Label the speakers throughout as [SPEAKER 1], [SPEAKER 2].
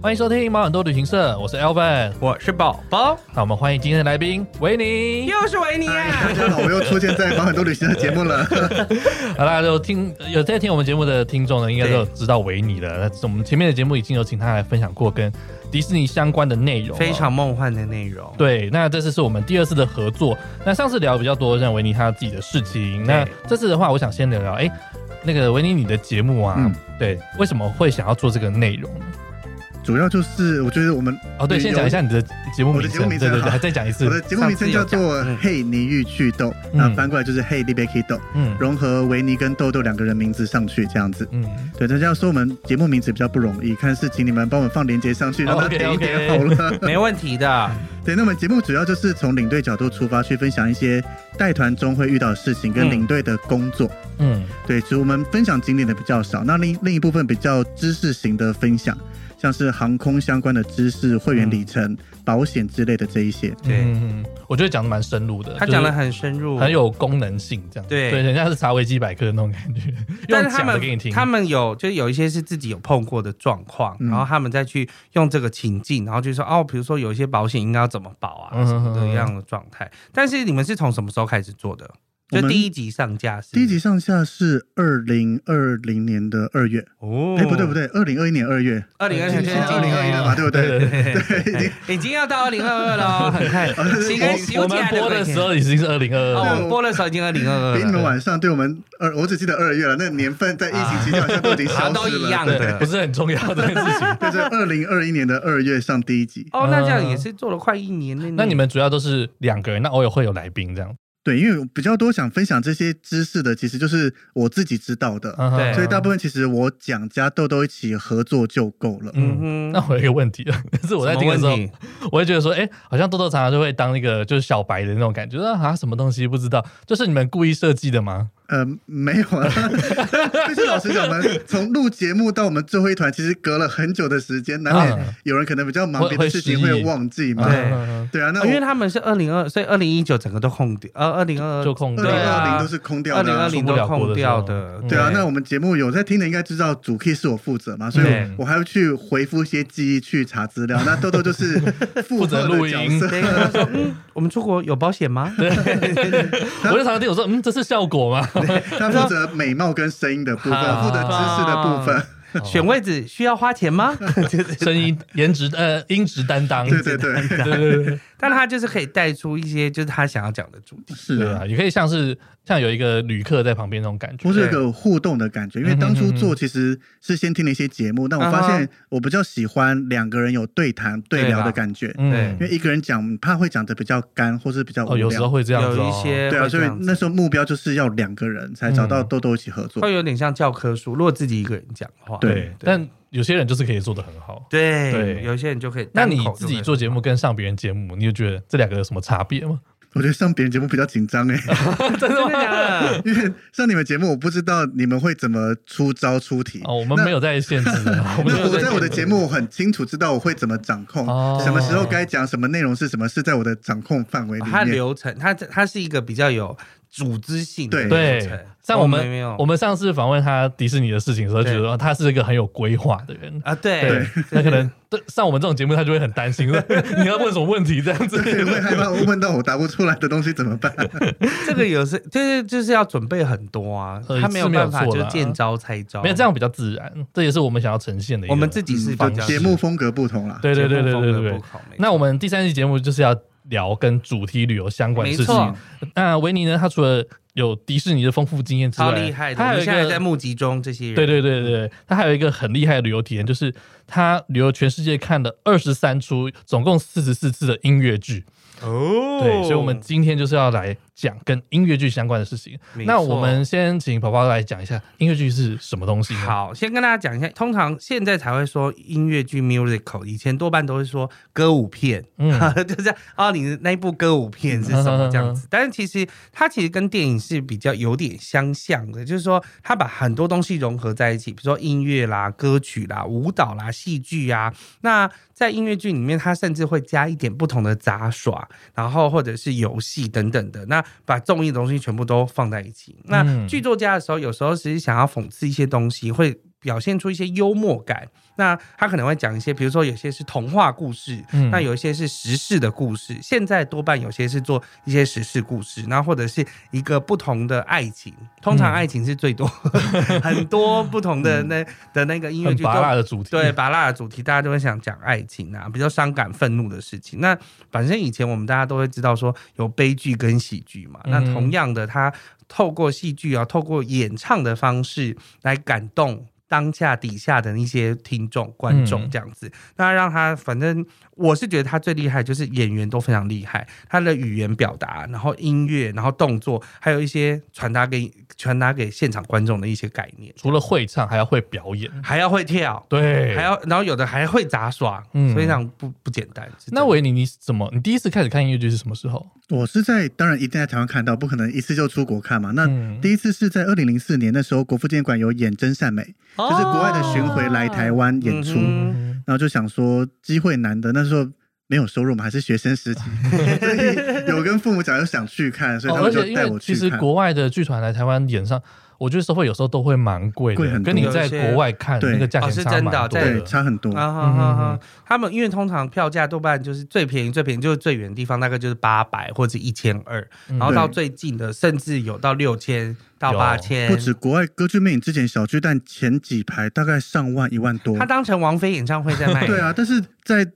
[SPEAKER 1] 欢迎收听毛很多旅行社，我是 Elvin。
[SPEAKER 2] 我是宝宝，
[SPEAKER 1] 那我们欢迎今天的来宾维尼。
[SPEAKER 2] 又是维尼啊！
[SPEAKER 3] 大家好，我又出现在《毛很多旅行》的节 目了。
[SPEAKER 1] 好啦，有听有在听我们节目的听众呢，应该都有知道维尼了。那我们前面的节目已经有请他来分享过跟迪士尼相关的内 容，
[SPEAKER 2] 非。常梦幻的内容，
[SPEAKER 1] 对，那这次是我们第二次的合作。那上次聊比较多像维尼他自己的事情，那这次的话，我想先聊聊，哎、那个维尼你的节目啊，
[SPEAKER 3] 嗯
[SPEAKER 1] 对，为什么会想要做这个内容呢？
[SPEAKER 3] 主要就是我觉得我们
[SPEAKER 1] 哦，对，
[SPEAKER 3] 旅游
[SPEAKER 1] 先讲一下你的节目
[SPEAKER 3] 我
[SPEAKER 1] 名
[SPEAKER 3] 的节
[SPEAKER 1] 称，
[SPEAKER 3] 目
[SPEAKER 1] 对
[SPEAKER 3] 名
[SPEAKER 1] 对
[SPEAKER 3] 称
[SPEAKER 1] 对，
[SPEAKER 3] 好
[SPEAKER 1] 还再讲一次。
[SPEAKER 3] 我的节目名称叫做
[SPEAKER 1] 上次有讲
[SPEAKER 3] 《嘿尼玉祛痘》，
[SPEAKER 1] 嗯
[SPEAKER 3] 那翻过来就是《嘿利贝 K 豆》，
[SPEAKER 1] 嗯
[SPEAKER 3] 融合维尼跟豆豆两个人名字上去这样子。
[SPEAKER 1] 嗯，
[SPEAKER 3] 对，这样说我们节目名字比较不容易，看是请你们帮我们放链接上去，让大家点一
[SPEAKER 1] 哦 OK，OK
[SPEAKER 3] 点好了。
[SPEAKER 2] 没问题的。
[SPEAKER 3] 对，那我们节目主要就是从领队角度出发，去分享一些带团中会遇到的事情跟
[SPEAKER 2] 嗯
[SPEAKER 3] 领队的工作。
[SPEAKER 1] 嗯
[SPEAKER 3] 对，其实我们分享经历的比较少，那另另一部分比较知识型的分享，像是航空相关的知识、会
[SPEAKER 2] 嗯
[SPEAKER 3] 员里程、保险之类的这一些。
[SPEAKER 1] 嗯
[SPEAKER 2] 对
[SPEAKER 1] 嗯，嗯我觉得讲的蛮深入的，
[SPEAKER 2] 他
[SPEAKER 1] 就是
[SPEAKER 2] 讲的很深入，
[SPEAKER 1] 很，有功能性，这样
[SPEAKER 2] 对
[SPEAKER 1] 对，人家是查维基百科的那种感觉，
[SPEAKER 2] 但是
[SPEAKER 1] 用
[SPEAKER 2] 他
[SPEAKER 1] 讲的给你
[SPEAKER 2] 们
[SPEAKER 1] 听。
[SPEAKER 2] 他们有就是有一些是自己有碰过的状况，
[SPEAKER 3] 嗯
[SPEAKER 2] 然后他们再去用这个情境，然后就说哦，比如说有一些保险应该要怎么保啊，
[SPEAKER 1] 嗯
[SPEAKER 2] 什么
[SPEAKER 1] 嗯
[SPEAKER 2] 的
[SPEAKER 1] 嗯
[SPEAKER 2] 一样的状态。但是你们是从什么时候开始做的？就
[SPEAKER 3] 我们
[SPEAKER 2] 第一集上架是
[SPEAKER 3] 第一集上下是二零二零年的二月，
[SPEAKER 2] 哦
[SPEAKER 3] 哎、不对不，对，二零二一年二月，
[SPEAKER 2] 二零二
[SPEAKER 1] 哎
[SPEAKER 3] 现
[SPEAKER 2] 零
[SPEAKER 3] 在2021了嘛对不对
[SPEAKER 1] 对对。
[SPEAKER 2] 已经要到二零二二了哦，很 快。洗个洗
[SPEAKER 1] 我
[SPEAKER 2] 不
[SPEAKER 1] 我
[SPEAKER 2] 起
[SPEAKER 1] 们
[SPEAKER 2] 来
[SPEAKER 1] 播的时候已哎经是二零二
[SPEAKER 2] 哦，我
[SPEAKER 1] 二，
[SPEAKER 2] 们播的时候已经二零二二了，
[SPEAKER 3] 比你们晚上。对我们二，我只记得二月了，那个年份在疫情期间好像都已经
[SPEAKER 2] 啊好像
[SPEAKER 3] 消
[SPEAKER 2] 都
[SPEAKER 3] 失
[SPEAKER 2] 一
[SPEAKER 3] 了。
[SPEAKER 2] 样
[SPEAKER 1] 对，
[SPEAKER 2] 的
[SPEAKER 1] 不。是很重要这件事 情。
[SPEAKER 3] 对，在二零二一年的二月上第一集。
[SPEAKER 2] 哦，那这样也是做了快一年了呢。
[SPEAKER 1] 那你们主要都是两个人，那偶尔会有来宾这样。
[SPEAKER 3] 对，因为我比较多想分享这些知识的，其实就是我自己知道的，
[SPEAKER 1] 嗯哼
[SPEAKER 2] 对
[SPEAKER 3] 所以大部分其实我讲加豆豆一起合作就够了。
[SPEAKER 2] 嗯
[SPEAKER 1] 那
[SPEAKER 2] 哼，
[SPEAKER 1] 我有一个问题，啊 就是我在听的时候
[SPEAKER 2] 什么，问题
[SPEAKER 1] 我会觉得说，哎、好像豆豆常常就会当那个就是小白的那种感觉，啊，啊什么东西不知道，这是你们故意设计的吗？
[SPEAKER 3] 呃，没有啊， 但是老实讲，我们从录节目到我们最后一团，其实隔了很久的时间，难
[SPEAKER 1] 嗯
[SPEAKER 3] 免有人可能比较忙，
[SPEAKER 1] 会
[SPEAKER 3] 别的事情
[SPEAKER 1] 会失忆
[SPEAKER 3] 会忘记嘛。
[SPEAKER 2] 对
[SPEAKER 1] 嗯
[SPEAKER 3] 对啊，那
[SPEAKER 2] 哦因为
[SPEAKER 3] 我
[SPEAKER 2] 他们是二零二，所以二零一九整个都空掉，呃，二零二
[SPEAKER 1] 就空
[SPEAKER 3] 二
[SPEAKER 1] 掉
[SPEAKER 3] 零
[SPEAKER 2] 对
[SPEAKER 3] 二
[SPEAKER 2] 啊
[SPEAKER 3] 零都是空掉
[SPEAKER 2] 二零
[SPEAKER 3] 的
[SPEAKER 2] 二
[SPEAKER 3] 啊。
[SPEAKER 2] 零都空掉的，
[SPEAKER 1] 出不了国的时候
[SPEAKER 3] 对啊，那我们节目有在听的应该知道主 key 是我负责嘛，所以
[SPEAKER 2] 对
[SPEAKER 3] 我还要去回复一些记忆去查资料。那豆豆就是负
[SPEAKER 1] 责
[SPEAKER 3] 责
[SPEAKER 1] 录
[SPEAKER 3] 的
[SPEAKER 1] 音
[SPEAKER 3] 角色，
[SPEAKER 2] 对，他说嗯，我们出国有保险 吗？对，
[SPEAKER 1] 我
[SPEAKER 3] 啊
[SPEAKER 1] 就常常听我说，嗯，这是效果吗？
[SPEAKER 3] 他负责美貌跟声音的部分，
[SPEAKER 1] 啊
[SPEAKER 3] 负责知识的部分。
[SPEAKER 2] 选位置需要花钱 吗？
[SPEAKER 1] 哦声音、颜值、呃，音质担当，
[SPEAKER 3] 对对对，
[SPEAKER 1] 对对对
[SPEAKER 2] 但他就是可以带出一些就是他想要讲的主题，
[SPEAKER 3] 是
[SPEAKER 1] 对啊，也可以像是像有一个旅客在旁边那种感觉
[SPEAKER 3] 或，是有个互动的感觉，
[SPEAKER 1] 嗯
[SPEAKER 3] 因为当初做其实是先听了一些节目，但我
[SPEAKER 1] 啊
[SPEAKER 2] 嗯
[SPEAKER 3] 发现我比较喜欢两个人有对谈对聊的感觉，
[SPEAKER 1] 嗯
[SPEAKER 3] 因，为一个人讲怕会讲的比较干，或是比较无
[SPEAKER 1] 哦，有时候
[SPEAKER 3] 聊。
[SPEAKER 1] 会这样子、
[SPEAKER 2] 有
[SPEAKER 1] 哦，
[SPEAKER 2] 一些
[SPEAKER 3] 对啊，
[SPEAKER 2] 会这
[SPEAKER 3] 所以
[SPEAKER 2] 样子
[SPEAKER 3] 那时候目标就是要两个人才找到
[SPEAKER 1] 嗯
[SPEAKER 3] 豆豆一起合作。
[SPEAKER 2] 会有点像教科书，如果自己一个人讲话，
[SPEAKER 3] 对
[SPEAKER 1] 但有些人就是可以做的很好。对
[SPEAKER 2] 对，有些人就可以
[SPEAKER 1] 那
[SPEAKER 2] 单口就
[SPEAKER 1] 你
[SPEAKER 2] 可以。
[SPEAKER 1] 自己做节目跟上别人节目，你就觉得这两个有什么差别吗？
[SPEAKER 3] 我觉得上别人节目比较 紧张哎，
[SPEAKER 2] 真的假 的？
[SPEAKER 3] 因为上你们节目我不知道你们会怎么出招出题。
[SPEAKER 1] 哦，我们没有在限制的，我们
[SPEAKER 3] 那
[SPEAKER 1] 就
[SPEAKER 3] 我
[SPEAKER 1] 是
[SPEAKER 3] 在我的
[SPEAKER 1] 限制
[SPEAKER 3] 节目很清楚知道我会怎么掌控
[SPEAKER 1] 哦，
[SPEAKER 3] 什么时候该讲什么内容是什么，是在我的掌控范围里
[SPEAKER 1] 哦
[SPEAKER 2] 它
[SPEAKER 3] 面。
[SPEAKER 2] 流程，它它是一个比较有组织性的
[SPEAKER 1] 对
[SPEAKER 2] 流程。
[SPEAKER 1] 像我
[SPEAKER 2] 哦没有
[SPEAKER 1] 们我们上次访问他迪士尼的事情的时候，觉
[SPEAKER 2] 对
[SPEAKER 1] 得他是一个很有规划的人。
[SPEAKER 2] 啊，
[SPEAKER 1] 对
[SPEAKER 2] 对，，
[SPEAKER 1] 那可能对像我们这种节目，他就会很担心，说 你要问什么问题这样子。
[SPEAKER 2] 哦
[SPEAKER 3] 对，我也害怕我问到我答不出来的东西怎么办？
[SPEAKER 2] 这个有时 就是就是要准备很多啊，
[SPEAKER 1] 呃
[SPEAKER 2] 他没有
[SPEAKER 1] 是没有
[SPEAKER 2] 办法
[SPEAKER 1] 错
[SPEAKER 2] 就
[SPEAKER 1] 啦
[SPEAKER 2] 见招拆招，
[SPEAKER 1] 没有这样比较自然，这也是我们想要呈现的一个。
[SPEAKER 2] 我们自己是
[SPEAKER 3] 嗯
[SPEAKER 2] 比较
[SPEAKER 3] 就
[SPEAKER 2] 喜欢
[SPEAKER 3] 节目风格不同啦。
[SPEAKER 1] 对对对对
[SPEAKER 2] 节目风
[SPEAKER 1] 对
[SPEAKER 2] 格
[SPEAKER 1] 对对
[SPEAKER 2] 不。考没错
[SPEAKER 1] 那我们第三期节目就是要聊跟主题旅游相关的事
[SPEAKER 2] 没
[SPEAKER 1] 情。那维尼呢，他除了有迪士尼的丰富经验之外，
[SPEAKER 2] 超厉害的，
[SPEAKER 1] 他
[SPEAKER 2] 我
[SPEAKER 1] 还有
[SPEAKER 2] 们
[SPEAKER 1] 一
[SPEAKER 2] 现在
[SPEAKER 1] 个
[SPEAKER 2] 在募集中这些人，
[SPEAKER 1] 对对对对，他还有一个很厉害的旅游体验，就是他旅游全世界看了二十三出，总共四十四次的音乐剧。
[SPEAKER 2] 哦
[SPEAKER 1] 对，所以我们今天就是要来讲跟音乐剧相关的事情。
[SPEAKER 2] 没
[SPEAKER 1] 那我
[SPEAKER 2] 错
[SPEAKER 1] 们先请宝宝来讲一下音乐剧是什么东西。，
[SPEAKER 2] 好，先跟大家讲一下，通常现在才会说音乐剧 musical，以前多半都是说歌舞片，
[SPEAKER 1] 嗯
[SPEAKER 2] 就是啊、哦，你那部歌舞片是什么这 样子。但是其实它其实跟电影是比较有点相像的，就是说它把很多东西融合在一起，比如说音乐啦、歌曲啦、舞蹈啦、戏剧啊。那在音乐剧里面，它甚至会加一点不同的杂耍，然后或者是游戏等等的，那把综艺的东西全部都放在一起。那
[SPEAKER 1] 嗯
[SPEAKER 2] 剧作家的时候，有时候其实想要讽刺一些东西，会表现出一些幽默感。那他可能会讲一些，比如说有些是童话故事，
[SPEAKER 1] 嗯
[SPEAKER 2] 那有一些是时事的故事。现在多半有些是做一些时事故事，然后或者是一个不同的爱情。通常
[SPEAKER 1] 嗯
[SPEAKER 2] 爱情是最多， 很多不同的那的那个音乐
[SPEAKER 1] 很
[SPEAKER 2] 剧都
[SPEAKER 1] 拔辣的主题。
[SPEAKER 2] 对，拔辣的主题，大家就会想讲爱情啊，比较伤感、愤怒的事情。那反正以前我们大家都会知道说有悲剧跟喜剧嘛，那
[SPEAKER 1] 嗯
[SPEAKER 2] 同样的，他透过戏剧啊，透过演唱的方式来感动。当下底下的一些听众、观众
[SPEAKER 1] 嗯
[SPEAKER 2] 这样子，那让他反正我是觉得他最厉害，就是演员都非常厉害，他的语言表达，然后音乐，然后动作，还有一些传达给传达给现场观众的一些概念，
[SPEAKER 1] 除了会唱，还要会表演。
[SPEAKER 2] 还要会跳，
[SPEAKER 1] 对，
[SPEAKER 2] 还要，然后有的还会杂耍，
[SPEAKER 1] 嗯
[SPEAKER 2] 非常不不简单。是真的
[SPEAKER 1] 那维尼，你怎么？你第一次开始看音乐剧是什么时候？
[SPEAKER 3] 我是在当然一定在台湾看到，不可能一次就出国看嘛。那
[SPEAKER 1] 嗯
[SPEAKER 3] 第一次是在二零零四年，那时候国父纪念馆有演真善美，就是国外的巡回来
[SPEAKER 2] 哦
[SPEAKER 3] 台湾演出，
[SPEAKER 2] 嗯
[SPEAKER 1] 哦嗯，
[SPEAKER 3] 然后就想说机会难得，那时候没有收入嘛，还是学 生时期，所以有跟父母讲又想去看，所以
[SPEAKER 1] 哦，
[SPEAKER 3] 他
[SPEAKER 1] 而
[SPEAKER 3] 们就
[SPEAKER 1] 且因
[SPEAKER 3] 带
[SPEAKER 1] 为
[SPEAKER 3] 我
[SPEAKER 1] 其
[SPEAKER 3] 去
[SPEAKER 1] 实
[SPEAKER 3] 看。
[SPEAKER 1] 国外的剧团来台湾演上，我觉得收费有时候都会蛮贵
[SPEAKER 3] 贵
[SPEAKER 1] 的，
[SPEAKER 3] 很多
[SPEAKER 1] 跟你在国外看
[SPEAKER 3] 对
[SPEAKER 1] 那个价
[SPEAKER 2] 哦
[SPEAKER 1] 钱
[SPEAKER 2] 是
[SPEAKER 1] 差蛮
[SPEAKER 2] 真的
[SPEAKER 1] 多
[SPEAKER 2] 在
[SPEAKER 3] 对
[SPEAKER 1] 的。
[SPEAKER 3] 差很多，
[SPEAKER 2] 啊哈哈哈！他们因为通常票价多半就是最便宜，最便宜就是最远的地方大概就是八百或者一千二，
[SPEAKER 1] 嗯
[SPEAKER 2] 然后到
[SPEAKER 3] 对
[SPEAKER 2] 最近的甚至有到六千到
[SPEAKER 1] 有
[SPEAKER 2] 八千，
[SPEAKER 3] 不止国外歌剧魅影之前小巨蛋前几排大概上万一万多
[SPEAKER 2] 他，当成王菲演唱会在卖。
[SPEAKER 3] 对啊，但是在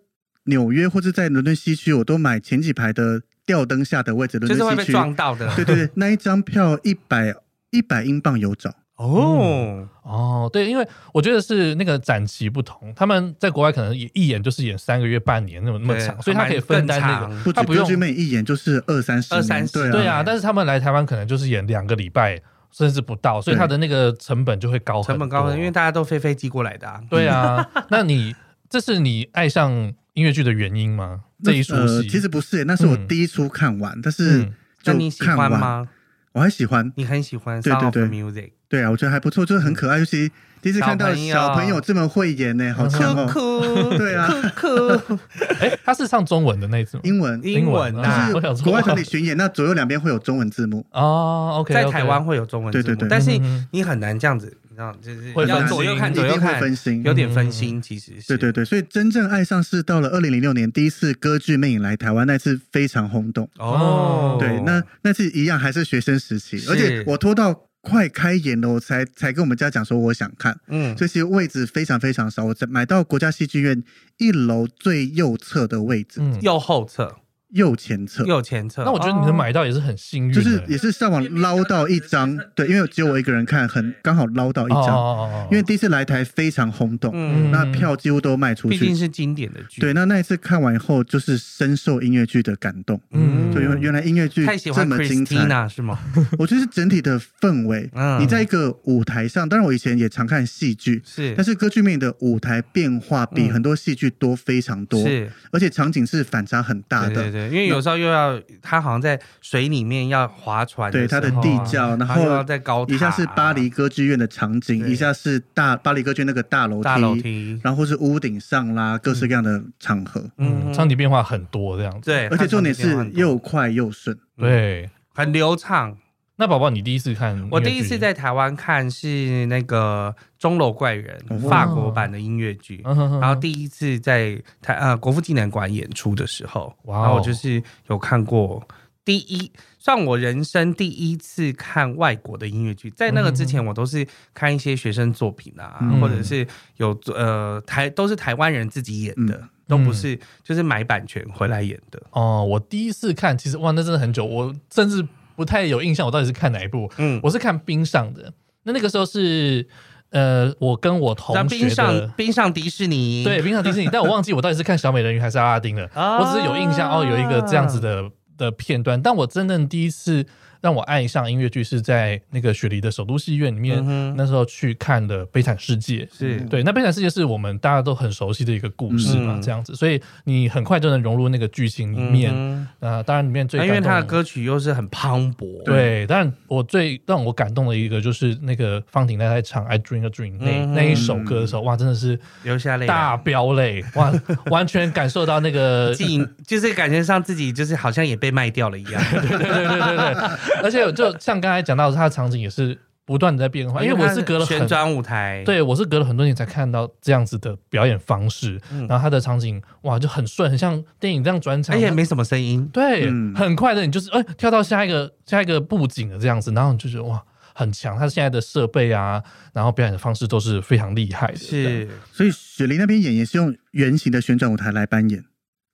[SPEAKER 3] 纽约或者在伦敦西区，我都买前几排的吊灯下的位置，
[SPEAKER 2] 就
[SPEAKER 3] 伦
[SPEAKER 2] 是会
[SPEAKER 3] 敦
[SPEAKER 2] 被
[SPEAKER 3] 西区，
[SPEAKER 2] 撞到的
[SPEAKER 3] 对 对对，那一张票一百一百英镑有找，
[SPEAKER 2] 哦。
[SPEAKER 1] 哦，对，因为我觉得是那个展期不同，他们在国外可能也一演就是演三个月、半年那么那么
[SPEAKER 2] 对
[SPEAKER 1] 长，所以他可以分担那
[SPEAKER 2] 更
[SPEAKER 1] 个，
[SPEAKER 2] 长
[SPEAKER 3] 不止
[SPEAKER 1] 他不
[SPEAKER 3] 歌
[SPEAKER 1] 用
[SPEAKER 3] 剧魅影一演就是二三十
[SPEAKER 2] 二
[SPEAKER 3] 年，
[SPEAKER 2] 三十
[SPEAKER 3] 对啊，
[SPEAKER 1] 对啊。但是他们来台湾可能就是演两个礼拜，甚至不到，所以他的那个成本就会高很多，
[SPEAKER 2] 成本高很多，因为大家都飞飞机过来的啊。
[SPEAKER 1] 对啊， 那你这是你爱上音乐剧的原因吗？
[SPEAKER 3] 那
[SPEAKER 1] 这一出
[SPEAKER 3] 呃，
[SPEAKER 1] 戏，
[SPEAKER 3] 其实不是，那是我
[SPEAKER 1] 嗯
[SPEAKER 3] 第一出看完，但是
[SPEAKER 1] 嗯
[SPEAKER 2] 那
[SPEAKER 3] 就
[SPEAKER 2] 你喜
[SPEAKER 3] 看
[SPEAKER 2] 欢
[SPEAKER 3] 完，
[SPEAKER 2] 吗？
[SPEAKER 3] 我还喜欢，
[SPEAKER 2] 你很喜欢《
[SPEAKER 3] 对
[SPEAKER 2] Sound
[SPEAKER 3] 对
[SPEAKER 2] of
[SPEAKER 3] 对
[SPEAKER 2] Music》。
[SPEAKER 3] 对啊，我觉得还不错，就是很可爱，尤其第一次看到
[SPEAKER 2] 嗯小朋友
[SPEAKER 3] 小朋友这么会演
[SPEAKER 1] 嗯
[SPEAKER 3] 呢，好强哦，
[SPEAKER 2] 酷
[SPEAKER 3] 对啊，
[SPEAKER 2] 酷酷，
[SPEAKER 1] 哎、他是唱中文的那一次吗？
[SPEAKER 3] 英文。
[SPEAKER 2] 英文
[SPEAKER 1] 英文
[SPEAKER 2] 呐
[SPEAKER 1] 啊
[SPEAKER 3] 就
[SPEAKER 1] 我想
[SPEAKER 3] 是
[SPEAKER 1] 说
[SPEAKER 3] 国外团 体巡演，那左右两边会有中文字幕，
[SPEAKER 1] 哦，OK，
[SPEAKER 2] 在台湾会有中文字幕，
[SPEAKER 3] 对对对
[SPEAKER 2] 但是
[SPEAKER 1] 嗯嗯
[SPEAKER 2] 你很难这样子，你知道，就是
[SPEAKER 1] 会
[SPEAKER 2] 要
[SPEAKER 1] 分
[SPEAKER 2] 左右
[SPEAKER 1] 心
[SPEAKER 2] 看
[SPEAKER 3] 一
[SPEAKER 2] 左右
[SPEAKER 3] 定会
[SPEAKER 2] 看，
[SPEAKER 3] 分心。
[SPEAKER 2] 有点分心，其实是
[SPEAKER 3] 对对对，所以真正爱上是到了二零零六年第一次歌剧《魅影》来台湾，那次非常轰动。
[SPEAKER 2] 哦，
[SPEAKER 3] 对，那那次一样还是学生时期，
[SPEAKER 2] 是
[SPEAKER 3] 而且我拖到快开演了，我才才跟我们家讲说我想看，
[SPEAKER 2] 嗯
[SPEAKER 3] 所以其实位置非常非常少，我在买到国家戏剧院一楼最右侧的位置，
[SPEAKER 1] 嗯，
[SPEAKER 2] 右后侧
[SPEAKER 3] 右前侧。
[SPEAKER 2] 右前侧，
[SPEAKER 1] 那我觉得你能
[SPEAKER 2] 哦
[SPEAKER 1] 买到也是很幸运
[SPEAKER 3] 就
[SPEAKER 1] 的、
[SPEAKER 3] 是也是上网捞到一张，对，因为只有我一个人看，很刚好捞到一张，
[SPEAKER 1] 哦
[SPEAKER 3] 因为第一次来台非常轰动，
[SPEAKER 2] 嗯，
[SPEAKER 3] 那票几乎都卖出
[SPEAKER 2] 毕竟
[SPEAKER 3] 去。
[SPEAKER 2] 是经典的剧，
[SPEAKER 3] 对，那那一次看完以后，就是深受音乐剧的感动，
[SPEAKER 1] 嗯
[SPEAKER 3] 就原原来音乐剧
[SPEAKER 2] 太喜
[SPEAKER 3] 这
[SPEAKER 2] 欢
[SPEAKER 3] 么精彩，
[SPEAKER 2] Christina 是吗？
[SPEAKER 3] 我觉得是整体的氛围。
[SPEAKER 2] 嗯
[SPEAKER 3] 你在一个舞台上，当然我以前也常看戏剧，
[SPEAKER 2] 是，
[SPEAKER 3] 但是歌剧面的舞台变化比
[SPEAKER 2] 嗯
[SPEAKER 3] 很多戏剧多非常多，
[SPEAKER 2] 是
[SPEAKER 3] 而且场景是反差很大
[SPEAKER 2] 对对
[SPEAKER 3] 的。
[SPEAKER 2] 对，因为有时候又要他好像在水里面要划船时候啊，
[SPEAKER 3] 对它的地窖，然
[SPEAKER 2] 然后又要
[SPEAKER 3] 后
[SPEAKER 2] 在高塔，
[SPEAKER 3] 一下是巴黎歌剧院的场景，
[SPEAKER 2] 对
[SPEAKER 3] 一下是大巴黎歌剧院那个大楼
[SPEAKER 2] 大楼
[SPEAKER 3] 梯，
[SPEAKER 2] 梯，嗯
[SPEAKER 3] 然后是屋顶上啦，各式各样的场合，
[SPEAKER 1] 嗯，场景变化很多这样子。
[SPEAKER 2] 对，
[SPEAKER 3] 而且重点
[SPEAKER 2] 它场景变化
[SPEAKER 3] 是
[SPEAKER 2] 很多
[SPEAKER 3] 又快又顺。
[SPEAKER 2] 嗯
[SPEAKER 1] 对，
[SPEAKER 2] 很流畅。
[SPEAKER 1] 那宝宝，你第一次看？
[SPEAKER 2] 我第一次，在台湾看是那个《钟楼怪人
[SPEAKER 3] 哦》
[SPEAKER 2] 法国版的音乐剧，
[SPEAKER 1] 嗯哼哼
[SPEAKER 2] 然后第一次在台呃国父纪念馆演出的时候，
[SPEAKER 1] 哇哦
[SPEAKER 2] 然后我就是有看过第一，算我人生第一次看外国的音乐剧。在那个之前，我都是看一些学生作品啊，
[SPEAKER 3] 嗯
[SPEAKER 2] 或者是有呃台都是台湾人自己演的，
[SPEAKER 3] 嗯
[SPEAKER 2] 都不是就是买版权回来演的。
[SPEAKER 1] 哦，我第一次看，其实哇，那真的很久，我甚至不太有印象，我到底是看哪一部？
[SPEAKER 2] 嗯，
[SPEAKER 1] 我是看冰上的，那那个时候是呃，我跟我同
[SPEAKER 2] 在
[SPEAKER 1] 学的
[SPEAKER 2] 冰上冰上迪士尼，
[SPEAKER 1] 对，冰上迪士尼，但我忘记我到底是看小美人鱼还是阿拉丁了。
[SPEAKER 2] 啊
[SPEAKER 1] 哦我只是有印象哦，有一个这样子的的片段，但我真正第一次让我爱上音乐剧是在那个雪梨的首都戏院里面，
[SPEAKER 2] 嗯哼
[SPEAKER 1] 那时候去看的《悲惨世界》。
[SPEAKER 2] 是
[SPEAKER 1] 对，那《悲惨世界》是我们大家都很熟悉的一个故事嘛，
[SPEAKER 2] 嗯
[SPEAKER 1] 这样子，所以你很快就能融入那个剧情里面。啊、
[SPEAKER 2] 嗯
[SPEAKER 1] 当然里面最
[SPEAKER 2] 那
[SPEAKER 1] 感
[SPEAKER 2] 因为他的
[SPEAKER 1] 动
[SPEAKER 2] 歌曲又是很磅礴，，
[SPEAKER 1] 对，但我最让我感动的一个就是那个方婷在在唱《I Dream a Dream 那》
[SPEAKER 2] 嗯
[SPEAKER 1] 那一首歌的时候，哇，真的是
[SPEAKER 2] 留下泪来啊
[SPEAKER 1] 大飙泪，哇，完全感受到那 个
[SPEAKER 2] 自 己就是感觉上自己就是好像也被卖掉了一样，
[SPEAKER 1] 对对对对对， 而且就像刚才讲到，它的场景也是不断的在变化，因为我是隔了
[SPEAKER 2] 旋
[SPEAKER 1] 很
[SPEAKER 2] 转舞台，，
[SPEAKER 1] 对我是隔了很多年才看到这样子的表演方式，
[SPEAKER 2] 嗯
[SPEAKER 1] 然后它的场景哇就很顺，很像电影这样转场，
[SPEAKER 2] 而且
[SPEAKER 1] 它
[SPEAKER 2] 没什么声音，
[SPEAKER 1] 对，
[SPEAKER 3] 嗯
[SPEAKER 1] 很快的你就是哎、跳到下一个下一个布景的这样子，然后你就觉得哇很强，它现在的设备啊，然后表演的方式都是非常厉害的，这样
[SPEAKER 2] 是
[SPEAKER 3] 所以雪梨那边演也是用圆形的旋转舞台来扮演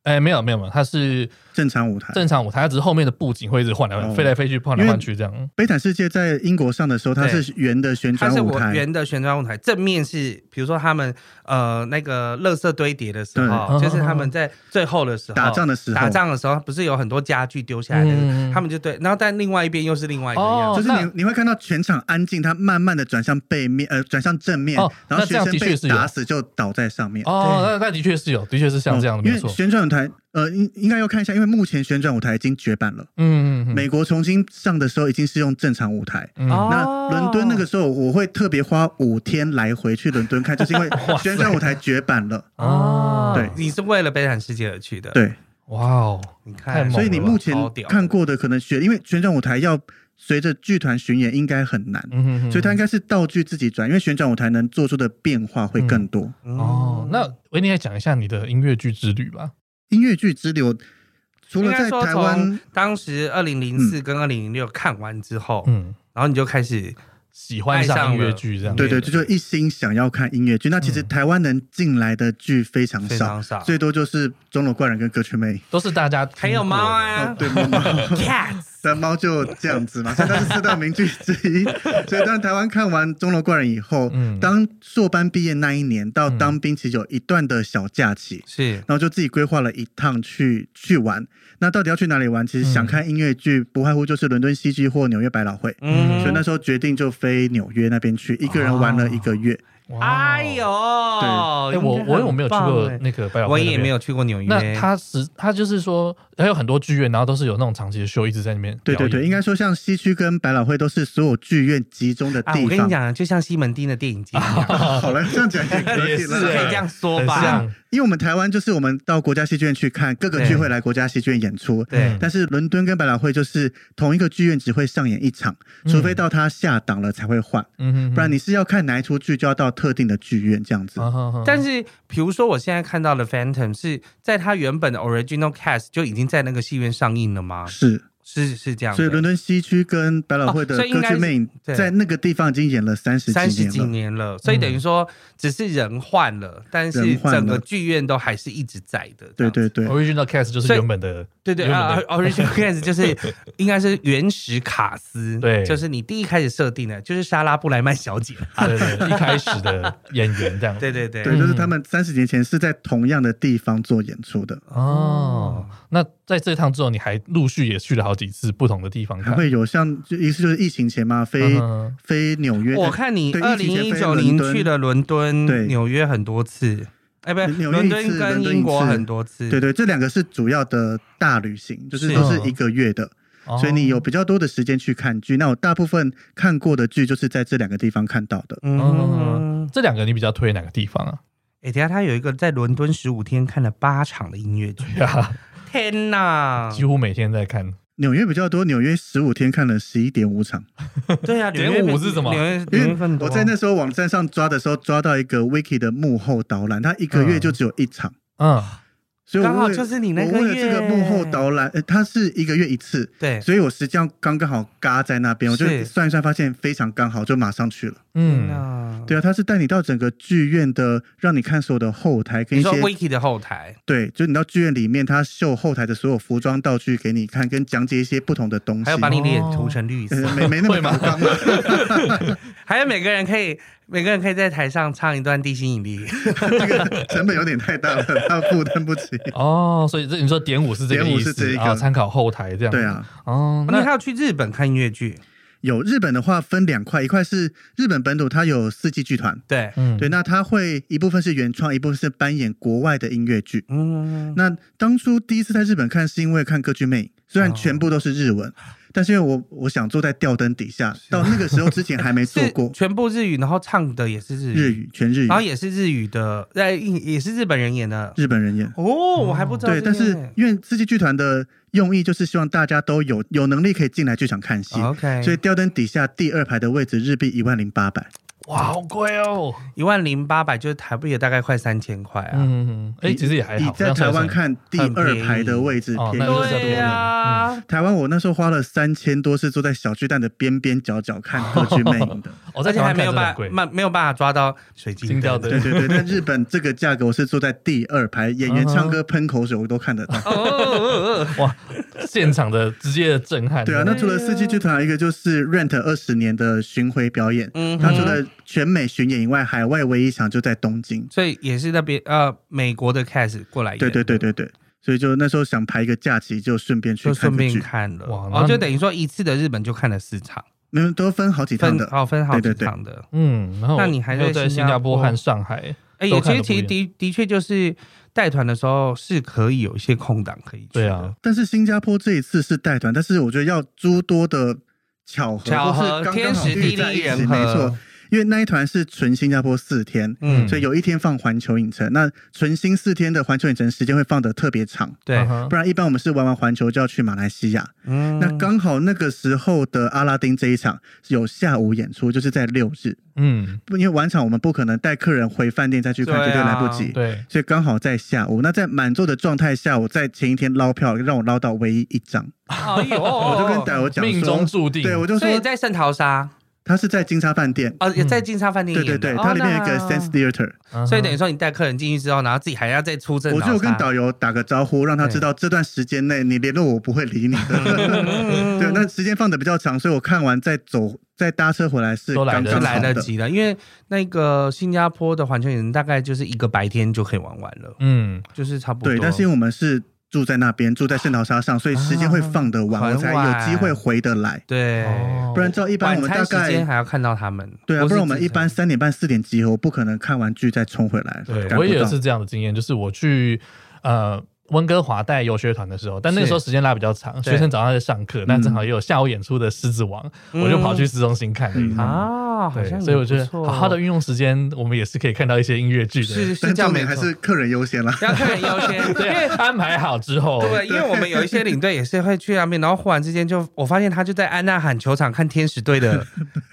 [SPEAKER 1] 哎、没有没有没有，它是
[SPEAKER 3] 正常舞台。
[SPEAKER 1] 正常舞台，它只是后面的布景会一直换来换去，
[SPEAKER 3] 哦
[SPEAKER 1] 飞来飞去，换来
[SPEAKER 3] 因为
[SPEAKER 1] 换去这样，
[SPEAKER 3] 悲惨世界在英国上的时候，它
[SPEAKER 2] 对
[SPEAKER 3] 是圆的旋
[SPEAKER 2] 它
[SPEAKER 3] 转
[SPEAKER 2] 是
[SPEAKER 3] 舞
[SPEAKER 2] 我
[SPEAKER 3] 台，
[SPEAKER 2] 圆的旋转舞台，正面是比如说他们呃那个垃圾堆叠的时候，
[SPEAKER 1] 对
[SPEAKER 2] 就是他们在最后的时候
[SPEAKER 3] 打仗的时候
[SPEAKER 2] 打仗的时候不是有很多家具丢下来的
[SPEAKER 1] 嗯，
[SPEAKER 2] 他们就对，然后但另外一边又是另外一个
[SPEAKER 1] 哦
[SPEAKER 2] 样
[SPEAKER 3] 就
[SPEAKER 2] 子。
[SPEAKER 3] 是
[SPEAKER 1] 那
[SPEAKER 3] 你你会看到全场安静，它慢慢的转向背面，呃，转向正面
[SPEAKER 1] 哦，
[SPEAKER 3] 然后
[SPEAKER 1] 那
[SPEAKER 3] 学
[SPEAKER 1] 这样
[SPEAKER 3] 生
[SPEAKER 1] 的确
[SPEAKER 3] 被
[SPEAKER 1] 是有
[SPEAKER 3] 打死就倒在上面。哦
[SPEAKER 1] 哦，那那的确是有，的确是像这样的，
[SPEAKER 3] 因
[SPEAKER 1] 没
[SPEAKER 3] 为
[SPEAKER 1] 错，
[SPEAKER 3] 旋转舞台，呃，应应该要看一下，因为目前旋转舞台已经绝版了。
[SPEAKER 1] 嗯嗯嗯
[SPEAKER 3] 美国重新上的时候已经是用正常舞台。
[SPEAKER 1] 嗯
[SPEAKER 2] 哦
[SPEAKER 3] 那伦敦那个时候，我会特别花五天来回去伦敦看，就是因 为旋转舞台绝版了。
[SPEAKER 1] 哦，
[SPEAKER 3] 对
[SPEAKER 2] 你是为了悲惨世界而去的，，
[SPEAKER 3] 对，
[SPEAKER 1] 哇哦，
[SPEAKER 2] 你
[SPEAKER 1] 太
[SPEAKER 2] 看，
[SPEAKER 1] 猛了
[SPEAKER 3] 所以你目前
[SPEAKER 2] 超屌
[SPEAKER 3] 看过的可能旋，因为旋转舞台要随着剧团巡演应该很难，
[SPEAKER 1] 嗯哼哼
[SPEAKER 3] 所以它应该是道具自己转，因为旋转舞台能做出的变化会
[SPEAKER 2] 嗯
[SPEAKER 3] 更多。
[SPEAKER 1] 哦，那维尼来讲一下你的音乐剧之旅吧。
[SPEAKER 3] 音乐剧之流，除
[SPEAKER 2] 应
[SPEAKER 3] 了
[SPEAKER 2] 该
[SPEAKER 3] 在
[SPEAKER 2] 说
[SPEAKER 3] 台湾嗯
[SPEAKER 2] 从，当时二零零四跟二零零六看完之后，
[SPEAKER 1] 嗯，
[SPEAKER 2] 然后你就开始
[SPEAKER 1] 喜欢
[SPEAKER 2] 爱上
[SPEAKER 1] 上
[SPEAKER 2] 了
[SPEAKER 1] 音乐剧这样，
[SPEAKER 3] 对对，
[SPEAKER 2] 嗯
[SPEAKER 3] 就就一心想要看音乐剧。那其实
[SPEAKER 1] 嗯
[SPEAKER 3] 台湾能进来的剧非常
[SPEAKER 2] 非
[SPEAKER 3] 嗯少，
[SPEAKER 2] 常少，
[SPEAKER 3] 最多就是《钟楼怪人》跟《歌曲魅影
[SPEAKER 1] 都是大家
[SPEAKER 2] 还有猫啊
[SPEAKER 3] 哦，对，猫猫
[SPEAKER 2] ，cats，
[SPEAKER 3] 但猫就这样子嘛，所以它是四大名剧之一。所以当台湾看完《钟楼怪人》以后，
[SPEAKER 1] 嗯
[SPEAKER 3] 当硕班毕业那一年到
[SPEAKER 1] 嗯
[SPEAKER 3] 当兵，其实有一段的小假期。
[SPEAKER 2] 是
[SPEAKER 3] 然后就自己规划了一趟去去玩，那到底要去哪里玩？其实想看音乐剧，不外乎就是伦敦戏剧或纽约百老汇。
[SPEAKER 1] 嗯
[SPEAKER 3] 所以那时候决定就飞纽约那边去，一个人玩了一个月。
[SPEAKER 1] 过。哇哦
[SPEAKER 2] 哎呦，
[SPEAKER 1] 哎，我我有没有去过那个百老
[SPEAKER 2] 欸我
[SPEAKER 1] 汇那边？
[SPEAKER 2] 也没有去过纽约。
[SPEAKER 1] 那他是他就是说，还有很多剧院，然后都是有那种长期的秀，一直在那边
[SPEAKER 3] 对对
[SPEAKER 1] 表
[SPEAKER 3] 对，
[SPEAKER 1] 演
[SPEAKER 3] 应该说像西区跟百老汇都是所有剧院集中的
[SPEAKER 2] 啊，
[SPEAKER 3] 地
[SPEAKER 2] 我跟你
[SPEAKER 3] 方。
[SPEAKER 2] 讲，就像西门町的电影节一样，
[SPEAKER 3] 好了，这样讲 也可以
[SPEAKER 1] 也是
[SPEAKER 3] 了。
[SPEAKER 2] 可以
[SPEAKER 1] 哎
[SPEAKER 2] 这样说
[SPEAKER 1] 很
[SPEAKER 2] 吧？
[SPEAKER 1] 像，
[SPEAKER 3] 因为我们台湾就是我们到国家戏剧院去看，各个
[SPEAKER 2] 对
[SPEAKER 3] 剧会来国家戏剧院演出。
[SPEAKER 2] 对，
[SPEAKER 3] 但是伦敦跟百老汇就是同一个剧院只会上演一场，
[SPEAKER 2] 嗯
[SPEAKER 3] 除非到它下档了才会换，
[SPEAKER 1] 嗯哼，
[SPEAKER 3] 不然你是要看哪一出剧就要到特定的剧院这样子。
[SPEAKER 1] 啊
[SPEAKER 2] 哦
[SPEAKER 1] 哈哈
[SPEAKER 2] 但是比如说我现在看到的《Phantom》是在它原本的 original cast 就已经在那个戏院上映了吗？
[SPEAKER 3] 是，
[SPEAKER 2] 是是这样的，
[SPEAKER 3] 所以伦敦西区跟百老汇的
[SPEAKER 2] 哦所以应
[SPEAKER 3] 歌
[SPEAKER 2] 该
[SPEAKER 3] 剧
[SPEAKER 2] 是
[SPEAKER 3] 魅影
[SPEAKER 2] 对
[SPEAKER 3] 在那个地方已经演了三十
[SPEAKER 2] 三十
[SPEAKER 3] 几
[SPEAKER 2] 几
[SPEAKER 3] 年了。嗯
[SPEAKER 2] 年了，所以等于说只是人换了，但是
[SPEAKER 3] 人换了
[SPEAKER 2] 整个剧院都还是一直在的。这
[SPEAKER 3] 对
[SPEAKER 2] 样子
[SPEAKER 3] 对对，
[SPEAKER 1] original cast 就是
[SPEAKER 2] 所以
[SPEAKER 1] 原本 的，
[SPEAKER 2] 对对
[SPEAKER 1] 原
[SPEAKER 2] 啊
[SPEAKER 1] 本的
[SPEAKER 2] ，original cast 就是应该是原始卡 斯，
[SPEAKER 1] 对
[SPEAKER 2] 就是你第一开始设定的，就是莎拉布莱曼小姐，
[SPEAKER 1] 对对对一开始的演员这样，
[SPEAKER 2] 对对对，
[SPEAKER 3] 对，就是他们三十年前是在同样的地方做演出的，
[SPEAKER 1] 哦
[SPEAKER 2] 哦，
[SPEAKER 1] 那在这趟之后，你还陆续也去了好几次不同的地方看，
[SPEAKER 3] 还会有像就一次就是疫情前嘛，飞、
[SPEAKER 1] 嗯
[SPEAKER 3] 飞纽约，哎
[SPEAKER 2] 我看你
[SPEAKER 3] 对
[SPEAKER 2] 二
[SPEAKER 3] 疫情
[SPEAKER 2] 零
[SPEAKER 3] 前
[SPEAKER 2] 一
[SPEAKER 3] 飞
[SPEAKER 2] 九
[SPEAKER 3] 伦
[SPEAKER 2] 年
[SPEAKER 3] 敦
[SPEAKER 2] 去了伦敦、
[SPEAKER 3] 对
[SPEAKER 2] 纽约很多次，哎，不是，
[SPEAKER 3] 纽
[SPEAKER 2] 伦
[SPEAKER 3] 约一
[SPEAKER 2] 敦
[SPEAKER 3] 次
[SPEAKER 2] 跟
[SPEAKER 3] 伦敦
[SPEAKER 2] 英国
[SPEAKER 3] 一次
[SPEAKER 2] 很多次，
[SPEAKER 3] 对对，这两个是主要的大旅行，就是
[SPEAKER 2] 是
[SPEAKER 3] 都是一个月的，
[SPEAKER 1] 哦
[SPEAKER 3] 所以你有比较多的时间去看剧。那我大部分看过的剧就是在这两个地方看到的。
[SPEAKER 2] 嗯，
[SPEAKER 1] 这两个你比较推哪个地方啊？
[SPEAKER 2] 哎，等一下他有一个在伦敦十五天看了八场的音 乐剧，
[SPEAKER 1] 对啊，
[SPEAKER 2] 天哪！
[SPEAKER 1] 几乎每天在看。
[SPEAKER 3] 纽约比较多，纽约十五天看了十一点五场，
[SPEAKER 2] 对 啊，纽约
[SPEAKER 1] 点五
[SPEAKER 2] 比
[SPEAKER 1] 是什么
[SPEAKER 2] 纽约
[SPEAKER 3] 因
[SPEAKER 2] 纽
[SPEAKER 3] 为
[SPEAKER 2] 约更多
[SPEAKER 3] 嗯我在那时候网站上抓的时候，抓到一个 Wiki 的幕后导览，它一个月就只有一场，
[SPEAKER 1] 嗯，
[SPEAKER 3] 啊所以我
[SPEAKER 2] 刚好
[SPEAKER 3] 为
[SPEAKER 2] 就是你那
[SPEAKER 3] 我
[SPEAKER 2] 个
[SPEAKER 3] 为了这个
[SPEAKER 2] 月
[SPEAKER 3] 幕后导览，呃它是一个月一次，
[SPEAKER 2] 对，
[SPEAKER 3] 所以我实际上刚刚好嘎在那边，我就是算一算，发现非常刚好，就马上去了。
[SPEAKER 2] 天
[SPEAKER 1] 嗯，
[SPEAKER 2] 哪！
[SPEAKER 3] 对啊，他是带你到整个剧院的，让你看所有的后台跟
[SPEAKER 2] 你
[SPEAKER 3] 一
[SPEAKER 2] 说
[SPEAKER 3] 些
[SPEAKER 2] Wiki 的后台，
[SPEAKER 3] 对，就是你到剧院里面，他秀后台的所有服装道具给你看，跟讲解一些不同的东西。
[SPEAKER 2] 还有把你脸
[SPEAKER 1] 哦
[SPEAKER 2] 涂成绿色，
[SPEAKER 3] 呃没没那么
[SPEAKER 1] 会吗
[SPEAKER 3] 高纲啊
[SPEAKER 2] 还有每个人可以每个人可以在台上唱一段《地心引 力》，
[SPEAKER 3] 这个 成本有点太大了，他负担不起。
[SPEAKER 1] 哦，所以这你说点五是这个
[SPEAKER 3] 点
[SPEAKER 1] 意
[SPEAKER 3] 五是
[SPEAKER 1] 思
[SPEAKER 3] 这一个
[SPEAKER 1] 啊，参考后台这样。
[SPEAKER 3] 对，啊，
[SPEAKER 1] 哦，
[SPEAKER 2] 你
[SPEAKER 1] 那
[SPEAKER 2] 还要去日本看音乐剧，
[SPEAKER 3] 有日本的话分两块，一块是日本本土，它有四季剧团，
[SPEAKER 2] 对，
[SPEAKER 1] 嗯
[SPEAKER 3] 对，那它会一部分是原创，一部分是扮演国外的音乐剧。
[SPEAKER 2] 嗯，
[SPEAKER 3] 那当初第一次在日本看，是因为看《歌剧魅影》，虽然全部都是日文，但是因为我我想坐在吊灯底下，到那个时候之前还没做
[SPEAKER 2] 是
[SPEAKER 3] 过
[SPEAKER 2] 全部日语，然后唱的也 是日
[SPEAKER 3] 日
[SPEAKER 2] 语，
[SPEAKER 3] 语，全日语
[SPEAKER 2] 然，后也是日语的，在也是日本人演的。
[SPEAKER 3] 日本人演。
[SPEAKER 2] 哦，我还不知道
[SPEAKER 3] 对，
[SPEAKER 2] 这件
[SPEAKER 3] 但
[SPEAKER 2] 事。
[SPEAKER 3] 是因为四季剧团的用意就是希望大家都有有能力可以进来剧场看戏，
[SPEAKER 2] 哦 OK，
[SPEAKER 3] 所以吊灯底下第二排的位置日币一万零八百，
[SPEAKER 1] 哇，好贵哦。
[SPEAKER 2] 一万零八百就是台币也大概快三千块啊。
[SPEAKER 1] 嗯，哎，其实也还
[SPEAKER 3] 你
[SPEAKER 1] 好。这
[SPEAKER 3] 在
[SPEAKER 1] 样
[SPEAKER 3] 台
[SPEAKER 1] 算
[SPEAKER 3] 湾
[SPEAKER 1] 算，
[SPEAKER 3] 看第
[SPEAKER 2] 很
[SPEAKER 3] 二
[SPEAKER 2] 便宜
[SPEAKER 3] 排的位置
[SPEAKER 1] 哦
[SPEAKER 3] 便
[SPEAKER 1] 那就是
[SPEAKER 3] 宜。
[SPEAKER 1] 差不多
[SPEAKER 2] 对啊呀、嗯
[SPEAKER 3] 台湾我那时候花了三千多，是坐在小巨蛋的边边角角看歌剧魅影的。
[SPEAKER 2] 而
[SPEAKER 1] 我哦在
[SPEAKER 2] 且
[SPEAKER 1] 台湾
[SPEAKER 2] 还没有
[SPEAKER 1] 看真的
[SPEAKER 2] 办
[SPEAKER 1] 很贵。
[SPEAKER 2] 法，没有办法抓到水晶
[SPEAKER 1] 金吊
[SPEAKER 2] 灯
[SPEAKER 1] 灯
[SPEAKER 3] 对对对，在日本这个价格，我是坐在第二排，演员唱歌、喷口水我都看得 到。
[SPEAKER 2] 哦哦，哦哦
[SPEAKER 1] 哇，现场的直接的震撼。
[SPEAKER 3] 对啊，那除了四季剧团，还有一个就是 Rent 二十年的巡回表演。
[SPEAKER 2] 嗯
[SPEAKER 3] 那除
[SPEAKER 2] 哼，
[SPEAKER 3] 了全美巡演以外，海外唯一一场就在东京。
[SPEAKER 2] 所以也是那边呃美国的 cast 过来演，
[SPEAKER 3] 对对对，对对，所以就那时候想排一个假期，就顺便去
[SPEAKER 2] 就
[SPEAKER 3] 看
[SPEAKER 2] 顺
[SPEAKER 3] 个
[SPEAKER 2] 便
[SPEAKER 3] 剧，
[SPEAKER 2] 看了，
[SPEAKER 1] 哇
[SPEAKER 2] 哦，
[SPEAKER 1] 那
[SPEAKER 2] 就等于说一次的日本就看了四场，
[SPEAKER 3] 没有都分好几趟
[SPEAKER 2] 分
[SPEAKER 3] 的。
[SPEAKER 2] 哦分好
[SPEAKER 3] 对
[SPEAKER 2] 几
[SPEAKER 3] 对对
[SPEAKER 2] 场的，
[SPEAKER 1] 嗯，然后
[SPEAKER 2] 那你还
[SPEAKER 1] 又
[SPEAKER 2] 在
[SPEAKER 1] 在
[SPEAKER 2] 新
[SPEAKER 1] 新
[SPEAKER 2] 加
[SPEAKER 1] 加坡
[SPEAKER 2] 坡
[SPEAKER 1] 和上海，
[SPEAKER 2] 哎，
[SPEAKER 1] 都
[SPEAKER 2] 有
[SPEAKER 1] 看
[SPEAKER 2] 些
[SPEAKER 1] 得
[SPEAKER 2] 其实
[SPEAKER 1] 不一
[SPEAKER 2] 的的确就是带团的时候是可以有一些空档可以去
[SPEAKER 1] 对
[SPEAKER 2] 的，
[SPEAKER 1] 啊，
[SPEAKER 3] 但是新加坡这一次是带团，但是我觉得要诸多的巧合，
[SPEAKER 2] 巧
[SPEAKER 3] 或
[SPEAKER 2] 合
[SPEAKER 3] 是刚刚
[SPEAKER 2] 天
[SPEAKER 3] 好
[SPEAKER 2] 时
[SPEAKER 3] 遇
[SPEAKER 2] 地
[SPEAKER 3] 在一
[SPEAKER 2] 利
[SPEAKER 3] 起
[SPEAKER 2] 人和，
[SPEAKER 3] 没错，因为那一团是纯新加坡四天，
[SPEAKER 2] 嗯，
[SPEAKER 3] 所以有一天放环球影城，那纯新四天的环球影城时间会放得特别长，
[SPEAKER 2] 对
[SPEAKER 1] 嗯，哼
[SPEAKER 3] 不然一般我们是玩完环球就要去马来西亚。
[SPEAKER 2] 嗯
[SPEAKER 3] 那刚好那个时候的阿拉丁这一场有下午演出，就是在六日，
[SPEAKER 1] 嗯，
[SPEAKER 3] 不因为晚场我们不可能带客人回饭店再去看，
[SPEAKER 2] 对啊
[SPEAKER 3] 绝对来不及。
[SPEAKER 1] 对，
[SPEAKER 3] 所以刚好在下午，那在满座的状态下，我在前一天捞票，让我捞到唯一一张，
[SPEAKER 2] 哎呦，
[SPEAKER 3] 我
[SPEAKER 2] 我
[SPEAKER 3] 就跟导游讲
[SPEAKER 2] 哦
[SPEAKER 1] 命中
[SPEAKER 3] 说，
[SPEAKER 1] 注定。嗯
[SPEAKER 3] 对我就
[SPEAKER 2] 所以
[SPEAKER 3] 说
[SPEAKER 2] 在圣淘沙
[SPEAKER 3] 他是在金沙饭店，
[SPEAKER 2] 哦，也在金沙饭店
[SPEAKER 3] 嗯对
[SPEAKER 2] 演
[SPEAKER 3] 对
[SPEAKER 2] 的，
[SPEAKER 3] 对，
[SPEAKER 2] 哦
[SPEAKER 3] 它里面有一个
[SPEAKER 2] 那
[SPEAKER 3] Sense Theater，
[SPEAKER 1] 嗯哼
[SPEAKER 2] 所以等于说你带客人进去之后，然后自己还要再出阵，
[SPEAKER 3] 我就跟导游打个招呼，让他知道这段时间内你联络我不会理你的。
[SPEAKER 2] 嗯
[SPEAKER 3] 对，那时间放的比较长，所以我看完再走，再搭车回来是
[SPEAKER 1] 都
[SPEAKER 3] 刚
[SPEAKER 1] 来
[SPEAKER 3] 刚
[SPEAKER 1] 得
[SPEAKER 2] 是
[SPEAKER 3] 好
[SPEAKER 1] 及
[SPEAKER 2] 来得
[SPEAKER 3] 的。
[SPEAKER 2] 及的，因为那个新加坡的环球影城大概就是一个白天就可以玩完了，
[SPEAKER 1] 嗯，
[SPEAKER 2] 就是差不多。
[SPEAKER 3] 对，但是因为我们是住在那边，住在圣淘沙上，所以时间会放得
[SPEAKER 2] 啊
[SPEAKER 3] 晚，我才有机会回得来。
[SPEAKER 2] 对，
[SPEAKER 1] 哦
[SPEAKER 3] 不然照一般
[SPEAKER 2] 晚
[SPEAKER 3] 我们
[SPEAKER 2] 餐
[SPEAKER 3] 大
[SPEAKER 2] 时间
[SPEAKER 3] 概
[SPEAKER 2] 还要看到他们。
[SPEAKER 3] 对啊，
[SPEAKER 2] 是
[SPEAKER 3] 不然我们一般
[SPEAKER 2] 自己
[SPEAKER 3] 三点半四点集合，我不可能看完剧再冲回来。
[SPEAKER 1] 对
[SPEAKER 3] 赶不
[SPEAKER 1] 我也
[SPEAKER 3] 到
[SPEAKER 1] 是这样的经验，就是我去呃温哥华带游学团的时候，但那个
[SPEAKER 2] 是
[SPEAKER 1] 时候时间拉比较长，
[SPEAKER 2] 对嗯
[SPEAKER 1] 学生早上在上课，但正好也有下午演出的《狮子王》，我就跑去市中心看了一
[SPEAKER 3] 嗯
[SPEAKER 1] 趟。
[SPEAKER 2] 啊，好
[SPEAKER 1] 对，
[SPEAKER 2] 像
[SPEAKER 1] 所以我觉
[SPEAKER 2] 也
[SPEAKER 1] 得
[SPEAKER 2] 不错哦
[SPEAKER 1] 好好的运用时间，我们也是可以看到一些音乐剧的。
[SPEAKER 2] 是是
[SPEAKER 3] 但
[SPEAKER 2] 这样
[SPEAKER 3] 重
[SPEAKER 2] 没
[SPEAKER 3] 点还
[SPEAKER 2] 错，
[SPEAKER 3] 是客人优先啦。
[SPEAKER 2] 要客人优先，因
[SPEAKER 1] 对
[SPEAKER 2] 为
[SPEAKER 1] 啊，安排好之后，
[SPEAKER 2] 对，因为我们有一些领队也是会去那边，然后忽然之间就我发现他就在安娜罕球场看天使队 的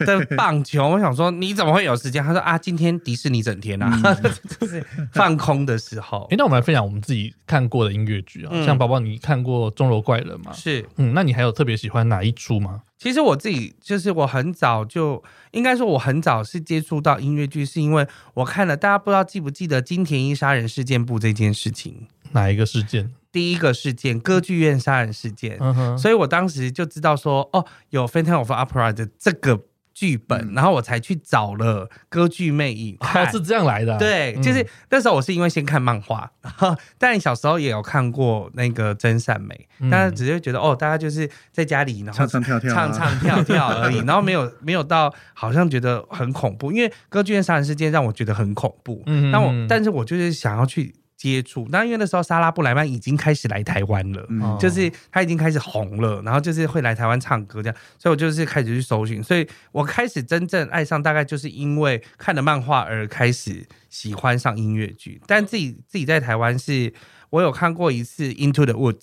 [SPEAKER 2] 的棒球，我想说你怎么会有时间？他说啊，今天迪士尼整天啊，
[SPEAKER 3] 嗯
[SPEAKER 2] 就是放空的时候
[SPEAKER 1] 哎、，那我们来分享我们自己看过的音乐剧啊，
[SPEAKER 2] 嗯
[SPEAKER 1] 像宝宝，你看过《钟楼怪人》吗？
[SPEAKER 2] 是。
[SPEAKER 1] 嗯，那你还有特别喜欢哪一出吗？
[SPEAKER 2] 其实我自己就是我很早就应该说我很早是接触到音乐剧，是因为我看了大家不知道记不记得金田一杀人事件簿这件事情，
[SPEAKER 1] 哪一个事件？
[SPEAKER 2] 第一个事件歌剧院杀人事件，
[SPEAKER 1] 嗯哼，
[SPEAKER 2] 所以我当时就知道说，哦，有《Phantom of the Opera》的这个剧本，然后我才去找了《歌剧魅影》
[SPEAKER 1] 哦
[SPEAKER 2] 看。
[SPEAKER 1] 是这样来嗯的啊、
[SPEAKER 2] 对，就是、那时候我是因为先看漫画， 但小时候也有看过那个真善美，
[SPEAKER 1] 嗯
[SPEAKER 2] 但是只是觉得哦，大家就是在家里然后
[SPEAKER 3] 唱唱跳跳 啊
[SPEAKER 2] 唱唱跳跳 而已，然后没有没有到好像觉得很恐怖，因为歌剧院杀人事件让我觉得很恐怖，
[SPEAKER 1] 嗯
[SPEAKER 2] 但我
[SPEAKER 1] 嗯
[SPEAKER 2] 但是我就是想要去接触，那因为那时候莎拉布莱曼已经开始来台湾了，
[SPEAKER 3] 嗯
[SPEAKER 1] 哦
[SPEAKER 2] 就是他已经开始红了，然后就是会来台湾唱歌这样，所以我就是开始去搜寻，所以我开始真正爱上，大概就是因为看了漫画而开始喜欢上音乐剧。但自己自己在台湾是，我有看过一次《Into the Woods》，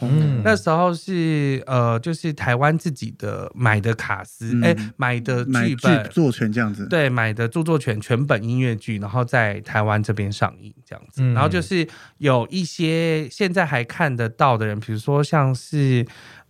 [SPEAKER 1] 嗯
[SPEAKER 2] 那时候是呃，就是台湾自己的买的卡斯，
[SPEAKER 3] 嗯
[SPEAKER 2] 哎、买的
[SPEAKER 3] 买
[SPEAKER 2] 剧
[SPEAKER 3] 剧
[SPEAKER 2] 本，
[SPEAKER 3] 作权这样子。
[SPEAKER 2] 对，买的著作权全本音乐剧，然后在台湾这边上映这样子。
[SPEAKER 1] 嗯
[SPEAKER 2] 然后就是有一些现在还看得到的人，比如说像是，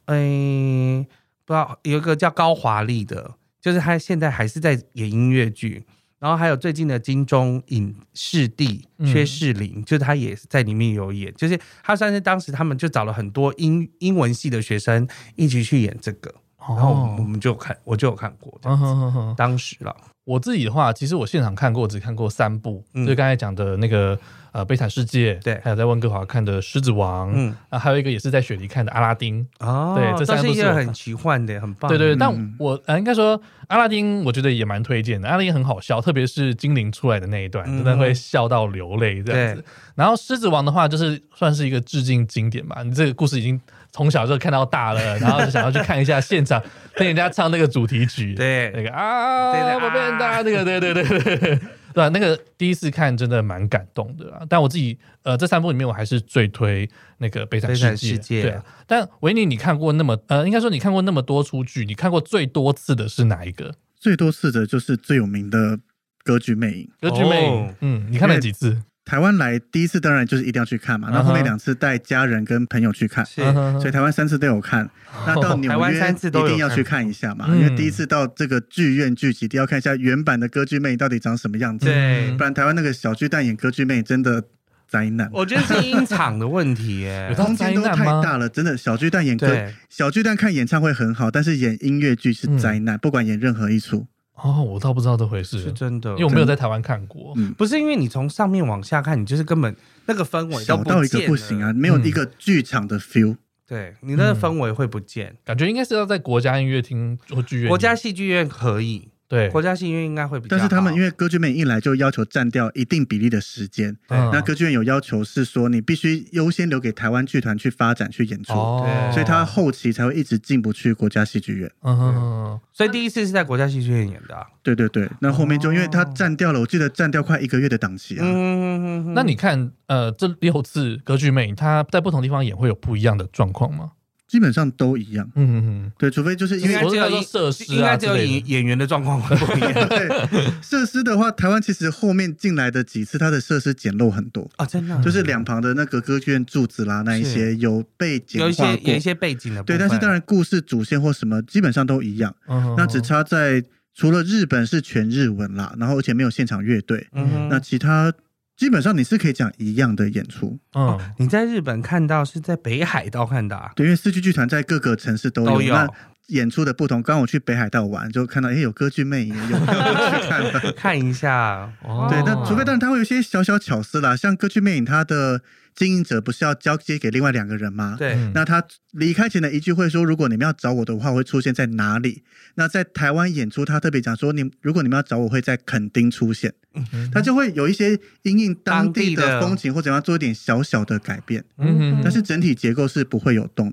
[SPEAKER 2] 嗯、不知道有一个叫高华丽的，就是他现在还是在演音乐剧。然后还有最近的金钟影视帝
[SPEAKER 1] 嗯
[SPEAKER 2] 薛士林，就是他也是在里面有演，就是他算是当时他们就找了很多英英文系的学生一起去演这个，然后我们我
[SPEAKER 1] 哦，
[SPEAKER 2] 们就有看我就有看过这
[SPEAKER 1] 嗯
[SPEAKER 2] 样子，
[SPEAKER 1] 哼哼哼
[SPEAKER 2] 当时了，
[SPEAKER 1] 我自己的话，其实我现场看过，只看过三部，
[SPEAKER 2] 嗯
[SPEAKER 1] 就刚才讲的那个呃《悲惨世界》，
[SPEAKER 2] 对
[SPEAKER 1] 还有在温哥华看的《狮子王》，
[SPEAKER 2] 嗯
[SPEAKER 1] 啊，还有一个也是在雪梨看的《阿拉丁》。
[SPEAKER 2] 哦，
[SPEAKER 1] 对这三
[SPEAKER 2] 是
[SPEAKER 1] 部
[SPEAKER 2] 一
[SPEAKER 1] 是我
[SPEAKER 2] 个
[SPEAKER 1] 看
[SPEAKER 2] 很奇幻的，很棒。
[SPEAKER 1] 对对，对
[SPEAKER 3] 嗯
[SPEAKER 1] 但
[SPEAKER 3] 嗯
[SPEAKER 1] 我呃应该说《阿拉丁》，我觉得也蛮推荐的，《阿拉丁》很好笑，特别是精灵出来的那一段，
[SPEAKER 2] 嗯
[SPEAKER 1] 真的会笑到流泪这样子
[SPEAKER 2] 对。
[SPEAKER 1] 然后《狮子王》的话，就是算是一个致敬经典吧，你这个故事已经从小就看到大了，然后就想要去看一下现场， 听人家唱那个主题曲，
[SPEAKER 2] 对
[SPEAKER 1] 那个啊，
[SPEAKER 2] 对的
[SPEAKER 1] 我变
[SPEAKER 2] 啊
[SPEAKER 1] 大，那个对对对对对。 对啊吧？那个第一次看真的蛮感动的啦，但我自己呃，这三部里面我还是最推那个《悲惨
[SPEAKER 2] 悲
[SPEAKER 1] 世界
[SPEAKER 2] 惨》世界
[SPEAKER 1] 对啊。但维尼，你看过那么呃，应该说你看过那么多出剧，你看过最多次的是哪一个？
[SPEAKER 3] 最多次的就是最有名的《歌剧魅影》。
[SPEAKER 1] 《歌剧魅影》
[SPEAKER 2] 哦
[SPEAKER 1] 嗯，你看了几次？
[SPEAKER 3] 台湾来第一次当然就是一定要去看嘛，
[SPEAKER 1] 嗯哼
[SPEAKER 3] 那后面两次带家人跟朋友去看，
[SPEAKER 2] 是哦
[SPEAKER 1] 嗯哼
[SPEAKER 3] 所以台湾三次都有看。那到纽
[SPEAKER 2] 台湾
[SPEAKER 3] 约
[SPEAKER 2] 三次都有
[SPEAKER 3] 一定要
[SPEAKER 2] 看
[SPEAKER 3] 去看一下嘛，
[SPEAKER 1] 嗯
[SPEAKER 3] 因为第一次到这个剧院剧集，一定要看一下原版的歌剧魅到底长什么样子，
[SPEAKER 2] 对
[SPEAKER 1] 嗯
[SPEAKER 3] 不，然台湾那个小巨蛋演歌剧魅真的灾难。
[SPEAKER 2] 我觉得是音场的问题
[SPEAKER 1] 有
[SPEAKER 2] 耶。
[SPEAKER 1] 到
[SPEAKER 3] 空间都
[SPEAKER 1] 灾难
[SPEAKER 3] 太
[SPEAKER 1] 吗
[SPEAKER 3] 大了，真的小巨蛋演歌
[SPEAKER 2] 对，嗯
[SPEAKER 3] 小巨蛋看演唱会很好，但是演音乐剧是灾难，不管演任何一出。
[SPEAKER 1] 哦，我倒不知道这回事，
[SPEAKER 2] 是真的
[SPEAKER 1] 因为我没有在台湾看过。
[SPEAKER 3] 嗯
[SPEAKER 2] 不是因为你从上面往下看，你就是根本那个氛围都
[SPEAKER 3] 小到一个
[SPEAKER 2] 见
[SPEAKER 3] 不
[SPEAKER 2] 了嗯
[SPEAKER 3] 行啊，！没有一个剧场的 feel。
[SPEAKER 2] 对你那个氛围会不见。
[SPEAKER 1] 感觉应该是要在国家音乐厅或剧院里，
[SPEAKER 2] 国家戏剧院可以，
[SPEAKER 1] 对，
[SPEAKER 2] 国家戏剧院应该会比较
[SPEAKER 3] 但
[SPEAKER 2] 好。
[SPEAKER 3] 是他们因为歌剧魅一来就要求占掉一定比例的时间，
[SPEAKER 1] 嗯
[SPEAKER 3] 那歌剧院有要求是说你必须优先留给台湾剧团去发展去演出，
[SPEAKER 1] 哦，
[SPEAKER 2] 对
[SPEAKER 3] 所以他后期才会一直进不去国家戏剧院。
[SPEAKER 1] 嗯哼哼
[SPEAKER 2] 所以第一次是在国家戏剧院演的啊。
[SPEAKER 3] 对对对，那后面就
[SPEAKER 1] 哦
[SPEAKER 3] 因为他占掉了，我记得占掉快一个月的档期啊。
[SPEAKER 2] 嗯，
[SPEAKER 1] 那你看，呃，这六次歌剧魅影，它在不同地方演会有不一样的状况吗？
[SPEAKER 3] 基本上都一样。
[SPEAKER 1] 嗯嗯
[SPEAKER 3] 对，除非就是因
[SPEAKER 2] 应
[SPEAKER 3] 为
[SPEAKER 2] 该只有
[SPEAKER 1] 我是在说设施啊
[SPEAKER 2] 应该只有
[SPEAKER 1] 之类的
[SPEAKER 2] 演演员的状况会不一样
[SPEAKER 3] 对设施的话，台湾其实后面进来的几次，它的设施简陋很多，
[SPEAKER 2] 啊，真的啊
[SPEAKER 3] 就是两旁的那个歌剧院柱子啦，那一些有被简
[SPEAKER 2] 有一
[SPEAKER 3] 化
[SPEAKER 2] 些
[SPEAKER 3] 过
[SPEAKER 2] 有一。些背景的部
[SPEAKER 3] 对，
[SPEAKER 2] 分，
[SPEAKER 3] 但是当然故事主线或什么基本上都一样，
[SPEAKER 1] 嗯
[SPEAKER 2] 哦
[SPEAKER 1] 哼，
[SPEAKER 3] 那只差在除了日本是全日文啦，然后而且没有现场乐队，
[SPEAKER 2] 嗯哼，
[SPEAKER 3] 那其他基本上你是可以讲一样的演出。
[SPEAKER 1] 嗯
[SPEAKER 2] 哦你在日本看到是在北海道看到啊，
[SPEAKER 3] 对，因为四剧剧团在各个城市都有，
[SPEAKER 2] 都有
[SPEAKER 3] 嗯那演出的不同。刚刚我去北海道玩，就看到诶有歌剧魅影，有 去看了。
[SPEAKER 2] 看一下哦。
[SPEAKER 3] 对，那
[SPEAKER 1] 哦
[SPEAKER 3] 除非当然它会有一些小小巧思啦，像歌剧魅影，它的经营者不是要交接给另外两个人吗？。
[SPEAKER 1] 嗯
[SPEAKER 2] 对，
[SPEAKER 3] 那他离开前的一句会说：“如果你们要找我的话，我会出现在哪里？”那在台湾演出，他特别讲说：“你如果你们要找我，会在垦丁出现。”
[SPEAKER 1] 嗯
[SPEAKER 3] 他就会有一些因应当
[SPEAKER 2] 当
[SPEAKER 3] 地
[SPEAKER 2] 地
[SPEAKER 3] 的
[SPEAKER 2] 的
[SPEAKER 3] 风情或怎么样做一点小小的改变，
[SPEAKER 1] 嗯
[SPEAKER 3] 但是整体结构是不会有动。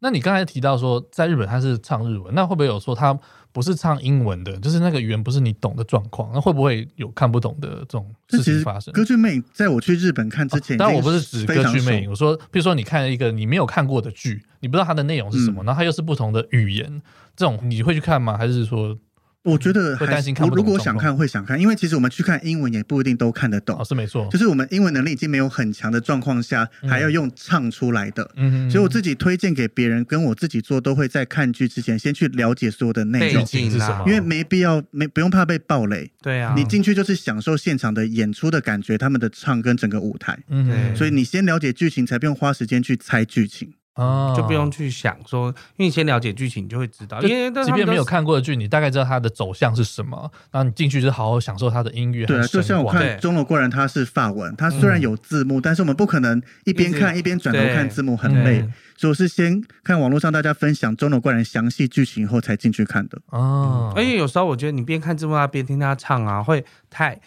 [SPEAKER 1] 那你刚才提到说，在日本他是唱日文，那会不会有说他不是唱英文的，就是那个语言不是你懂的状况？那会不会有看不懂的这种
[SPEAKER 3] 这
[SPEAKER 1] 事
[SPEAKER 3] 其
[SPEAKER 1] 情
[SPEAKER 3] 实
[SPEAKER 1] 发生？哦
[SPEAKER 3] 歌剧魅影在我去日本看之前，
[SPEAKER 1] 但我不是指歌剧魅影，
[SPEAKER 3] 影，
[SPEAKER 1] 我说，比如说你看一个你没有看过的剧，你不知道它的内容是
[SPEAKER 3] 嗯
[SPEAKER 1] 什么，然后它又是不同的语言，这种你会去看吗？还是说
[SPEAKER 3] 我觉得
[SPEAKER 1] 嗯会
[SPEAKER 3] 还
[SPEAKER 1] 担
[SPEAKER 3] 是
[SPEAKER 1] 心看
[SPEAKER 3] 我
[SPEAKER 1] 不懂
[SPEAKER 3] 如果我
[SPEAKER 1] 状
[SPEAKER 3] 想
[SPEAKER 1] 况
[SPEAKER 3] 看会想看，因为其实我们去看英文也不一定都看得懂
[SPEAKER 1] 哦，是没错？
[SPEAKER 3] 就是我们英文能力已经没有很强的状况下，
[SPEAKER 1] 嗯
[SPEAKER 3] 还要用唱出来的。
[SPEAKER 1] 嗯，
[SPEAKER 3] 所以我自己推荐给别人，跟我自己做，都会在看剧之前先去了解所有的内
[SPEAKER 1] 剧
[SPEAKER 3] 容
[SPEAKER 2] 背，
[SPEAKER 1] 情是什么？
[SPEAKER 3] 因为没必要，没不用怕被暴雷。
[SPEAKER 2] 对啊，
[SPEAKER 3] 你进去就是享受现场的演出的感觉，他们的唱跟整个舞台，
[SPEAKER 1] 嗯，
[SPEAKER 3] 所以你先了解剧情，才不用花时间去猜剧情。
[SPEAKER 1] 啊
[SPEAKER 2] 就不用去想说，因为你先了解剧情，你就会知道，因为
[SPEAKER 1] 就即便没有
[SPEAKER 2] 看，
[SPEAKER 1] 看过的剧，你大概知道它的走向是什么，然后你进去就好好享受它的音乐
[SPEAKER 3] 对
[SPEAKER 1] 和
[SPEAKER 3] 啊，
[SPEAKER 1] 声光。
[SPEAKER 3] 就像我看
[SPEAKER 2] 对
[SPEAKER 3] 《钟楼怪人》，它是法文，它虽然有字幕，但是我们不可能一边
[SPEAKER 2] 一直
[SPEAKER 3] 看一边转头
[SPEAKER 2] 对
[SPEAKER 3] 看字幕，很累
[SPEAKER 1] 嗯。
[SPEAKER 3] 所以我是先看网络上大家分享《钟楼怪人》详细剧情以后才进去看的。
[SPEAKER 1] 啊，
[SPEAKER 2] 而且哎有时候我觉得你边看字幕啊边听他唱啊，会太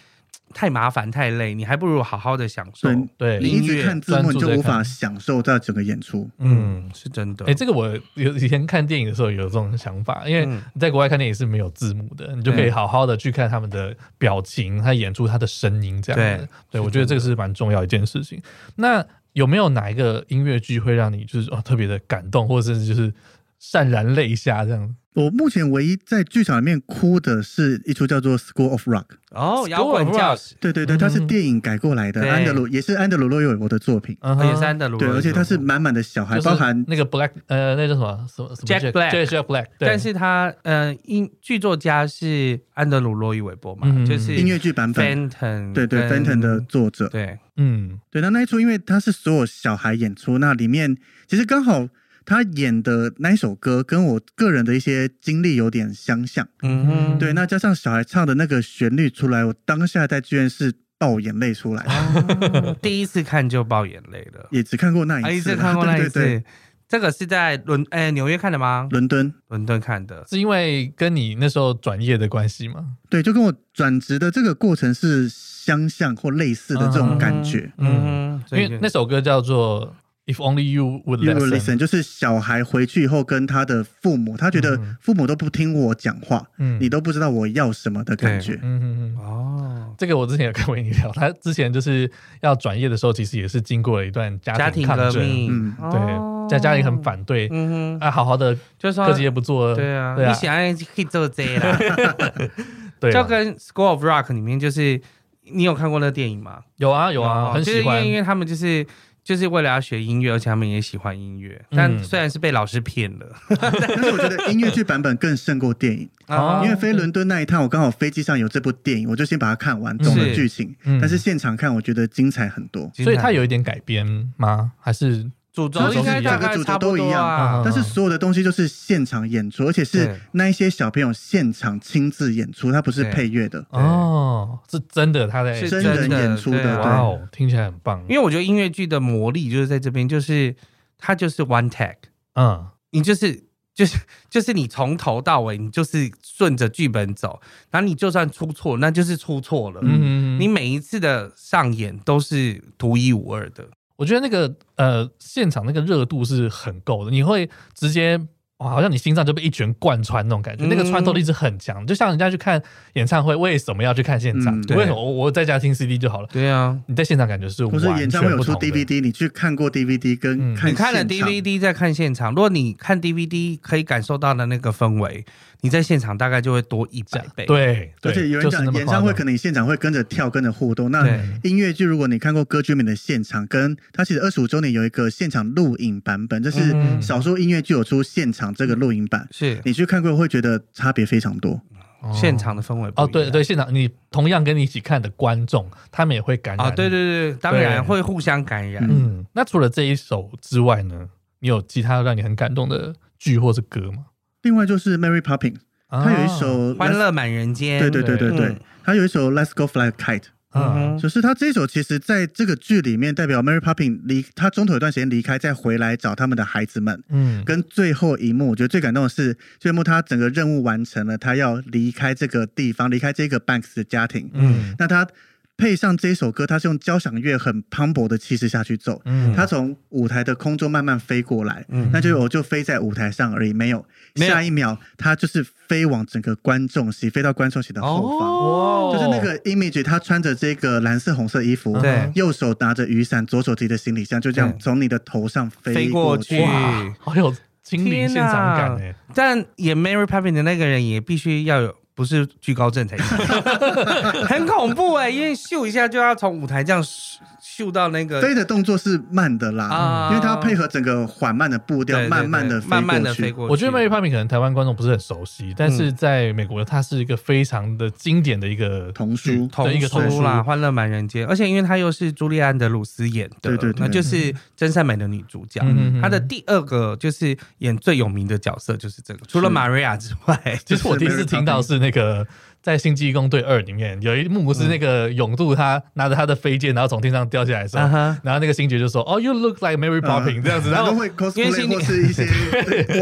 [SPEAKER 2] 太麻烦太累，你还不如好好的享受嗯
[SPEAKER 3] 对。
[SPEAKER 1] 对
[SPEAKER 3] 你一
[SPEAKER 2] 音
[SPEAKER 3] 直
[SPEAKER 2] 乐
[SPEAKER 3] 看字幕，
[SPEAKER 1] 专
[SPEAKER 3] 你
[SPEAKER 1] 注
[SPEAKER 3] 就
[SPEAKER 1] 在
[SPEAKER 3] 无法
[SPEAKER 1] 看
[SPEAKER 3] 享受到整个演出。
[SPEAKER 1] 嗯，
[SPEAKER 2] 是真的
[SPEAKER 1] 哎、。这个我有以前看电影的时候有这种想法，因为
[SPEAKER 2] 嗯
[SPEAKER 1] 你在国外看电影是没有字幕的，你就可以
[SPEAKER 2] 对
[SPEAKER 1] 好好的去看他们的表情、他演出他的声音这样
[SPEAKER 2] 对
[SPEAKER 1] 子。对，
[SPEAKER 2] 是
[SPEAKER 1] 我觉得这个是蛮重要一件事情。那有没有哪一个音乐剧会让你就是哦特别的感动，或者是就是潸然泪下这样？
[SPEAKER 3] 我目前唯一在剧场里面哭的是一出叫做《School of Rock》。
[SPEAKER 2] 哦，摇滚教室
[SPEAKER 3] 对对对，它是电影改过来
[SPEAKER 2] 嗯
[SPEAKER 3] 的，
[SPEAKER 2] 对
[SPEAKER 3] 安德鲁也是安德鲁洛佑我的作品。
[SPEAKER 1] 嗯
[SPEAKER 2] 哦
[SPEAKER 1] 哼
[SPEAKER 2] 也是安德鲁，
[SPEAKER 3] 对，而且它是满满的小孩，
[SPEAKER 1] 就是
[SPEAKER 3] 包含
[SPEAKER 1] 那个 Black 呃，那叫什么什么什么
[SPEAKER 2] Jack Black
[SPEAKER 1] Jack, Jack Black，对
[SPEAKER 2] 但是他呃，音剧作家是安德鲁·洛伊·韦伯嘛，
[SPEAKER 1] 嗯
[SPEAKER 2] 就是
[SPEAKER 3] 音乐剧版本。
[SPEAKER 2] Fenton，
[SPEAKER 3] 对对
[SPEAKER 2] 跟
[SPEAKER 3] ，Fenton 的作者。
[SPEAKER 2] 对
[SPEAKER 1] 嗯
[SPEAKER 3] 对，那那一出因为它是所有小孩演出，那里面其实刚好他演的那一首歌跟我个人的一些经历有点相像。
[SPEAKER 2] 嗯哼，
[SPEAKER 3] 对，那加上小孩唱的那个旋律出来，我当下在剧院是爆眼泪出来的，
[SPEAKER 2] 哦第一次看就爆眼泪了，
[SPEAKER 3] 也只看过那
[SPEAKER 2] 哎，
[SPEAKER 3] 一次
[SPEAKER 2] 这
[SPEAKER 3] 啦，
[SPEAKER 2] 看过那一
[SPEAKER 3] 对对对
[SPEAKER 2] 次，这个是在伦哎纽约看的吗？
[SPEAKER 3] 伦敦，
[SPEAKER 2] 伦敦看的，
[SPEAKER 1] 是因为跟你那时候转业的关系吗？
[SPEAKER 3] 对，就跟我转职的这个过程是相像或类似的这种感觉。
[SPEAKER 2] 嗯哼，
[SPEAKER 1] 因
[SPEAKER 2] 所以
[SPEAKER 1] 为那首歌叫做《If Only You Would
[SPEAKER 3] You will
[SPEAKER 1] Listen》，
[SPEAKER 3] listen，就是小孩回去以后跟他的父母，他觉得父母都不听我讲话，
[SPEAKER 1] 嗯
[SPEAKER 3] 你都不知道我要什么的感觉。
[SPEAKER 1] 嗯嗯嗯，
[SPEAKER 2] 哦，
[SPEAKER 1] 这个我之前有跟维尼聊，他之前就是要转业的时候，其实也是经过了一段
[SPEAKER 2] 家
[SPEAKER 1] 家
[SPEAKER 2] 庭
[SPEAKER 1] 抗
[SPEAKER 2] 革
[SPEAKER 1] 争，
[SPEAKER 2] 命
[SPEAKER 3] 嗯，
[SPEAKER 2] 哦
[SPEAKER 1] 对，在家里很，反对，
[SPEAKER 2] 嗯哼，
[SPEAKER 1] 啊，好好的
[SPEAKER 2] 就是说
[SPEAKER 1] 课题也不做，
[SPEAKER 2] 对啊，
[SPEAKER 1] 对啊啊
[SPEAKER 2] 你，想要可以做这 啦，
[SPEAKER 1] 对
[SPEAKER 2] 就
[SPEAKER 1] 啊，
[SPEAKER 2] 跟《School of Rock》里面就是，你有看过那个电影吗？
[SPEAKER 1] 有啊有啊，
[SPEAKER 2] 哦
[SPEAKER 1] 很
[SPEAKER 2] 就是因
[SPEAKER 1] 喜
[SPEAKER 2] 为
[SPEAKER 1] 欢
[SPEAKER 2] 因，为他们就是就是为了要学音乐，而且他们也喜欢音乐，
[SPEAKER 1] 嗯
[SPEAKER 2] 但虽然是被老师骗了，
[SPEAKER 3] 但是我觉得音乐剧版本更胜过电影，
[SPEAKER 1] 哦
[SPEAKER 3] 因为飞伦敦那一趟，我刚好飞机上有这部电影，我就先把它看完，懂了
[SPEAKER 2] 是
[SPEAKER 3] 剧情
[SPEAKER 1] 嗯。
[SPEAKER 3] 但是现场看，我觉得精彩很多。
[SPEAKER 1] 所以他有一点改编吗？还是
[SPEAKER 2] 主
[SPEAKER 1] 主
[SPEAKER 2] 轴
[SPEAKER 1] 轴
[SPEAKER 2] 应该
[SPEAKER 1] 是一样
[SPEAKER 2] 大概
[SPEAKER 3] 主轴
[SPEAKER 2] 差不
[SPEAKER 3] 都一
[SPEAKER 2] 多
[SPEAKER 3] 样
[SPEAKER 2] 啊
[SPEAKER 1] 嗯，
[SPEAKER 3] 但是所有的东西就是现场演出，而且
[SPEAKER 2] 对
[SPEAKER 3] 是那一些小朋友现场亲自演出，它不是
[SPEAKER 2] 对
[SPEAKER 3] 配乐的，
[SPEAKER 2] 对
[SPEAKER 1] 哦，是真的他在
[SPEAKER 2] 是
[SPEAKER 3] 嗯真
[SPEAKER 2] 真
[SPEAKER 3] 人
[SPEAKER 2] 的
[SPEAKER 3] 演出
[SPEAKER 2] 对
[SPEAKER 3] 的。
[SPEAKER 2] 啊
[SPEAKER 1] 哇
[SPEAKER 3] 对，
[SPEAKER 1] 哦，听起来很棒，
[SPEAKER 2] 因为我觉得音乐剧的魔力就是在这边，就是它就是 one take，
[SPEAKER 1] 嗯
[SPEAKER 2] 你就是。就是就是你从头到尾，你就是顺着剧本走，然后你就算出错，那就是出错了。
[SPEAKER 1] 嗯
[SPEAKER 3] 嗯
[SPEAKER 1] 嗯，
[SPEAKER 2] 你
[SPEAKER 1] 嗯
[SPEAKER 2] 每一次的上演都是独一无二的。
[SPEAKER 1] 我觉得那个呃现场那个热度是很够的，你会直接。哇，好像你心脏就被一拳贯穿那种感觉，
[SPEAKER 2] 嗯
[SPEAKER 1] 那个穿透力是很强。就像人家去看演唱会，为什么要去看现场？
[SPEAKER 3] 嗯
[SPEAKER 2] 对
[SPEAKER 1] 为什么我我在家听 CD 就好了？
[SPEAKER 2] 对啊，
[SPEAKER 1] 你在现场感觉是
[SPEAKER 3] 不是演唱会有
[SPEAKER 1] 完全不
[SPEAKER 3] 出
[SPEAKER 1] 同的
[SPEAKER 3] DVD，你去看过 DVD
[SPEAKER 1] 嗯
[SPEAKER 3] 跟看
[SPEAKER 2] 你看了
[SPEAKER 3] 现场
[SPEAKER 2] DVD 再看现场，如果你看 DVD 可以感受到的那个氛围，你在现场大概就会多一百倍。，
[SPEAKER 1] 对，对
[SPEAKER 3] 而且有人
[SPEAKER 1] 就是那
[SPEAKER 3] 讲
[SPEAKER 1] 么
[SPEAKER 3] 演唱会
[SPEAKER 1] 夸张
[SPEAKER 3] 可能你现场会跟着跳、跟着互动。那
[SPEAKER 2] 对
[SPEAKER 3] 音乐剧如果你看过歌剧们的现场，跟它其实二十五周年有一个现场录影版本，这是
[SPEAKER 1] 嗯
[SPEAKER 3] 少数音乐剧有出现场这个录影版。
[SPEAKER 2] 是
[SPEAKER 3] 你去看过会觉得差别非常多，
[SPEAKER 1] 哦
[SPEAKER 2] 现场的氛围不一
[SPEAKER 1] 哦，
[SPEAKER 2] 样
[SPEAKER 1] 对对，现场你同样跟你一起看的观众，他们也会感染。
[SPEAKER 2] 啊，对，对对，当然
[SPEAKER 1] 对
[SPEAKER 2] 会互相感染。
[SPEAKER 3] 嗯
[SPEAKER 1] 嗯，那除了这一首之外呢，你有其他让你很感动的剧或是歌吗？
[SPEAKER 3] 另外就是 Mary Poppins，
[SPEAKER 1] 啊
[SPEAKER 3] 它有一，首
[SPEAKER 2] 欢
[SPEAKER 3] Let's-
[SPEAKER 2] 乐满人间，
[SPEAKER 3] 对对对对
[SPEAKER 2] 嗯
[SPEAKER 3] 对，它有一首 Let's Go Fly a Kite，
[SPEAKER 1] 嗯
[SPEAKER 2] 嗯哼，
[SPEAKER 3] 就是他这首其实在这个剧里面代表 Mary Poppins 离他中途有段时间离开，再回来找他们的孩子们。
[SPEAKER 1] 嗯，
[SPEAKER 3] 跟最后一幕，我觉得最感动的是，最后一幕他整个任务完成了，他要离开这个地方，离开这个 Banks 的家庭。
[SPEAKER 1] 嗯
[SPEAKER 3] 那他配上这一首歌，他是用交响乐很磅礴的气势下去奏。
[SPEAKER 1] 嗯
[SPEAKER 3] 他从舞台的空中慢慢飞过来，
[SPEAKER 2] 嗯
[SPEAKER 3] 那就我就飞在舞台上而已，没有
[SPEAKER 2] 没有
[SPEAKER 3] 下一秒他就是飞往整个观众席，飞到观众席的后方。
[SPEAKER 1] 哦
[SPEAKER 3] 就是那个嗯 image，他穿着这个蓝色红色衣服，
[SPEAKER 2] 对
[SPEAKER 3] 右手拿着雨伞，左手提着行李箱，就这样
[SPEAKER 2] 对
[SPEAKER 3] 从你的头上
[SPEAKER 2] 飞
[SPEAKER 3] 飞
[SPEAKER 2] 过
[SPEAKER 3] 过
[SPEAKER 2] 去
[SPEAKER 1] 哇，好有亲临现场感
[SPEAKER 2] 天
[SPEAKER 1] 哎，
[SPEAKER 2] 但演 Mary Poppins 的那个人也必须要有。不是惧高症才 行，很恐怖哎、因为咻一下就要从舞台这样咻咻到那个
[SPEAKER 3] 飞的动作是慢的啦，
[SPEAKER 2] 呃啊
[SPEAKER 3] 因为它配合整个缓慢的步
[SPEAKER 2] 对
[SPEAKER 3] 调
[SPEAKER 2] 对，对
[SPEAKER 3] 慢慢的
[SPEAKER 2] 慢慢的飞
[SPEAKER 3] 去。
[SPEAKER 2] 过去。
[SPEAKER 1] 我觉得 Mary Poppins 可能台湾观众不是很熟悉，但
[SPEAKER 3] 嗯
[SPEAKER 1] 是在美国，它是一个非常的经典的一个
[SPEAKER 3] 童书
[SPEAKER 1] 剧
[SPEAKER 2] 嗯童
[SPEAKER 1] 对一个童
[SPEAKER 2] 书啦，《欢乐满人间》，而且因为她又是朱利安·德鲁斯演的，
[SPEAKER 3] 对对对嗯
[SPEAKER 2] 那就是《真善美》的女主角
[SPEAKER 1] 嗯嗯。嗯
[SPEAKER 2] 她的第二个就是演最有名的角色就是这个，除了玛瑞亚之外，
[SPEAKER 1] 其实我第一次听到是那个在《星际异攻队二》里面有一幕是那个
[SPEAKER 3] 嗯
[SPEAKER 1] 勇度他拿着他的飞剑，然后从天上掉下来的时候
[SPEAKER 2] 啊，哈
[SPEAKER 1] 然后那个星爵就说：“哦，You look like Mary
[SPEAKER 3] 啊
[SPEAKER 1] Poppins、这样子。”然
[SPEAKER 3] 然后
[SPEAKER 1] 后
[SPEAKER 3] 会
[SPEAKER 2] 因为是
[SPEAKER 3] cosplay 或是一 些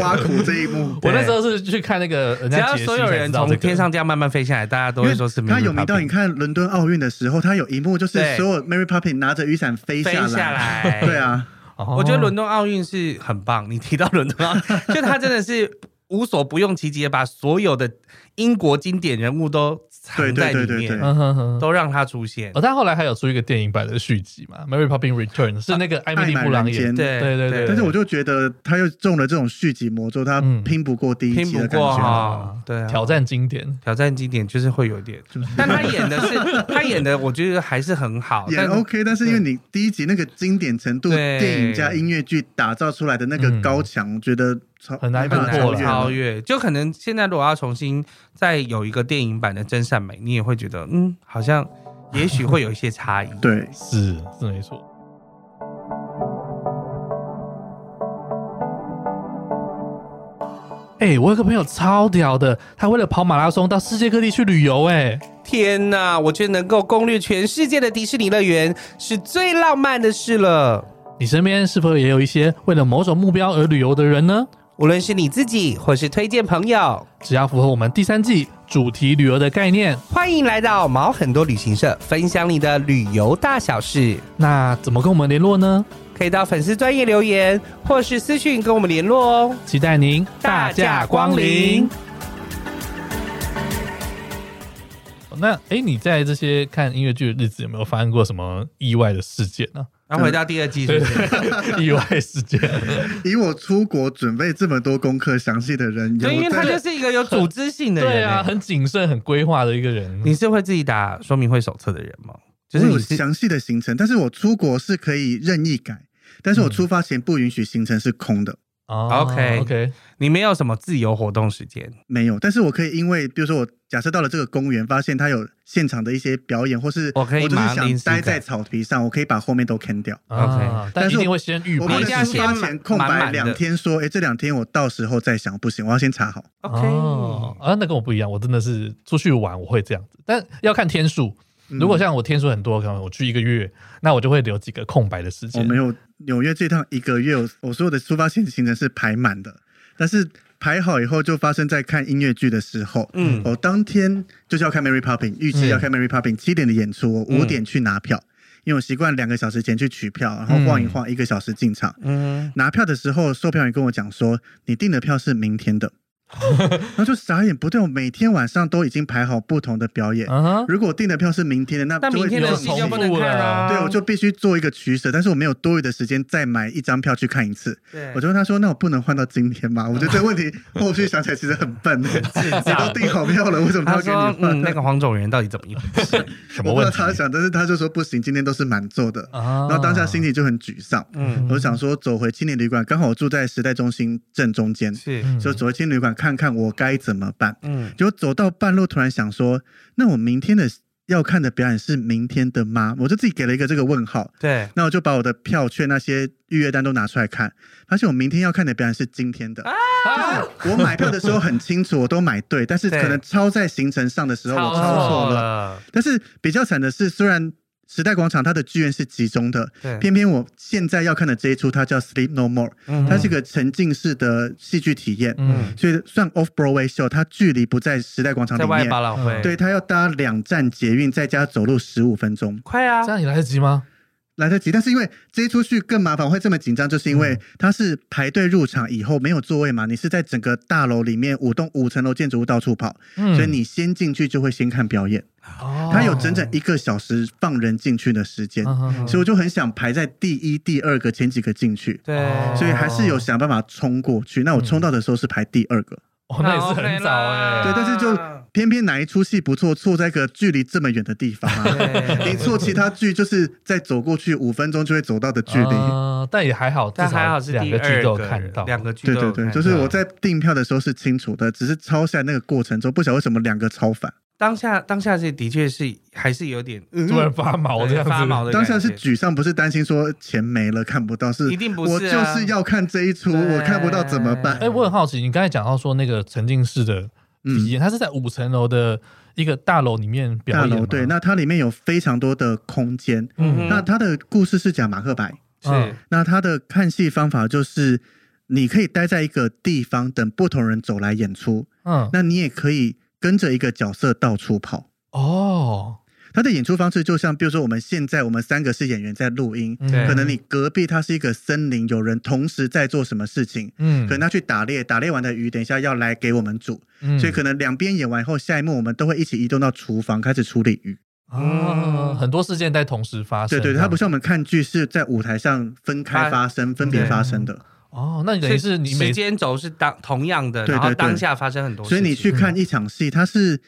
[SPEAKER 3] 挖苦这一幕。
[SPEAKER 1] 我那时候是去看那个人
[SPEAKER 2] 只
[SPEAKER 1] 家
[SPEAKER 2] 要
[SPEAKER 1] 解析
[SPEAKER 2] 所有
[SPEAKER 1] 才
[SPEAKER 2] 人
[SPEAKER 1] 知道
[SPEAKER 2] 从
[SPEAKER 1] 这个
[SPEAKER 2] 天上这样慢慢飞下来，大家都
[SPEAKER 3] 因为
[SPEAKER 2] 会说是
[SPEAKER 3] 他有名
[SPEAKER 2] Mary
[SPEAKER 3] 到，
[SPEAKER 2] Poppins
[SPEAKER 3] 你看伦敦奥运的时候，他有一幕就是
[SPEAKER 2] 对
[SPEAKER 3] 所有 Mary Poppins 拿着雨伞飞
[SPEAKER 2] 飞
[SPEAKER 3] 下
[SPEAKER 2] 下
[SPEAKER 3] 来，
[SPEAKER 2] 来，
[SPEAKER 3] 对。啊，
[SPEAKER 1] 哦
[SPEAKER 2] 我觉得伦敦奥运是很棒，你提到伦敦 奥运，就他真的是无所不用其极，把所有的英国经典人物都藏
[SPEAKER 3] 对
[SPEAKER 2] 在
[SPEAKER 3] 对
[SPEAKER 2] 里
[SPEAKER 3] 对对
[SPEAKER 2] 面，
[SPEAKER 3] 对
[SPEAKER 1] 嗯哼哼。
[SPEAKER 2] 都让他出现。
[SPEAKER 1] 哦，但后来还有出一个电影版的续集嘛，《Mary Poppins Return》是那个艾米丽
[SPEAKER 3] 啊爱
[SPEAKER 1] 布
[SPEAKER 3] 满
[SPEAKER 1] 朗
[SPEAKER 3] 人
[SPEAKER 1] 演
[SPEAKER 3] 间
[SPEAKER 1] 的。
[SPEAKER 2] 对
[SPEAKER 1] 对对对
[SPEAKER 3] 但是我就觉得他又中了这种续集魔咒，他
[SPEAKER 1] 嗯
[SPEAKER 3] 拼不过第一
[SPEAKER 2] 拼
[SPEAKER 3] 集
[SPEAKER 2] 不
[SPEAKER 3] 的感
[SPEAKER 2] 过
[SPEAKER 3] 觉。
[SPEAKER 2] 哈，对啊，
[SPEAKER 1] 挑战经典。
[SPEAKER 2] 挑战经典就是会有一点，但他演的 是他演的，我觉得还是很好，
[SPEAKER 3] 也
[SPEAKER 2] 但
[SPEAKER 3] OK，但是因为你第一集那个经典程度，
[SPEAKER 2] 对嗯
[SPEAKER 3] 电影加音乐剧打造出来的那个高墙，我觉得超
[SPEAKER 1] 很难
[SPEAKER 3] 没
[SPEAKER 2] 很
[SPEAKER 3] 办法
[SPEAKER 1] 突破
[SPEAKER 2] 难
[SPEAKER 1] 了
[SPEAKER 3] 越
[SPEAKER 2] 超越。就可能现在如果要重新再有一个电影版的《真善美》，你也会觉得嗯，好像也许会有一些差异。
[SPEAKER 3] 对，
[SPEAKER 1] 是是没错。哎、我有个朋友超屌的，他为了跑马拉松到世界各地去旅游、哎，
[SPEAKER 2] 天哪，我觉得能够攻略全世界的迪士尼乐园是最浪漫的事了。
[SPEAKER 1] 你身边是否也有一些为了某种目标而旅游的人呢？
[SPEAKER 2] 无论是你自己或是推荐朋友，
[SPEAKER 1] 只要符合我们第三季主题旅游的概念，
[SPEAKER 2] 欢迎来到毛很多旅行社，分享你的旅游大小事。
[SPEAKER 1] 那怎么跟我们联络呢？
[SPEAKER 2] 可以到粉丝专业留言或是私讯跟我们联络哦。
[SPEAKER 1] 期待您
[SPEAKER 2] 大驾光临。
[SPEAKER 1] 那哎、你在这些看音乐剧的日子有没有发生过什么意外的事件呢、
[SPEAKER 2] 然后回到第二季，是不是？
[SPEAKER 1] 意外事件，
[SPEAKER 3] 以我出国准备这么多功课详细的人，
[SPEAKER 2] 对，因为
[SPEAKER 3] 有
[SPEAKER 2] 他就
[SPEAKER 3] 在
[SPEAKER 2] 是一个有组织性的人、欸
[SPEAKER 1] 对啊，，很谨慎、很规划的一个人。
[SPEAKER 2] 你是会自己打说明会手册的人吗？就是
[SPEAKER 3] 我
[SPEAKER 2] 你
[SPEAKER 3] 有
[SPEAKER 2] 是
[SPEAKER 3] 详细的行程，但是我出国是可以任意改，但
[SPEAKER 2] 嗯
[SPEAKER 3] 是我出发前不允许行程是空的。
[SPEAKER 1] 哦
[SPEAKER 2] OK
[SPEAKER 1] OK，
[SPEAKER 2] 你没有什么自由活动时间，
[SPEAKER 3] 没有，但是我可以因为，比如说我假设到了这个公园，发现它有现场的一些表演，或是
[SPEAKER 2] 我可以
[SPEAKER 3] 就是
[SPEAKER 2] 马上临
[SPEAKER 3] 想
[SPEAKER 2] 时改
[SPEAKER 3] 待在草皮上，我可以把后面都砍掉。
[SPEAKER 1] 啊但
[SPEAKER 3] 但
[SPEAKER 1] 一
[SPEAKER 3] 是
[SPEAKER 1] 定会先预
[SPEAKER 3] 我
[SPEAKER 1] 备
[SPEAKER 3] 不
[SPEAKER 2] 一
[SPEAKER 3] 能
[SPEAKER 2] 定要
[SPEAKER 1] 事
[SPEAKER 3] 出
[SPEAKER 1] 情。
[SPEAKER 3] 发
[SPEAKER 2] 先
[SPEAKER 3] 前空
[SPEAKER 2] 满满
[SPEAKER 3] 白
[SPEAKER 2] 的
[SPEAKER 3] 两天说，哎，这两天我到时候再想，不行，我要先查好。
[SPEAKER 2] OK，、
[SPEAKER 1] 哦，啊，那跟我不一样，我真的是出去玩我会这样子，但要看天数。如果像我天数很多，可能我去一个月，那我就会留几个空白的时
[SPEAKER 3] 我
[SPEAKER 1] 间。
[SPEAKER 3] 哦没有纽约这趟一个月，我我所有的出发前行程是排满的，但是排好以后就发生在看音乐剧的时候。
[SPEAKER 2] 嗯，
[SPEAKER 3] 我当天就是要看 Mary Poppins，预期要看 Mary Poppins 七点的演出，我五点去拿票，因为我习惯两个小时前去取票，然后晃一晃一个小时进场。
[SPEAKER 2] 嗯，
[SPEAKER 3] 拿票的时候，售票员跟我讲说，你订的票是明天的，然后就傻眼，不对，我每天晚上都已经排好不同的表演，
[SPEAKER 1] 嗯哼，
[SPEAKER 3] 如果我订的票是明天的，那
[SPEAKER 2] 但
[SPEAKER 3] 就会
[SPEAKER 2] 明天的
[SPEAKER 3] 有
[SPEAKER 2] 戏
[SPEAKER 3] 重
[SPEAKER 2] 就
[SPEAKER 3] 复
[SPEAKER 2] 不能看啊，
[SPEAKER 3] 对，我就必须做一个取舍，但是我没有多余的时间再买一张票去看一次。
[SPEAKER 2] 对嗯
[SPEAKER 3] 我就问他说：“那我不能换到今天吗？”我觉得这个问题后续想起来其实很 笨，你都订好票了，为什么
[SPEAKER 2] 他
[SPEAKER 3] 他
[SPEAKER 2] 说
[SPEAKER 3] 要给你
[SPEAKER 2] 嗯，
[SPEAKER 3] 换？
[SPEAKER 2] 那个黄种人到底怎么一回事？
[SPEAKER 1] 什么
[SPEAKER 3] 我不知
[SPEAKER 1] 问
[SPEAKER 3] 道
[SPEAKER 1] 题
[SPEAKER 3] 他想，但是他就说不行，今天都是满座的。
[SPEAKER 1] 啊
[SPEAKER 3] 然后当下心情就很沮丧，
[SPEAKER 2] 哦嗯，
[SPEAKER 3] 我就想说走回青年旅馆，刚好我住在时代中心正中间，
[SPEAKER 2] 是，
[SPEAKER 1] 嗯
[SPEAKER 3] 就走回青年旅馆看看我该怎么办。
[SPEAKER 2] 嗯，
[SPEAKER 3] 结果走到半路，突然想说，那我明天的要看的表演是明天的吗？我就自己给了一个这个问号。
[SPEAKER 2] 对，
[SPEAKER 3] 那我就把我的票券那些预约单都拿出来看，发现我明天要看的表演是今天的。
[SPEAKER 2] 啊，
[SPEAKER 3] 我买票的时候很清楚，我都买对，但是
[SPEAKER 2] 对
[SPEAKER 3] 可能超在行程上的时候我
[SPEAKER 1] 超
[SPEAKER 3] 超
[SPEAKER 2] 错
[SPEAKER 3] 错了。
[SPEAKER 2] 了，
[SPEAKER 3] 但是比较惨的是，虽然时代广场它的剧院是集中的，
[SPEAKER 2] 对，
[SPEAKER 3] 偏偏我现在要看的这一出它叫《Sleep No More》，
[SPEAKER 2] 嗯
[SPEAKER 3] 它是个沉浸式的戏剧体验，
[SPEAKER 1] 嗯
[SPEAKER 3] 所以算 Off Broadway show，它距离不在时代广场
[SPEAKER 2] 在
[SPEAKER 3] 里
[SPEAKER 2] 外百
[SPEAKER 3] 面，
[SPEAKER 2] 老汇，
[SPEAKER 3] 对，，它要搭两站捷运，再加走路十五分钟。
[SPEAKER 2] 快啊
[SPEAKER 1] 这，样也来得及吗？
[SPEAKER 3] 来得及，但是因为接出去更麻烦，我会这么紧张，就是因为它是排队入场以后没有座位嘛，你是在整个大楼里面五栋五层楼建筑物到处跑，
[SPEAKER 1] 嗯哦
[SPEAKER 3] 所以你先进去就会先看表演，它
[SPEAKER 1] 他
[SPEAKER 3] 有整整一个小时放人进去的时
[SPEAKER 1] 嗯
[SPEAKER 3] 间，
[SPEAKER 2] 嗯
[SPEAKER 3] 所以我就很想排在第一、第二个前几个进去，
[SPEAKER 2] 对，
[SPEAKER 3] 所以还是有想办法冲过去。那我冲到的时候是排第二个，
[SPEAKER 1] 哦，那也是很早哎、
[SPEAKER 3] 对，但是就偏偏哪一出戏不错，错在一个距离这么远的地方 啊。
[SPEAKER 2] 对
[SPEAKER 3] 你错其他剧就是再走过去五分钟就会走到的距离。
[SPEAKER 1] 啊但也还好，
[SPEAKER 2] 但还好是
[SPEAKER 1] 至少
[SPEAKER 2] 第
[SPEAKER 1] 两个
[SPEAKER 2] 二
[SPEAKER 1] 剧都有
[SPEAKER 2] 个
[SPEAKER 1] 看到，
[SPEAKER 2] 两个剧
[SPEAKER 3] 对
[SPEAKER 2] 都
[SPEAKER 3] 对
[SPEAKER 2] 有
[SPEAKER 3] 对，
[SPEAKER 2] 看
[SPEAKER 3] 就是
[SPEAKER 2] 到哎啊
[SPEAKER 3] 我在订票的时候是清楚的，只是抄下那个过程中，不晓得为什么两个超反，
[SPEAKER 2] 当下当下是的确是还是有点
[SPEAKER 3] 嗯
[SPEAKER 1] 突然发毛这样子，
[SPEAKER 2] 发毛的感
[SPEAKER 3] 当
[SPEAKER 2] 觉，
[SPEAKER 3] 下是沮丧，不是担心说钱没了看不到，是
[SPEAKER 2] 一定不
[SPEAKER 3] 我
[SPEAKER 2] 是
[SPEAKER 3] 就
[SPEAKER 2] 啊
[SPEAKER 3] 是要看这一出，
[SPEAKER 2] 对
[SPEAKER 3] 我看不到怎么办
[SPEAKER 1] 哎、？我很好奇，你刚才讲到说那个沉浸式的体验，它是在五层楼的一个大楼里面表
[SPEAKER 3] 嗯大
[SPEAKER 1] 演吗
[SPEAKER 3] 楼
[SPEAKER 2] 哎
[SPEAKER 3] 对，那它里面有非常多的空间，
[SPEAKER 2] 嗯
[SPEAKER 3] 那
[SPEAKER 2] 哼，
[SPEAKER 3] 它的故事是讲马克白，
[SPEAKER 1] 嗯
[SPEAKER 2] 是
[SPEAKER 3] 那它的看戏方法就是你可以待在一个地方等不同人走来演出，
[SPEAKER 1] 嗯
[SPEAKER 3] 那你也可以跟着一个角色到处跑。
[SPEAKER 1] 哦，
[SPEAKER 3] 他的演出方式就像，比如说我们现在我们三个是演员在录音，
[SPEAKER 1] 嗯
[SPEAKER 2] 对
[SPEAKER 3] 可能你隔壁它是一个森林，有人同时在做什么事情，
[SPEAKER 1] 嗯
[SPEAKER 3] 可能他去打猎，打猎完的鱼等一下要来给我们煮，
[SPEAKER 1] 嗯
[SPEAKER 3] 所以可能两边演完后，下一幕我们都会一起移动到厨房开始处理鱼。
[SPEAKER 1] 啊，
[SPEAKER 2] 嗯
[SPEAKER 1] 很多事件在同时发生，
[SPEAKER 3] 对对，它不
[SPEAKER 1] 哦是
[SPEAKER 3] 像我们看剧是在舞台上分开发生、分别发生的，
[SPEAKER 1] 哦，那等于是你每
[SPEAKER 2] 时间轴是当同样的，
[SPEAKER 3] 对对
[SPEAKER 2] 然后
[SPEAKER 3] 对
[SPEAKER 2] 当下发生很多事
[SPEAKER 1] 嗯
[SPEAKER 3] 所
[SPEAKER 2] 情，
[SPEAKER 3] 以你去看一场戏，它是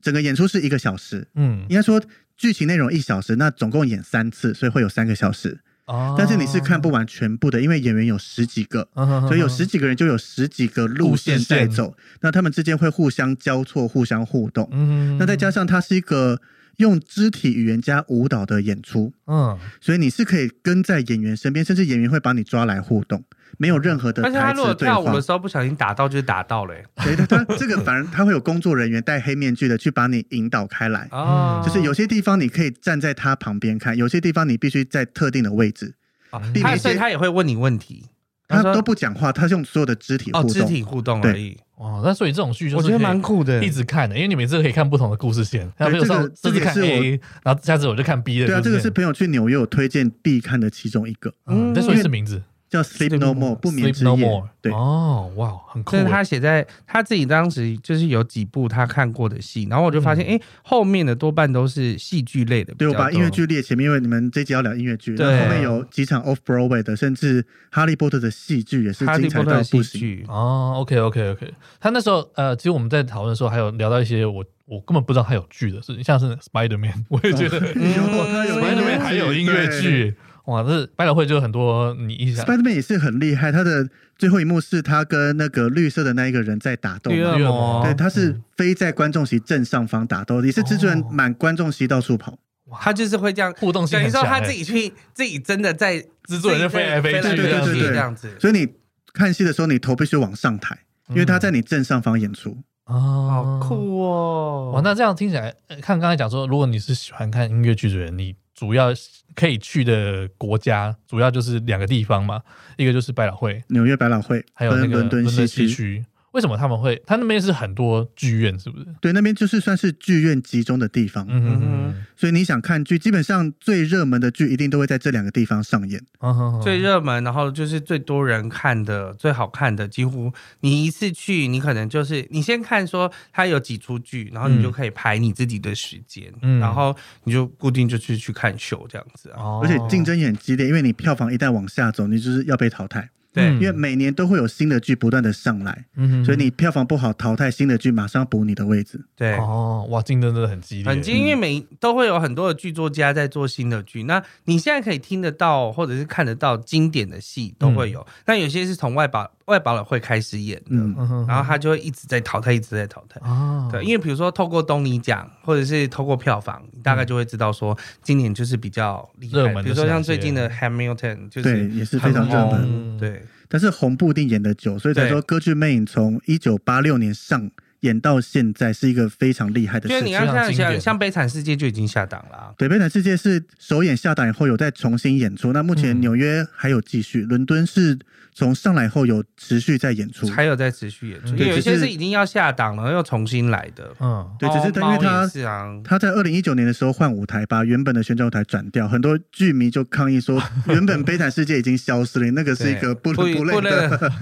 [SPEAKER 3] 整个演出是一个小时，
[SPEAKER 1] 嗯
[SPEAKER 3] 应该说剧情内容一小时，那总共演三次，所以会有三个小时，
[SPEAKER 1] 哦
[SPEAKER 3] 但是你是看不完全部的，因为演员有十几个。
[SPEAKER 1] 嗯哼哼哼
[SPEAKER 3] 所以有十几个人就有十几个路线在走，那他们之间会互相交错、互相互动。
[SPEAKER 1] 嗯
[SPEAKER 3] 那再加上它是一个用肢体语言加舞蹈的演出，
[SPEAKER 1] 嗯，
[SPEAKER 3] 所以你是可以跟在演员身边，甚至演员会把你抓来互动，没有任何的
[SPEAKER 2] 而且他
[SPEAKER 3] 台
[SPEAKER 2] 如果
[SPEAKER 3] 词对
[SPEAKER 2] 跳舞
[SPEAKER 3] 话
[SPEAKER 2] 的。时候不小心打到，就是打到了、欸。
[SPEAKER 3] 对他他这个反而他会有工作人员戴黑面具的去把你引导开来，
[SPEAKER 2] 哦，
[SPEAKER 3] 就是有些地方你可以站在他旁边看，有些地方你必须在特定的位置。
[SPEAKER 2] 哦
[SPEAKER 1] 避
[SPEAKER 2] 他
[SPEAKER 3] 免一
[SPEAKER 2] 所以
[SPEAKER 3] 些
[SPEAKER 2] 他也会问你问题，
[SPEAKER 3] 他
[SPEAKER 2] 说
[SPEAKER 3] 都不讲话，他是用所有的肢体
[SPEAKER 2] 哦
[SPEAKER 3] 互
[SPEAKER 2] 肢
[SPEAKER 3] 动。
[SPEAKER 2] 体互动而已。
[SPEAKER 1] 哦，那所以这种剧就
[SPEAKER 2] 我
[SPEAKER 1] 是
[SPEAKER 2] 觉得
[SPEAKER 1] 可以
[SPEAKER 2] 蛮酷的，
[SPEAKER 1] 一直看的，因为你每次可以看不同的故事线，那比如
[SPEAKER 3] 这
[SPEAKER 1] 说
[SPEAKER 3] 个
[SPEAKER 1] 这次看
[SPEAKER 3] 这个也
[SPEAKER 1] A，然后下次我就看 B 的故事线。
[SPEAKER 3] 对啊，这个是朋友去纽约我推荐必看的其中一个，
[SPEAKER 1] 嗯，再说一
[SPEAKER 3] 因
[SPEAKER 1] 次
[SPEAKER 3] 为
[SPEAKER 1] 名字
[SPEAKER 3] 叫《Sleep No More》不眠
[SPEAKER 1] Sleep
[SPEAKER 3] 之
[SPEAKER 1] No
[SPEAKER 3] 夜
[SPEAKER 1] More。
[SPEAKER 3] 对，
[SPEAKER 1] 哦，哇，很酷
[SPEAKER 2] 这
[SPEAKER 1] 耶。
[SPEAKER 2] 是他写在他自己当时就是有几部他看过的戏，然后我就发现，
[SPEAKER 1] 嗯
[SPEAKER 2] 哎、后面的多半都是戏剧类的比
[SPEAKER 3] 对
[SPEAKER 2] 较
[SPEAKER 3] 我
[SPEAKER 2] 多。
[SPEAKER 3] 把音乐剧列前面，因为你们这集要聊音乐剧，
[SPEAKER 2] 对
[SPEAKER 3] 然后后面有几场 Off Broadway 的，甚至《哈利波特》的戏剧也是
[SPEAKER 2] 哈利
[SPEAKER 3] 精彩
[SPEAKER 2] 波特
[SPEAKER 3] 到
[SPEAKER 2] 的戏
[SPEAKER 3] 不行。
[SPEAKER 2] 剧，
[SPEAKER 1] 哦，OK OK OK，他那时候呃，其实我们在讨论的时候，还有聊到一些我我根本不知道他有剧的事情，像是 Spider Man，我也 觉得
[SPEAKER 3] 他有
[SPEAKER 1] Spider
[SPEAKER 3] 音
[SPEAKER 1] Man
[SPEAKER 3] 乐
[SPEAKER 1] 还有音乐。剧，啊哇，这百老汇就有很多你一
[SPEAKER 3] 对
[SPEAKER 1] 想
[SPEAKER 3] Spider-Man 也是很厉害，他的最后一幕是他跟那个绿色的那一个人在打斗嘛，
[SPEAKER 2] 绿恶魔，
[SPEAKER 3] 对，他是飞在观众席正上方打斗，也是蜘蛛人
[SPEAKER 1] 哦
[SPEAKER 3] 满观众席到处跑。
[SPEAKER 2] 他就是会这样，
[SPEAKER 1] 互动性
[SPEAKER 2] 等于
[SPEAKER 1] 很
[SPEAKER 2] 说
[SPEAKER 1] 强
[SPEAKER 2] 他
[SPEAKER 1] 欸
[SPEAKER 2] 自己去自己真的在
[SPEAKER 1] 制作人就飞来飞去
[SPEAKER 2] 自己在
[SPEAKER 3] 对对对对对
[SPEAKER 2] 这样子。
[SPEAKER 3] 所以你看戏的时候，你头必须往上抬，因为他在你正上方演出。
[SPEAKER 1] 哦
[SPEAKER 2] 好，酷哦！
[SPEAKER 1] 哇，那这样听起来，呃看刚才讲说，如果你是喜欢看音乐剧的人，你主要可以去的国家主要就是两个地方嘛，一个就是百老汇，
[SPEAKER 3] 纽约百老汇，
[SPEAKER 1] 还有那
[SPEAKER 3] 伦
[SPEAKER 1] 个
[SPEAKER 3] 伦敦
[SPEAKER 1] 西
[SPEAKER 3] 西
[SPEAKER 1] 区。为什么他们会？他那边是很多剧院，是不是？
[SPEAKER 3] 对，那边就是算是剧院集中的地方，
[SPEAKER 1] 嗯哼
[SPEAKER 2] 嗯
[SPEAKER 1] 哼
[SPEAKER 3] 所以你想看剧，基本上最热门的剧一定都会在这两个地方上演。
[SPEAKER 1] 嗯哼哼，
[SPEAKER 2] 最热门，然后就是最多人看的、最好看的，几乎你一次去，你可能就是你先看说它有几出剧，然后
[SPEAKER 1] 嗯
[SPEAKER 2] 你就可以排你自己的时间，
[SPEAKER 1] 嗯
[SPEAKER 2] 然后你就固定就去去看秀这样子啊。
[SPEAKER 1] 哦，
[SPEAKER 3] 而且竞争也很激烈，因为你票房一旦往下走，你就是要被淘汰，
[SPEAKER 2] 对
[SPEAKER 1] 嗯
[SPEAKER 3] 因为每年都会有新的剧不断的上来，
[SPEAKER 1] 嗯哼
[SPEAKER 3] 所以你票房不好淘汰新的剧，马上补你的位置。
[SPEAKER 2] 对，
[SPEAKER 1] 哦，嗯哇，竞争真的很激烈，
[SPEAKER 2] 很近，因为每都会有很多的剧作家在做新的剧。那你现在可以听得到或者是看得到经典的戏都
[SPEAKER 1] 嗯
[SPEAKER 2] 会有，那有些是从外保外保老会开始演的，
[SPEAKER 3] 嗯，
[SPEAKER 1] 嗯哼，
[SPEAKER 2] 然后他就会一直在淘汰，一直在淘汰。
[SPEAKER 1] 啊，
[SPEAKER 2] 对，因为比如说透过东尼奖，或者是透过票房，你大概就会知道说今年就是比较厉
[SPEAKER 1] 嗯热
[SPEAKER 2] 害
[SPEAKER 1] 门。的
[SPEAKER 2] 比如说像
[SPEAKER 1] 是
[SPEAKER 2] 最
[SPEAKER 1] 哪些
[SPEAKER 2] 近的 Hamilton，就
[SPEAKER 3] 对，
[SPEAKER 2] 是
[SPEAKER 3] 也是非
[SPEAKER 2] 很
[SPEAKER 3] 常热门。
[SPEAKER 1] 红
[SPEAKER 2] 红。对，
[SPEAKER 3] 但是红布丁演的久，所以才
[SPEAKER 2] 对
[SPEAKER 3] 说《歌剧魅影》从一九八六年上演到现在是一个非常厉害的
[SPEAKER 2] 就是
[SPEAKER 3] 事
[SPEAKER 2] 你要
[SPEAKER 3] 情。
[SPEAKER 1] 非
[SPEAKER 2] 像
[SPEAKER 1] 常经典
[SPEAKER 2] 像像《悲惨世界》就已经下档了啊。
[SPEAKER 3] 对，《悲惨世界》是首演下档以后有再重新演出，那目前
[SPEAKER 1] 嗯
[SPEAKER 3] 纽约还有继续，伦敦是从上来后有持续在演出。
[SPEAKER 2] 还有在持续演出，因
[SPEAKER 1] 嗯
[SPEAKER 2] 为有一
[SPEAKER 3] 对
[SPEAKER 2] 些
[SPEAKER 3] 只是
[SPEAKER 2] 是已经要下档了，又重新来的。
[SPEAKER 1] 嗯，
[SPEAKER 3] 对，只是
[SPEAKER 2] 猫猫
[SPEAKER 3] 他因为
[SPEAKER 2] 也
[SPEAKER 3] 他
[SPEAKER 2] 是啊，
[SPEAKER 3] 他在二零一九年的时候换舞台，把原本的旋转舞台转掉，很多剧迷就抗议说，原本《悲惨世界》已经消失了，那个是一个不伦
[SPEAKER 2] 对
[SPEAKER 3] 不
[SPEAKER 2] 不
[SPEAKER 3] 类的，
[SPEAKER 2] 的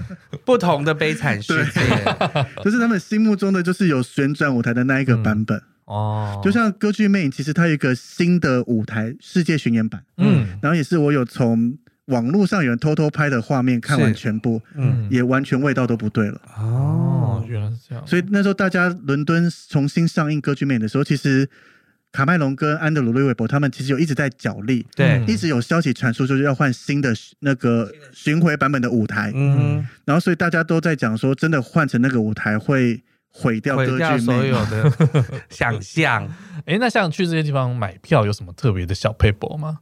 [SPEAKER 2] 不同的悲惨世界。
[SPEAKER 3] 就是他们心目中的就是有旋转舞台的那一个版本。
[SPEAKER 1] 哦，
[SPEAKER 3] 就像《歌剧魅影》，其实它有一个新的舞台世界巡演版，
[SPEAKER 1] 嗯
[SPEAKER 3] 然后也是我有从网络上有人偷偷拍的画面看完
[SPEAKER 2] 是
[SPEAKER 3] 全部，
[SPEAKER 1] 嗯，
[SPEAKER 3] 也完全味道都不对了。
[SPEAKER 1] 哦
[SPEAKER 2] 哦，，
[SPEAKER 1] 原来是这样，
[SPEAKER 3] 所以那时候大家伦敦重新上映《歌剧魅影》的时候，其实卡麦隆跟安德鲁·瑞韦伯他们其实有一直在角力，
[SPEAKER 2] 对
[SPEAKER 1] 嗯，
[SPEAKER 3] 一直有消息传出就是要换新的那个巡回版本的舞台，
[SPEAKER 2] 嗯，
[SPEAKER 3] 然后所以大家都在讲说，真的换成那个舞台会毁掉《
[SPEAKER 2] 毁
[SPEAKER 3] 歌
[SPEAKER 2] 掉
[SPEAKER 3] 剧
[SPEAKER 2] 所
[SPEAKER 3] 魅
[SPEAKER 2] 有
[SPEAKER 3] 影》。
[SPEAKER 2] 的想象。
[SPEAKER 1] 哎，那像去这些地方买票有什么特别的小 paper 吗？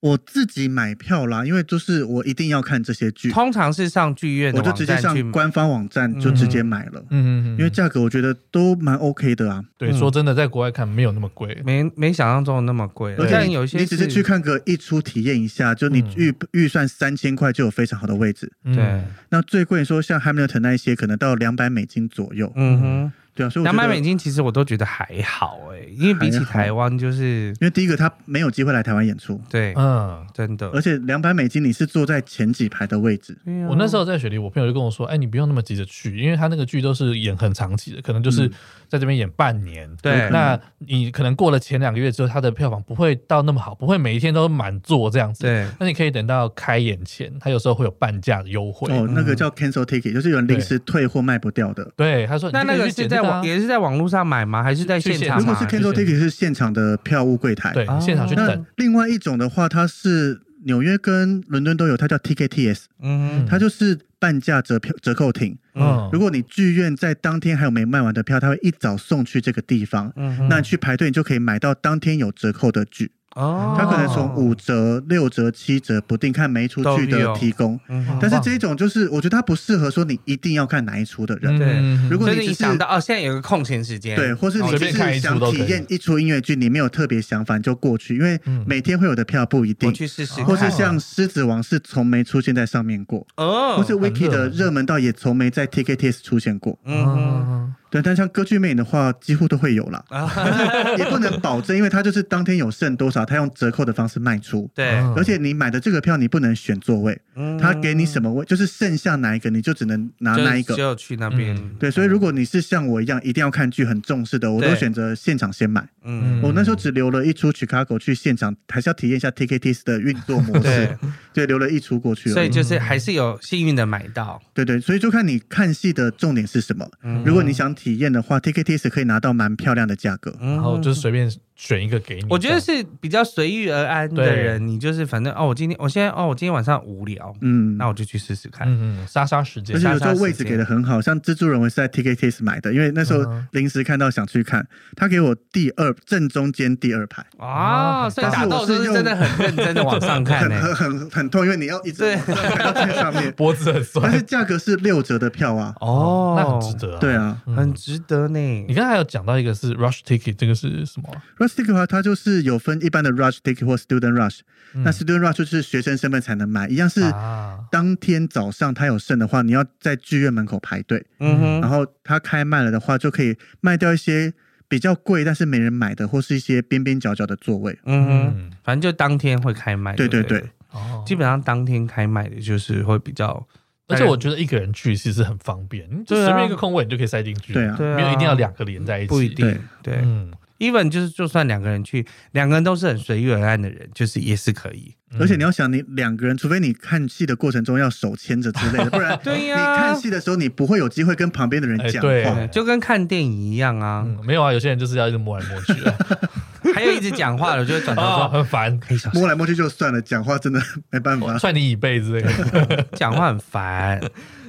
[SPEAKER 3] 我自己买票啦，因为就是我一定要看这些剧，
[SPEAKER 2] 通常是上剧院的
[SPEAKER 3] 我就
[SPEAKER 2] 网
[SPEAKER 3] 直接
[SPEAKER 2] 站去
[SPEAKER 3] 上
[SPEAKER 2] 买。
[SPEAKER 3] 官方网站就直接买了。
[SPEAKER 1] 嗯，嗯嗯
[SPEAKER 3] 因为价格我觉得都蛮 OK 的啊。
[SPEAKER 1] 对，
[SPEAKER 2] 嗯
[SPEAKER 1] 说真的，在国外看没有那么贵，
[SPEAKER 2] 没没想象中的那么贵，
[SPEAKER 3] 而且
[SPEAKER 2] 但
[SPEAKER 3] 你
[SPEAKER 2] 有一些
[SPEAKER 3] 你只是去看个一出体验一下，就你
[SPEAKER 1] 嗯
[SPEAKER 3] 预预算三千块就有非常好的位置。
[SPEAKER 1] 嗯
[SPEAKER 2] 对，
[SPEAKER 3] 那最贵说像 Hamilton 那一些，可能到两百美金左右。
[SPEAKER 2] 嗯
[SPEAKER 3] 对啊，所
[SPEAKER 2] 哼，
[SPEAKER 3] 以我
[SPEAKER 2] 两
[SPEAKER 3] 觉
[SPEAKER 2] 百
[SPEAKER 3] 得，
[SPEAKER 2] 美
[SPEAKER 3] 因
[SPEAKER 2] 金其实我都觉得还好哎、因为比起
[SPEAKER 3] 还好
[SPEAKER 2] 台湾就是
[SPEAKER 3] 为第一个他没有机会来台湾演出，
[SPEAKER 2] 对，
[SPEAKER 1] 嗯。
[SPEAKER 2] 真的
[SPEAKER 3] 而。且两百美金你是坐在前几排的位置。
[SPEAKER 2] 对啊
[SPEAKER 1] 我那时候在雪梨，我朋友就跟我说：“哎，你不用那么急着去，因为他那个剧都是演很长期的，可能就是
[SPEAKER 3] 嗯
[SPEAKER 1] 在这边演半年。
[SPEAKER 2] 对
[SPEAKER 1] 那你可能过了前两个月之后，他的票房不会到那么好，不会每一天都满座这样子。
[SPEAKER 2] 对
[SPEAKER 1] 那你可以等到开演前，他有时候会有半价的优惠。
[SPEAKER 3] 哦，那个叫 cancel ticket，就是有人临时退货卖不掉的。
[SPEAKER 1] 对，他说
[SPEAKER 2] 那那
[SPEAKER 1] 你就可
[SPEAKER 2] 个
[SPEAKER 1] 以去
[SPEAKER 2] 是
[SPEAKER 1] 捡
[SPEAKER 2] 在
[SPEAKER 1] 这
[SPEAKER 2] 网
[SPEAKER 1] 啊
[SPEAKER 2] 也是在网络上买吗？还是在
[SPEAKER 1] 去
[SPEAKER 2] 现
[SPEAKER 1] 现
[SPEAKER 2] 场
[SPEAKER 1] 场
[SPEAKER 2] 买？
[SPEAKER 3] 如果是
[SPEAKER 1] 可以
[SPEAKER 3] cancel ticket，是现场的票务柜台。
[SPEAKER 1] 对，
[SPEAKER 2] 啊
[SPEAKER 1] 现场去
[SPEAKER 3] 那
[SPEAKER 1] 等。
[SPEAKER 3] 另外一种的话，它是纽约跟伦敦都有，它叫 TKTS。
[SPEAKER 2] 嗯
[SPEAKER 3] 它就是半价折票折扣亭。
[SPEAKER 1] 嗯，
[SPEAKER 3] 如果你剧院在当天还有没卖完的票，他会一早送去这个地方。
[SPEAKER 2] 嗯哼
[SPEAKER 3] 那你去排队，你就可以买到当天有折扣的剧。
[SPEAKER 2] 哦，
[SPEAKER 3] 它可能从五折、六折、七折不定，看每一出剧
[SPEAKER 2] 都
[SPEAKER 3] 的
[SPEAKER 2] 有
[SPEAKER 3] 提供。
[SPEAKER 1] 哦
[SPEAKER 2] 嗯哼，
[SPEAKER 3] 但是这种就是，我觉得它不适合说你一定要看哪一出的人，
[SPEAKER 1] 嗯
[SPEAKER 2] 对
[SPEAKER 1] 嗯
[SPEAKER 3] 如果
[SPEAKER 2] 所
[SPEAKER 3] 你
[SPEAKER 2] 以
[SPEAKER 3] 只
[SPEAKER 2] 你
[SPEAKER 3] 是
[SPEAKER 2] 想到哦，现在有个空闲时间，
[SPEAKER 3] 对，或是你
[SPEAKER 1] 哦随
[SPEAKER 3] 就
[SPEAKER 1] 便看一
[SPEAKER 3] 是
[SPEAKER 1] 出
[SPEAKER 3] 想
[SPEAKER 1] 都可以
[SPEAKER 3] 体验一出音乐剧，你没有特别想法你就过去，因为
[SPEAKER 1] 嗯
[SPEAKER 3] 每天会有的票不一
[SPEAKER 2] 我
[SPEAKER 3] 定，
[SPEAKER 2] 去试试看，
[SPEAKER 1] 啊
[SPEAKER 3] 或是像《狮子王》是从没出现在上面过，
[SPEAKER 2] 哦，
[SPEAKER 3] 或是 Wiki
[SPEAKER 1] 很热
[SPEAKER 3] 的
[SPEAKER 1] 门
[SPEAKER 3] 热门到也从没在 TKTS 出现过。
[SPEAKER 2] 嗯哼
[SPEAKER 3] 对，但像歌剧魅影的话，几乎都会有啦，
[SPEAKER 2] 啊，
[SPEAKER 1] 嗯
[SPEAKER 3] 也不能保证，因为它就是当天有剩多少，它用折扣的方式卖出。
[SPEAKER 2] 对，
[SPEAKER 3] 而且你买的这个票，你不能选座位，
[SPEAKER 2] 嗯
[SPEAKER 3] 它给你什么位，就是剩下哪一个，你就只能拿
[SPEAKER 2] 就
[SPEAKER 3] 那一
[SPEAKER 2] 只
[SPEAKER 3] 个。
[SPEAKER 2] 有去那边
[SPEAKER 1] 嗯，
[SPEAKER 3] 对，所以如果你是像我一样一定要看剧很重视的，我都
[SPEAKER 2] 对
[SPEAKER 3] 选择现场先买。
[SPEAKER 2] 嗯，
[SPEAKER 1] 嗯
[SPEAKER 3] 我那时候只留了一出 Chicago 去现场，还是要体验一下 TKTs 的运作模
[SPEAKER 2] 对
[SPEAKER 3] 式，对，留了一出过去而已。
[SPEAKER 2] 所以嗯就是嗯还是有幸运的买到，
[SPEAKER 3] 对对，所以就看你看戏的重点是什么。
[SPEAKER 2] 嗯
[SPEAKER 3] 如果你想体验的话，TKTs 可以拿到蛮漂亮的价格。
[SPEAKER 1] 然
[SPEAKER 2] 然
[SPEAKER 1] 后就是随便选一个给你。
[SPEAKER 2] 我觉得
[SPEAKER 1] 这
[SPEAKER 2] 是比较随遇而安的
[SPEAKER 1] 对
[SPEAKER 2] 人，你就是反正哦，我今天我现在哦，我今天晚上无聊，
[SPEAKER 3] 嗯，
[SPEAKER 2] 那我就去试试看
[SPEAKER 1] 样，。嗯嗯，杀杀时间
[SPEAKER 3] 而且，有时候
[SPEAKER 2] 杀杀时间
[SPEAKER 3] 位置给的很好，像蜘蛛人我是在 TKTs 买的，因为那时候
[SPEAKER 1] 嗯。
[SPEAKER 3] 临时看到想去看，他给我第二正中间第二排，
[SPEAKER 2] 啊，所以打斗是不是真的很认真的往上看
[SPEAKER 3] 很
[SPEAKER 2] 呢、
[SPEAKER 3] 很很很痛，因为你要一直
[SPEAKER 2] 对
[SPEAKER 3] 排到最上 面
[SPEAKER 1] 脖子很
[SPEAKER 3] 但
[SPEAKER 1] 酸
[SPEAKER 3] 是，价格是六折的票啊，
[SPEAKER 2] 哦，
[SPEAKER 1] 那很值，得。
[SPEAKER 3] 对，啊，
[SPEAKER 2] 很值得呢。
[SPEAKER 1] 你刚才有讲到一个是 rush ticket，这个是什么啊？
[SPEAKER 3] Rush Ticket 的话，它就是有分一般的 Rush Ticket 或 Student Rush、
[SPEAKER 1] 嗯
[SPEAKER 3] 那 Student Rush 就是学生身份才能买，一样是
[SPEAKER 1] 啊，
[SPEAKER 3] 当天早上它有剩的话，你要在剧院门口排队，
[SPEAKER 2] 嗯
[SPEAKER 3] 然
[SPEAKER 2] 哼，
[SPEAKER 3] 后它开卖了的话，就可以卖掉一些比较贵但是没人买的，或是一些边边角角的座位。
[SPEAKER 2] 嗯哼，
[SPEAKER 1] 嗯，
[SPEAKER 2] 反正就当天会开卖。
[SPEAKER 3] 对
[SPEAKER 2] 对
[SPEAKER 3] 对
[SPEAKER 2] 不
[SPEAKER 3] 对，，
[SPEAKER 1] 哦，
[SPEAKER 2] 基本上当天开卖的就是会比较，
[SPEAKER 1] 而且我觉得一个人去其实很方便，你就
[SPEAKER 2] 对啊
[SPEAKER 1] 随便一个空位你就可以塞进去，
[SPEAKER 3] 对啊
[SPEAKER 2] 对啊
[SPEAKER 1] 没有一定要两个连在一起，
[SPEAKER 2] 不一定。对
[SPEAKER 1] 嗯，
[SPEAKER 2] ，even 就是就算两个人去，两个人都是很随遇而安的人，就是也是可以。
[SPEAKER 1] 嗯，
[SPEAKER 3] 而且你要想，你两个人，除非你看戏的过程中要手牵着之 类的，不然
[SPEAKER 2] 对
[SPEAKER 3] 你
[SPEAKER 2] 呀、
[SPEAKER 3] 看戏的时候你不会有机会跟旁边的人
[SPEAKER 1] 哎
[SPEAKER 3] 讲
[SPEAKER 1] 对
[SPEAKER 3] 话。
[SPEAKER 2] 对就跟看电影一样啊，
[SPEAKER 1] 嗯没有啊，有些人就是要一直摸来摸去 啊，
[SPEAKER 2] 还有一直讲话的，我就会转头
[SPEAKER 1] 啊，
[SPEAKER 2] 说
[SPEAKER 1] 很烦，
[SPEAKER 2] 可以小声
[SPEAKER 3] 摸来摸去就算了，讲话真的没 办法。
[SPEAKER 1] 踹你椅背之类的。
[SPEAKER 2] 讲话很烦。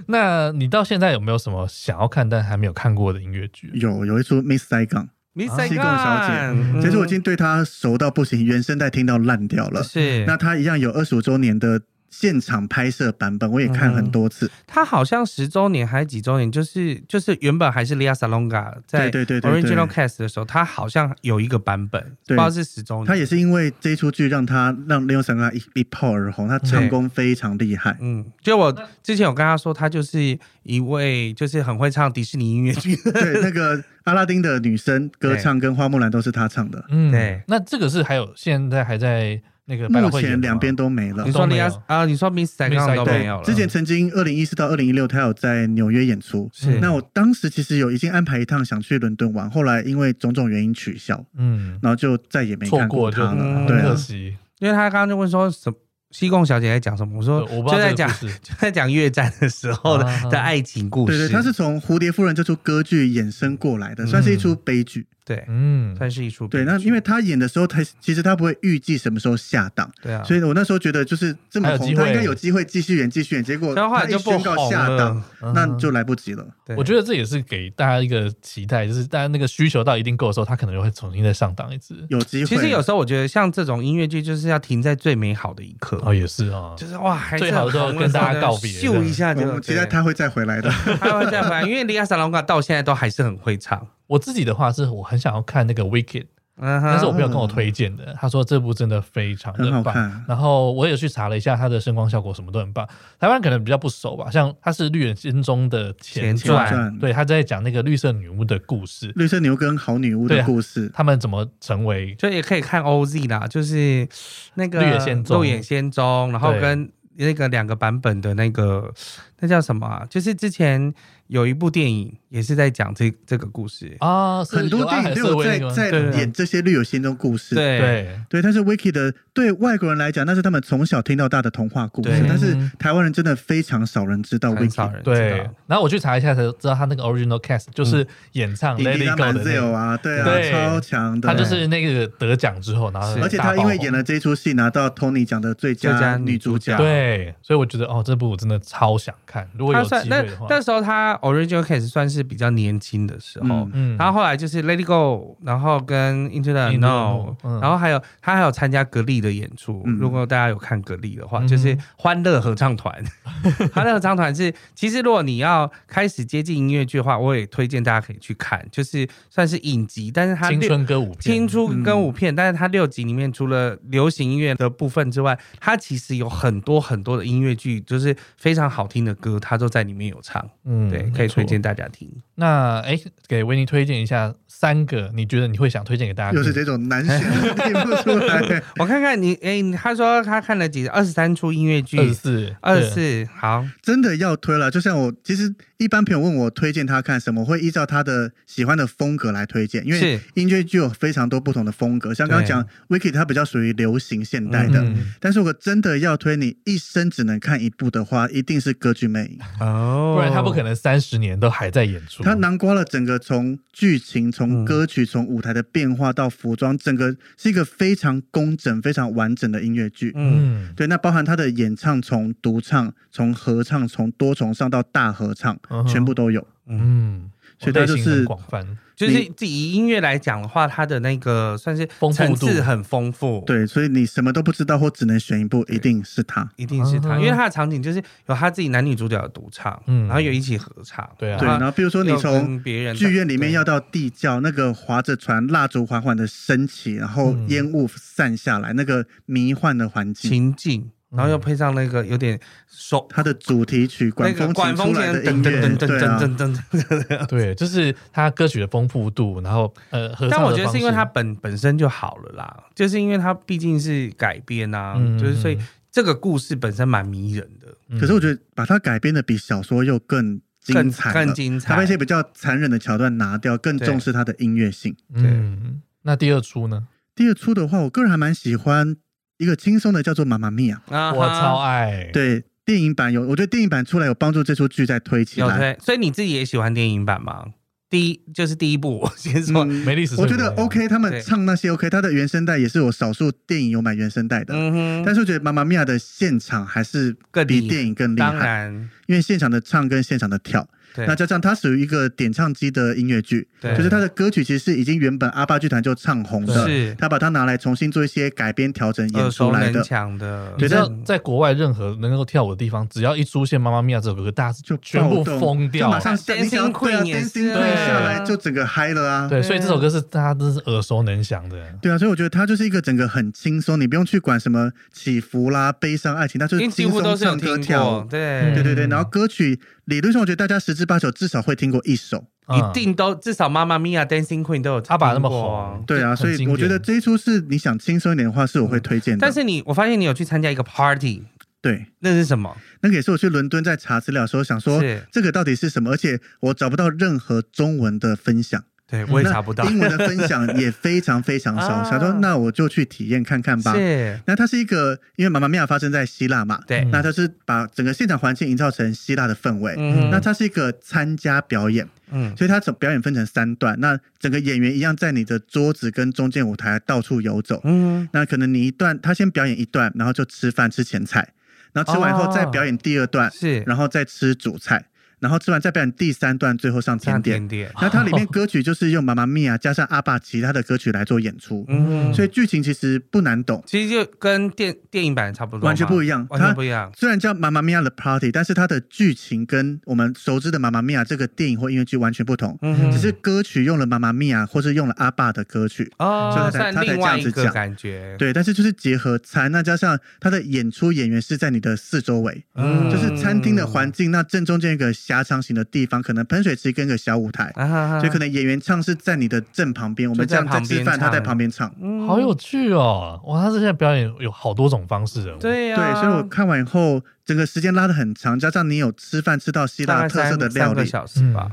[SPEAKER 1] 那你到现在有没有什么想要看但还没有看过的音乐剧？
[SPEAKER 3] 有有一出 Miss Saigon，
[SPEAKER 2] 米
[SPEAKER 1] 啊
[SPEAKER 2] 塞
[SPEAKER 3] 西贡小姐
[SPEAKER 1] 嗯
[SPEAKER 2] 干
[SPEAKER 3] 其实我已经对她熟到不行，原声带听到烂掉了。
[SPEAKER 2] 是
[SPEAKER 3] 那它一样有二十五周年的现场拍摄版本，我也看很多次。
[SPEAKER 2] 他好像十周年还是几周年，就是就是原本还是 Lia Salonga 在
[SPEAKER 3] 对对对对
[SPEAKER 2] Original
[SPEAKER 3] 对
[SPEAKER 2] Cast 的时候，他好像有一个版本，不知
[SPEAKER 3] 对
[SPEAKER 2] 道是十周
[SPEAKER 3] 他
[SPEAKER 2] 年。
[SPEAKER 3] 也是因为这一出剧让他让林宥嘉一一炮而红，他唱功非常 厉害。
[SPEAKER 2] 嗯，就我之前有跟他说，他就是一位就是很会唱迪士尼 音乐剧。
[SPEAKER 3] 对，那个阿拉丁的女生歌唱跟花木兰都是他唱的，
[SPEAKER 1] 嗯
[SPEAKER 2] 对
[SPEAKER 1] 那这个是还有现在还在那个百老
[SPEAKER 3] 目
[SPEAKER 1] 汇演
[SPEAKER 3] 前
[SPEAKER 1] 的吗
[SPEAKER 3] 两边都没了
[SPEAKER 2] 你。说
[SPEAKER 1] 都没有
[SPEAKER 2] Lia 啊，你说 Miss
[SPEAKER 1] Miss
[SPEAKER 2] Saigon 都
[SPEAKER 1] 都
[SPEAKER 2] 没有了，
[SPEAKER 3] 之前曾经二零一四到二零一六，他有在纽约演出。
[SPEAKER 2] 是
[SPEAKER 3] 那我当时其实有已经安排一趟想去伦敦玩，后来因为种种原因取消，
[SPEAKER 1] 嗯
[SPEAKER 3] 然后就再也没
[SPEAKER 1] 错
[SPEAKER 3] 看
[SPEAKER 1] 过就嗯
[SPEAKER 3] 他了。
[SPEAKER 2] 嗯
[SPEAKER 1] 很
[SPEAKER 3] 对
[SPEAKER 1] 可
[SPEAKER 3] 啊，
[SPEAKER 1] 惜，
[SPEAKER 2] 因为他刚刚就问说什么西贡小姐在讲什么，我
[SPEAKER 1] 对
[SPEAKER 2] 说
[SPEAKER 1] 呃我不
[SPEAKER 2] 就
[SPEAKER 1] 知道
[SPEAKER 2] 在
[SPEAKER 1] 这
[SPEAKER 2] 讲
[SPEAKER 1] 个 故事。
[SPEAKER 2] 就在讲越战的时候的、
[SPEAKER 1] 啊
[SPEAKER 2] 的爱情故
[SPEAKER 3] 对
[SPEAKER 2] 事。
[SPEAKER 3] 对，他是从《蝴蝶夫人》这出歌剧衍生过来的，算是一出悲剧。
[SPEAKER 2] 对，
[SPEAKER 1] 嗯，
[SPEAKER 2] 算是一出
[SPEAKER 3] 对，
[SPEAKER 2] 嗯悲
[SPEAKER 3] 那
[SPEAKER 2] 剧
[SPEAKER 3] 因为他演的时候，他其实他不会预计什么时候下档，
[SPEAKER 2] 对啊，
[SPEAKER 3] 所以我那时候觉得就是这么
[SPEAKER 1] 还有
[SPEAKER 3] 红，
[SPEAKER 1] 机会
[SPEAKER 3] 他应该有机会继续演，继续演。结果
[SPEAKER 2] 然后后
[SPEAKER 3] 他
[SPEAKER 2] 来
[SPEAKER 3] 一
[SPEAKER 2] 就不
[SPEAKER 3] 宣告
[SPEAKER 2] 红
[SPEAKER 3] 下档
[SPEAKER 2] 了。，嗯
[SPEAKER 3] 那就来不及了。
[SPEAKER 2] 对
[SPEAKER 1] 我觉得这也是给大家一个期待，就是大家那个需求到一定够的时候，他可能又会重新再上档一次。
[SPEAKER 3] 有机会，啊
[SPEAKER 2] 其实有时候我觉得像这种音乐剧，就是要停在最美好的一刻，
[SPEAKER 1] 哦，也是啊，
[SPEAKER 2] 就是哇，还是
[SPEAKER 1] 最好的时候
[SPEAKER 2] 很
[SPEAKER 1] 跟大家
[SPEAKER 2] 红的时候
[SPEAKER 1] 告别
[SPEAKER 2] 秀一下
[SPEAKER 3] 我
[SPEAKER 2] 就。
[SPEAKER 3] 们期待
[SPEAKER 2] 对
[SPEAKER 3] 他会再回来的。
[SPEAKER 2] 他会再回来，因为 Lia Salonga 到现在都还是很会唱。
[SPEAKER 1] 我自己的话是我很想要看那个 Wicked，
[SPEAKER 2] 嗯哼，
[SPEAKER 1] 但是我朋友跟我推荐的，他说这部真的非常的
[SPEAKER 3] 很好
[SPEAKER 1] 棒
[SPEAKER 3] 看。
[SPEAKER 1] 然后我也去查了一下它的声光效果，什么都很棒。台湾可能比较不熟吧，像它是《绿野仙踪》的前
[SPEAKER 2] 前
[SPEAKER 1] 传，
[SPEAKER 3] 传
[SPEAKER 1] 对，他在讲那个绿色女巫的故事，
[SPEAKER 3] 绿色牛跟好女巫的故事，
[SPEAKER 1] 他们怎么成为
[SPEAKER 2] 就也可以看 OZ 啦，就是那个
[SPEAKER 1] 绿野仙踪
[SPEAKER 2] 鹿野仙踪然后
[SPEAKER 1] 对
[SPEAKER 2] 跟那个两个版本的那个那叫什么啊、就是之前有一部电影也是在讲这这个故事。
[SPEAKER 3] 哦
[SPEAKER 1] 啊，是
[SPEAKER 3] 很多
[SPEAKER 1] 有
[SPEAKER 3] 电
[SPEAKER 1] 安
[SPEAKER 3] 影
[SPEAKER 1] 海
[SPEAKER 3] 都
[SPEAKER 1] 瑟
[SPEAKER 3] 有
[SPEAKER 1] 薇
[SPEAKER 3] 在
[SPEAKER 1] 那个吗
[SPEAKER 3] 在
[SPEAKER 2] 对对
[SPEAKER 3] 演这些绿有心中故事，
[SPEAKER 2] 对
[SPEAKER 1] 对
[SPEAKER 3] 对，但是 Wiki 的对外国人来讲，那是他们从小听到大的童话故事
[SPEAKER 2] 对，
[SPEAKER 3] 但是
[SPEAKER 1] 嗯
[SPEAKER 3] 台湾人真的非常少人知道
[SPEAKER 2] 很少
[SPEAKER 3] Wiki。
[SPEAKER 2] 人知
[SPEAKER 1] 对
[SPEAKER 2] 道。，
[SPEAKER 1] 然后我去查一下才知道他那个 original cast 就是演唱
[SPEAKER 3] 伊
[SPEAKER 1] Let
[SPEAKER 3] 丽
[SPEAKER 1] It
[SPEAKER 3] 莎
[SPEAKER 1] Go
[SPEAKER 3] 曼
[SPEAKER 1] 的那
[SPEAKER 3] 塞尔
[SPEAKER 1] 个，
[SPEAKER 3] 啊，对啊，
[SPEAKER 1] 对
[SPEAKER 3] 超强的。
[SPEAKER 1] 他就是那个得奖之后，然后
[SPEAKER 2] 是
[SPEAKER 3] 而且他因为演了这出戏，拿到 Tony 奖的最
[SPEAKER 2] 最佳
[SPEAKER 3] 佳
[SPEAKER 2] 女
[SPEAKER 3] 女主
[SPEAKER 2] 主角
[SPEAKER 3] 角。
[SPEAKER 1] 对，所以我觉得哦，这部我真的超想看，如果有
[SPEAKER 2] 他
[SPEAKER 1] 机
[SPEAKER 2] 算
[SPEAKER 1] 会
[SPEAKER 2] 那
[SPEAKER 1] 的话，
[SPEAKER 2] 那时候他 original case 算是比较年轻的时候
[SPEAKER 3] 嗯，
[SPEAKER 1] 嗯，
[SPEAKER 2] 然后后来就是 Let It Go，然后跟 Into the
[SPEAKER 1] Into
[SPEAKER 2] No，
[SPEAKER 1] the Unknown，嗯
[SPEAKER 2] 然后还有他还有参加格力的演出。
[SPEAKER 3] 嗯
[SPEAKER 2] 如果大家有看格力的话，
[SPEAKER 1] 嗯
[SPEAKER 2] 就是欢乐合唱团。 欢乐合唱团是，其实如果你要开始接近音乐剧的话，我也推荐大家可以去看，就是算是影集，但是它
[SPEAKER 1] 青
[SPEAKER 2] 六
[SPEAKER 1] 春歌舞片
[SPEAKER 2] 青，春跟舞片，嗯但是它六集里面除了流行音乐的部分之外，它其实有很多很多的音乐剧，就是非常好听的歌，它都在里面有唱。
[SPEAKER 1] 嗯
[SPEAKER 2] 对，可以推。荐
[SPEAKER 1] 没错
[SPEAKER 2] 大家听。
[SPEAKER 1] 那哎，给维尼推荐一下三个，你觉得你会想推荐给大家
[SPEAKER 3] 又
[SPEAKER 1] 听？
[SPEAKER 3] 是这种难选的，听不出来。
[SPEAKER 2] 我看看你，哎、他说他看了几二十三出音乐剧
[SPEAKER 1] 二，十四，
[SPEAKER 2] 二十
[SPEAKER 1] 对，
[SPEAKER 2] 四，好，
[SPEAKER 3] 真的要推了，就像我，其实一般朋友问我推荐他看什么，我会依照他的喜欢的风格来推荐，因为
[SPEAKER 2] 是
[SPEAKER 3] 音乐剧有非常多不同的风格，像刚刚讲 Wiki 它比较属于流行现代的，
[SPEAKER 1] 嗯
[SPEAKER 3] 但是我真的要推你一生只能看一部的话，一定是《歌剧魅影》，
[SPEAKER 2] 哦
[SPEAKER 1] 不然他不可能三十年都还在演出。
[SPEAKER 3] 它囊括了整个从剧情、
[SPEAKER 2] 嗯
[SPEAKER 3] 从歌曲、从舞台的变化到服装，整个是一个非常工整、非常完整的音乐剧。
[SPEAKER 2] 嗯，
[SPEAKER 1] 嗯，
[SPEAKER 3] 对，那包含他的演唱，从独唱、从合唱、从多重唱到大合唱
[SPEAKER 1] 嗯，哼
[SPEAKER 3] 全部都有。
[SPEAKER 1] 嗯，
[SPEAKER 3] 所以它就
[SPEAKER 1] 类型很
[SPEAKER 3] 是
[SPEAKER 1] 广泛，
[SPEAKER 2] 就是自己以音乐来讲的话，它的那个算是
[SPEAKER 1] 丰富
[SPEAKER 2] 层
[SPEAKER 1] 度
[SPEAKER 2] 次很丰富，，
[SPEAKER 3] 对，所以你什么都不知道或只能选一部，一定是他。
[SPEAKER 2] 一定是他，
[SPEAKER 1] 嗯
[SPEAKER 2] 因为他的场景就是有他自己男女主角的独唱，
[SPEAKER 1] 嗯
[SPEAKER 2] 然后有一起合唱，
[SPEAKER 1] 对啊
[SPEAKER 3] 对，然后比如说你
[SPEAKER 2] 又
[SPEAKER 3] 从
[SPEAKER 2] 跟别人
[SPEAKER 3] 剧院里面要到地窖，那个划着船，蜡烛缓缓的升起，然后
[SPEAKER 1] 嗯
[SPEAKER 3] 烟雾散下来，那个迷幻的环境，
[SPEAKER 2] 情境，然后又配上那个有点手。
[SPEAKER 3] 它的主题曲
[SPEAKER 2] 那
[SPEAKER 3] 嗯管
[SPEAKER 2] 个
[SPEAKER 3] 风琴
[SPEAKER 2] 管
[SPEAKER 3] 出
[SPEAKER 2] 风琴
[SPEAKER 3] 来的音
[SPEAKER 2] 噔噔噔
[SPEAKER 3] 乐，对啊，
[SPEAKER 2] 噔噔噔噔 噔，
[SPEAKER 1] 对，就是它歌曲的丰富度，然后呃，合唱的
[SPEAKER 2] 但我觉得
[SPEAKER 1] 方
[SPEAKER 2] 是因为
[SPEAKER 1] 式
[SPEAKER 2] 它本本身就好了啦，就是因为它毕竟是改编啊，
[SPEAKER 1] 嗯
[SPEAKER 2] 就是所以这个故事本身蛮迷人的，
[SPEAKER 3] 可是我觉得把它改编的比小说又更精
[SPEAKER 2] 更
[SPEAKER 3] 彩
[SPEAKER 2] 更
[SPEAKER 3] 了，
[SPEAKER 2] 精
[SPEAKER 3] 它把
[SPEAKER 2] 彩
[SPEAKER 3] 一。些比较残忍的桥段拿掉，更
[SPEAKER 2] 对
[SPEAKER 3] 重视它的音乐性。
[SPEAKER 1] 嗯，那第二出呢？
[SPEAKER 3] 第二出的话，我个人还蛮喜欢一个轻松的，叫做《妈妈咪呀
[SPEAKER 2] 啊
[SPEAKER 1] 我
[SPEAKER 2] 哈
[SPEAKER 1] 超爱，》。，
[SPEAKER 3] 对，电影版有，我觉得电影版出来有帮助这出剧再推起
[SPEAKER 2] 有
[SPEAKER 3] 来。
[SPEAKER 2] 推，所以你自己也喜欢电影版吗？第一就是第一部，我先说，
[SPEAKER 3] 嗯
[SPEAKER 1] 没历史，
[SPEAKER 3] 我觉得 OK，他
[SPEAKER 2] 对
[SPEAKER 3] 们唱那些 OK，他的原声带也是我少数电影有买原声带的。
[SPEAKER 2] 嗯
[SPEAKER 3] 但
[SPEAKER 2] 哼，
[SPEAKER 3] 是我觉得《妈妈咪呀》的现场还是
[SPEAKER 2] 更厉
[SPEAKER 3] 比
[SPEAKER 2] 害
[SPEAKER 3] 电影更厉
[SPEAKER 2] 当
[SPEAKER 3] 害，
[SPEAKER 2] 然，
[SPEAKER 3] 因为现场的唱跟现场的跳，
[SPEAKER 2] 对
[SPEAKER 3] 那加上它属于一个点唱机的音乐剧，
[SPEAKER 2] 对
[SPEAKER 3] 就是它的歌曲其实是已经原本阿巴剧团就唱红的，
[SPEAKER 2] 是
[SPEAKER 3] 他把它拿来重新做一些改编调整演
[SPEAKER 2] 耳
[SPEAKER 3] 出
[SPEAKER 2] 熟
[SPEAKER 3] 来
[SPEAKER 2] 能
[SPEAKER 3] 的。
[SPEAKER 2] 详的，
[SPEAKER 1] 你
[SPEAKER 3] 对
[SPEAKER 1] 知
[SPEAKER 3] 但
[SPEAKER 1] 道，在国外任何能够跳舞的地方，只要一出现《妈妈咪呀》这首歌，大家
[SPEAKER 3] 就
[SPEAKER 1] 全部
[SPEAKER 3] 暴动
[SPEAKER 1] 疯掉
[SPEAKER 3] 就马上下
[SPEAKER 2] Dancing
[SPEAKER 3] 你想要对啊
[SPEAKER 2] Queen 也是
[SPEAKER 1] 对
[SPEAKER 3] Dancing Queen 下来就整个嗨了啊！
[SPEAKER 1] 对，所以这首歌是大家真是耳熟能详的。
[SPEAKER 3] 对啊，所以我觉得它就是一个整个很轻松，你不用去管什么起伏啦、悲伤、爱情，它就
[SPEAKER 2] 因为
[SPEAKER 3] 是
[SPEAKER 2] 几
[SPEAKER 3] 轻
[SPEAKER 2] 乎都
[SPEAKER 3] 松
[SPEAKER 2] 是有
[SPEAKER 3] 唱歌
[SPEAKER 2] 听
[SPEAKER 3] 跳
[SPEAKER 2] 过
[SPEAKER 3] 舞，。
[SPEAKER 2] 对，
[SPEAKER 3] 对对对，
[SPEAKER 1] 嗯
[SPEAKER 3] 然后歌曲理论上我觉得大家十之八九至少会听过一首。
[SPEAKER 1] 嗯
[SPEAKER 2] 一定都至少《妈妈咪呀》《Dancing Queen》都有
[SPEAKER 1] 阿爸那么
[SPEAKER 2] 听过啊
[SPEAKER 1] 红，
[SPEAKER 3] 对啊，
[SPEAKER 1] 很
[SPEAKER 3] 所以
[SPEAKER 1] 经
[SPEAKER 3] 我觉得
[SPEAKER 1] 典
[SPEAKER 3] 这一出是你想轻松一点的话，是我会推荐的。
[SPEAKER 2] 但是你，我发现你有去参加一个 party，
[SPEAKER 3] 对，
[SPEAKER 2] 那是什么？
[SPEAKER 3] 那个也是我去伦敦在查资料的时候想说
[SPEAKER 2] 是，
[SPEAKER 3] 这个到底是什么？而且我找不到任何中文的分享，
[SPEAKER 2] 对我也查不到
[SPEAKER 3] 那。英文的分享也非常非常少。
[SPEAKER 2] 啊
[SPEAKER 3] 想说，那我就去体验看看吧。
[SPEAKER 2] 是，
[SPEAKER 3] 那它是一个，因为妈妈咪呀发生在希腊嘛，
[SPEAKER 2] 对，
[SPEAKER 3] 那它是把整个现场环境营造成希腊的氛围。
[SPEAKER 2] 嗯
[SPEAKER 3] 那它是一个参加表演，
[SPEAKER 2] 嗯
[SPEAKER 3] 所以它整表演分成三段。那整个演员一样在你的桌子跟中间舞台到处游走。
[SPEAKER 2] 嗯，
[SPEAKER 3] 那可能你一段，他先表演一段，然后就吃饭吃前菜，然后吃完以
[SPEAKER 2] 哦
[SPEAKER 3] 后再表演第二段，
[SPEAKER 2] 是
[SPEAKER 3] 然后再吃主菜，然后吃完再表演第三段，最后上
[SPEAKER 2] 这样
[SPEAKER 3] 甜
[SPEAKER 2] 点
[SPEAKER 3] 点。
[SPEAKER 2] 点，
[SPEAKER 3] 那它里面歌曲就是用《妈妈咪呀》加上阿爸其他的歌曲来做演出，
[SPEAKER 2] 嗯
[SPEAKER 3] 所以剧情其实不难懂。
[SPEAKER 2] 其实就跟电电影版差不多嘛，
[SPEAKER 3] 完全不一样
[SPEAKER 2] 完全
[SPEAKER 3] 它
[SPEAKER 2] 不一样。
[SPEAKER 3] 虽然叫《妈妈咪呀》的 Party，但是它的剧情跟我们熟知的《妈妈咪呀》这个电影或音乐剧完全不同，
[SPEAKER 2] 嗯哼
[SPEAKER 3] 只是歌曲用了《妈妈咪呀》或是用了阿爸的歌曲，所以
[SPEAKER 2] 哦，
[SPEAKER 3] 他才
[SPEAKER 2] 算
[SPEAKER 3] 他才
[SPEAKER 2] 另
[SPEAKER 3] 这
[SPEAKER 2] 外
[SPEAKER 3] 样
[SPEAKER 2] 一
[SPEAKER 3] 子
[SPEAKER 2] 个
[SPEAKER 3] 讲
[SPEAKER 2] 感觉，
[SPEAKER 3] 对，但是就是结合餐，那加上它的演出演员是在你的四周围，
[SPEAKER 2] 嗯，
[SPEAKER 3] 就是餐厅的环境，那正中间有一个狭长型的地方，可能喷水池跟个小舞台，
[SPEAKER 2] 啊哈哈
[SPEAKER 3] 所以可能演员唱是在你的正旁边，我们
[SPEAKER 2] 就
[SPEAKER 3] 这
[SPEAKER 2] 在
[SPEAKER 3] 样在
[SPEAKER 2] 旁边
[SPEAKER 3] 吃饭，他在
[SPEAKER 2] 唱
[SPEAKER 3] 旁边唱。
[SPEAKER 2] 嗯
[SPEAKER 1] 好有趣哦！哇，他这现在表演有好多种方式的，，
[SPEAKER 2] 对啊呀、
[SPEAKER 3] 对，所以我看完以后，整个时间拉的很长，加上你有吃饭吃到希
[SPEAKER 2] 大
[SPEAKER 3] 腊
[SPEAKER 2] 概
[SPEAKER 3] 特色
[SPEAKER 2] 三
[SPEAKER 3] 的
[SPEAKER 2] 三
[SPEAKER 3] 料
[SPEAKER 2] 个
[SPEAKER 3] 理，嗯
[SPEAKER 2] 小时吧，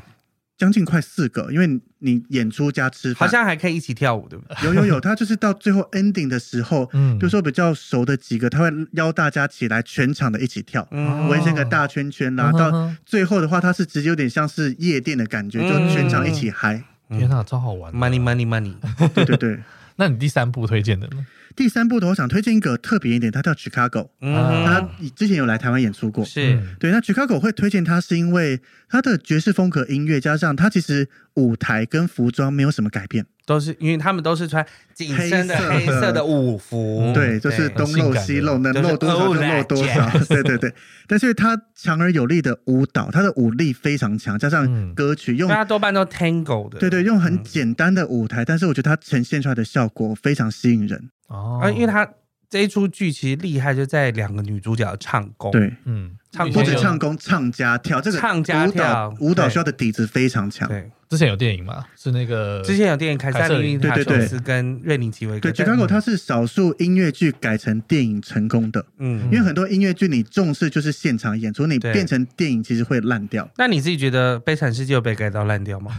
[SPEAKER 3] 将近快四个，因为你你演出加吃
[SPEAKER 2] 好
[SPEAKER 3] 饭，
[SPEAKER 2] 像还可以一起跳舞，对 不对？
[SPEAKER 3] 有有 有，他就是到最后 ending 的时候，
[SPEAKER 1] 嗯
[SPEAKER 3] 比如说比较熟的几个，他会邀大家起来全场的一起跳，
[SPEAKER 2] 嗯，
[SPEAKER 1] 我也
[SPEAKER 3] 围
[SPEAKER 1] 是
[SPEAKER 3] 成个大圈圈啦。
[SPEAKER 1] 嗯哼
[SPEAKER 3] 到
[SPEAKER 1] 哼
[SPEAKER 3] 最后的话，他是直接有点像是夜店的感
[SPEAKER 2] 嗯
[SPEAKER 3] 觉，就全场一 起嗨。
[SPEAKER 1] 天哪，超好玩的
[SPEAKER 2] money money money，
[SPEAKER 3] 对对对。
[SPEAKER 1] 那你第三部推荐的呢？
[SPEAKER 3] 第三部的话我想推荐一个特别一点，他叫 Chicago，
[SPEAKER 2] 嗯
[SPEAKER 3] 他，之前有来台湾演出过。
[SPEAKER 2] 是
[SPEAKER 1] 嗯
[SPEAKER 3] 对，那 Chicago 会推荐他是因为他的爵士风格音乐，加上他其实舞台跟服装没有什么改变，
[SPEAKER 2] 都是因为他们都是穿紧身的黑
[SPEAKER 3] 黑色的
[SPEAKER 2] 色的舞服
[SPEAKER 1] 嗯，
[SPEAKER 3] 对，就是
[SPEAKER 1] 都
[SPEAKER 3] 东露西露，能露多少就
[SPEAKER 2] 哦
[SPEAKER 3] 露多少， 对对对。但是他强而有力的舞蹈，他的舞力非常强，加
[SPEAKER 1] 嗯
[SPEAKER 3] 上歌曲用
[SPEAKER 2] 大家多半都 tango 的，
[SPEAKER 3] 对对，用很
[SPEAKER 2] 嗯
[SPEAKER 3] 简单的舞台，但是我觉得它呈现出来的效果非常吸引人。
[SPEAKER 1] 哦
[SPEAKER 2] 啊，因为他这一出剧其实厉害就在两个女主角的唱功，，
[SPEAKER 3] 对，
[SPEAKER 1] 嗯，
[SPEAKER 2] 唱
[SPEAKER 1] 以
[SPEAKER 3] 或
[SPEAKER 1] 前
[SPEAKER 3] 者
[SPEAKER 1] 有
[SPEAKER 3] 唱功、唱加跳，这个
[SPEAKER 2] 唱加
[SPEAKER 3] 舞蹈
[SPEAKER 2] 跳
[SPEAKER 3] 舞蹈
[SPEAKER 2] 对
[SPEAKER 3] 需要的底子非常强。
[SPEAKER 2] 对。
[SPEAKER 1] 之前有电影嘛？是那个
[SPEAKER 2] 之前有电影《凯撒琳·塔
[SPEAKER 3] 对对
[SPEAKER 2] 修
[SPEAKER 3] 对
[SPEAKER 2] 斯》跟瑞尼奇维克，
[SPEAKER 3] 对
[SPEAKER 2] 但
[SPEAKER 3] ，Chicago 它是少数音乐剧改成电影成功的，
[SPEAKER 2] 嗯
[SPEAKER 3] 因，为很多音乐剧你重视就是现场演出，你
[SPEAKER 2] 对
[SPEAKER 3] 变成电影其实会烂掉。
[SPEAKER 2] 那你自己觉得《悲惨世界》有被改到烂掉吗？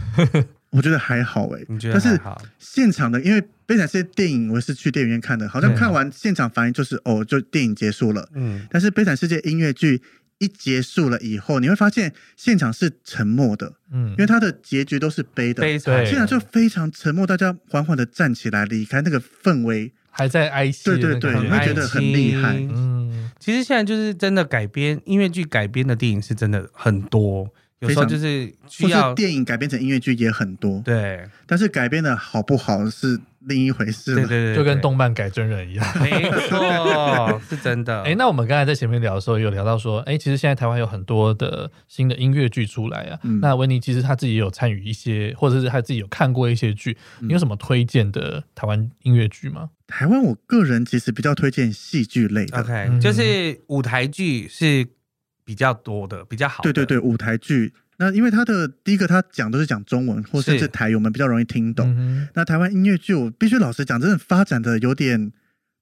[SPEAKER 3] 我觉得还好哎、
[SPEAKER 2] 你觉得
[SPEAKER 3] 但
[SPEAKER 2] 还
[SPEAKER 3] 是
[SPEAKER 2] 好？
[SPEAKER 3] 现场的，因为《悲惨世界》电影我是去电影院看的，好像
[SPEAKER 2] 对
[SPEAKER 3] 看完现场反应就是哦，就电影结束了。
[SPEAKER 2] 嗯，
[SPEAKER 3] 但是《悲惨世界》音乐剧一结束了以后，你会发现现场是沉默的，
[SPEAKER 1] 嗯
[SPEAKER 3] 因为它的结局都是悲的，
[SPEAKER 2] 悲惨
[SPEAKER 1] 对
[SPEAKER 3] 现场就非常沉默，大家缓缓的站起来离开，那个氛围，
[SPEAKER 1] 还在哀泣的
[SPEAKER 3] 对对
[SPEAKER 1] 那个
[SPEAKER 3] 对
[SPEAKER 1] 感觉，
[SPEAKER 3] 你会觉得很厉害
[SPEAKER 2] 哀戚
[SPEAKER 1] 嗯
[SPEAKER 2] 其实现在就是真的改编音乐剧改编的电影是真的很多，有时候
[SPEAKER 3] 非常
[SPEAKER 2] 就是需
[SPEAKER 3] 或是
[SPEAKER 2] 要
[SPEAKER 3] 电影改编成音乐剧也很多，
[SPEAKER 2] 对
[SPEAKER 3] 但是改编的好不好是另一回事
[SPEAKER 2] 对对对，嗯
[SPEAKER 3] 了。
[SPEAKER 1] 就跟
[SPEAKER 2] 东
[SPEAKER 1] 动漫改真人一 样。
[SPEAKER 2] 没错是真的。
[SPEAKER 1] 哎、那我们刚才在前面聊的时候，有聊到说，哎、其实现在台湾有很多的新的音乐剧出来啊。
[SPEAKER 3] 嗯
[SPEAKER 1] 那维尼其实他自己也有参与一些，或者是他自己有看过一些剧。
[SPEAKER 3] 嗯
[SPEAKER 1] 你有什么推荐的台湾音乐剧吗？
[SPEAKER 3] 台湾我个人其实比较推荐戏剧类的，
[SPEAKER 2] OK，、
[SPEAKER 1] 嗯
[SPEAKER 2] 就是舞台剧是比较多的，比较好的。
[SPEAKER 3] 对对对，舞台剧。那因为它的第一个，它讲都是讲中文或甚
[SPEAKER 2] 是
[SPEAKER 3] 至台语，我们比较容易听懂。
[SPEAKER 1] 嗯
[SPEAKER 3] 那台湾音乐剧，我必须老实讲，真的发展的有点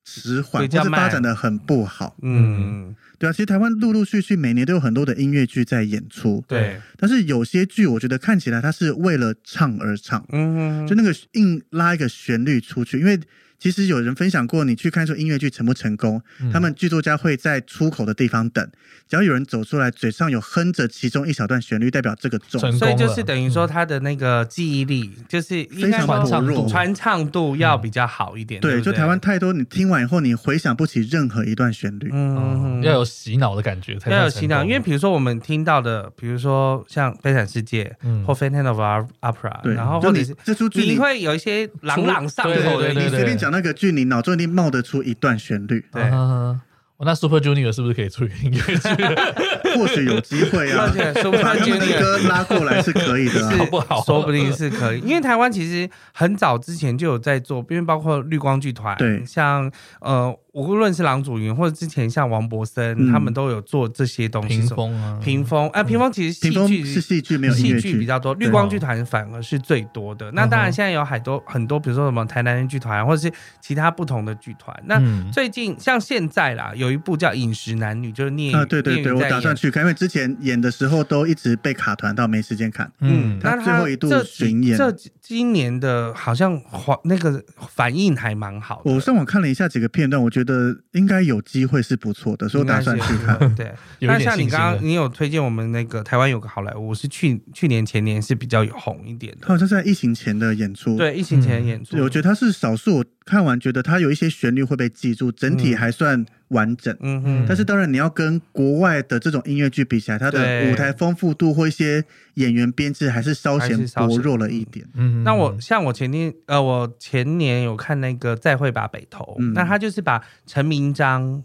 [SPEAKER 3] 迟缓，
[SPEAKER 2] 比
[SPEAKER 3] 或
[SPEAKER 2] 较
[SPEAKER 3] 是
[SPEAKER 2] 慢
[SPEAKER 3] 发展的很不好。
[SPEAKER 2] 嗯，
[SPEAKER 3] 对啊，其实台湾陆陆续续每年都有很多的音乐剧在演出，
[SPEAKER 2] 对，
[SPEAKER 3] 但是有些剧我觉得看起来它是为了唱而唱，
[SPEAKER 2] 嗯，
[SPEAKER 3] 就那个硬拉一个旋律出去，因为。其实有人分享过，你去看说音乐剧成不成功，
[SPEAKER 1] 嗯
[SPEAKER 3] 他们剧作家会在出口的地方等，只要有人走出来，嘴上有哼着其中一小段旋律，代表这个
[SPEAKER 1] 成
[SPEAKER 3] 中。
[SPEAKER 2] 所以就
[SPEAKER 1] 功
[SPEAKER 2] 是
[SPEAKER 1] 了
[SPEAKER 2] 等于说他的那个记忆力，就是应
[SPEAKER 3] 嗯非
[SPEAKER 2] 该说
[SPEAKER 1] 传
[SPEAKER 3] 常
[SPEAKER 1] 唱
[SPEAKER 3] 薄
[SPEAKER 1] 度
[SPEAKER 3] 弱，
[SPEAKER 2] 传唱度要比较好一点。对
[SPEAKER 3] 对，
[SPEAKER 2] 不对，
[SPEAKER 3] 就台湾太多，你听完以后你回想不起任何一段旋律。
[SPEAKER 2] 嗯，
[SPEAKER 1] 嗯要有洗脑的感觉才
[SPEAKER 2] 要有
[SPEAKER 1] 算成
[SPEAKER 2] 洗脑，
[SPEAKER 1] 功
[SPEAKER 2] 因为比如说我们听到的，比如说像《悲惨世界》
[SPEAKER 1] 嗯
[SPEAKER 2] 或《Phantom of the Opera》，
[SPEAKER 3] 对，
[SPEAKER 2] 然后
[SPEAKER 3] 就
[SPEAKER 2] 或者
[SPEAKER 3] 你
[SPEAKER 2] 是
[SPEAKER 3] 这出剧
[SPEAKER 2] 你
[SPEAKER 3] 你
[SPEAKER 2] 会哦有一些朗朗上口
[SPEAKER 1] 对
[SPEAKER 2] 的意
[SPEAKER 1] 对对
[SPEAKER 3] 你
[SPEAKER 2] 思。
[SPEAKER 3] 随便讲那个剧，你脑中一定冒得出一段旋律，啊
[SPEAKER 2] 对
[SPEAKER 1] 嗯哼哼我那 Super Junior 是不是可以出音乐 剧？
[SPEAKER 3] 或许有机会啊
[SPEAKER 2] 而，且说不
[SPEAKER 3] 把他
[SPEAKER 2] 定
[SPEAKER 3] 们的歌拉过来是可以的、
[SPEAKER 2] 是
[SPEAKER 3] 啊。
[SPEAKER 1] 不好
[SPEAKER 2] 说不定是可以，因为台湾其实很早之前就有在做，因为包括绿光剧团，
[SPEAKER 3] 对
[SPEAKER 2] 像呃，无论是郎祖云或者之前像王柏森，
[SPEAKER 3] 嗯
[SPEAKER 2] 他们都有做这些东西。
[SPEAKER 1] 屏风啊，
[SPEAKER 2] 屏风，啊，屏风其实戏
[SPEAKER 3] 屏风
[SPEAKER 2] 剧
[SPEAKER 3] 是戏剧，没啊嗯有音
[SPEAKER 2] 戏
[SPEAKER 3] 乐
[SPEAKER 2] 剧比较多，绿光剧团反而是最多的。那当然，现在有很多很多，比如说什么台南人剧团，啊或者是其他不同的剧团。那
[SPEAKER 1] 嗯
[SPEAKER 2] 最近像现在啦，有一部叫《饮食男女》，就是聂
[SPEAKER 3] 啊，对对
[SPEAKER 2] 聂
[SPEAKER 3] 对，
[SPEAKER 2] 宇
[SPEAKER 3] 我
[SPEAKER 2] 在
[SPEAKER 3] 打算
[SPEAKER 2] 演
[SPEAKER 3] 去看，因为之前演的时候都一直被卡团到没时间看。
[SPEAKER 2] 嗯，
[SPEAKER 1] 嗯
[SPEAKER 3] 他
[SPEAKER 2] 那
[SPEAKER 3] 最后一度
[SPEAKER 2] 这
[SPEAKER 3] 巡演
[SPEAKER 2] 这今年的好像反那个反应还蛮好的，
[SPEAKER 3] 我上网看了一下几个片段，我觉得应该有机会是不错的，所以我打算去
[SPEAKER 2] 应
[SPEAKER 3] 看。
[SPEAKER 2] 该是。对，
[SPEAKER 1] 有一
[SPEAKER 2] 那
[SPEAKER 1] 点
[SPEAKER 2] 像你
[SPEAKER 1] 信心
[SPEAKER 2] 刚
[SPEAKER 1] 了
[SPEAKER 2] 刚。你有推荐我们那个台湾有个好莱坞，是去去年前年是比较有红一点
[SPEAKER 3] 他
[SPEAKER 2] 的，
[SPEAKER 3] 好像是在疫情前的演出，
[SPEAKER 2] 对，疫情前的演出，
[SPEAKER 3] 嗯对，我觉得他是少数我看完觉得他有一些旋律会被记住，整体还算完整。
[SPEAKER 2] 嗯哼，
[SPEAKER 3] 但是当然，你要跟国外的这种音乐剧比起来，它
[SPEAKER 2] 对
[SPEAKER 3] 的舞台丰富度或一些演员编制还是稍
[SPEAKER 2] 还是
[SPEAKER 3] 显
[SPEAKER 2] 稍显
[SPEAKER 3] 薄弱了一点。
[SPEAKER 1] 嗯
[SPEAKER 2] 那我像我前天呃，我前年有看那个《再会吧北投》
[SPEAKER 3] 嗯
[SPEAKER 2] 那他就是把陈明章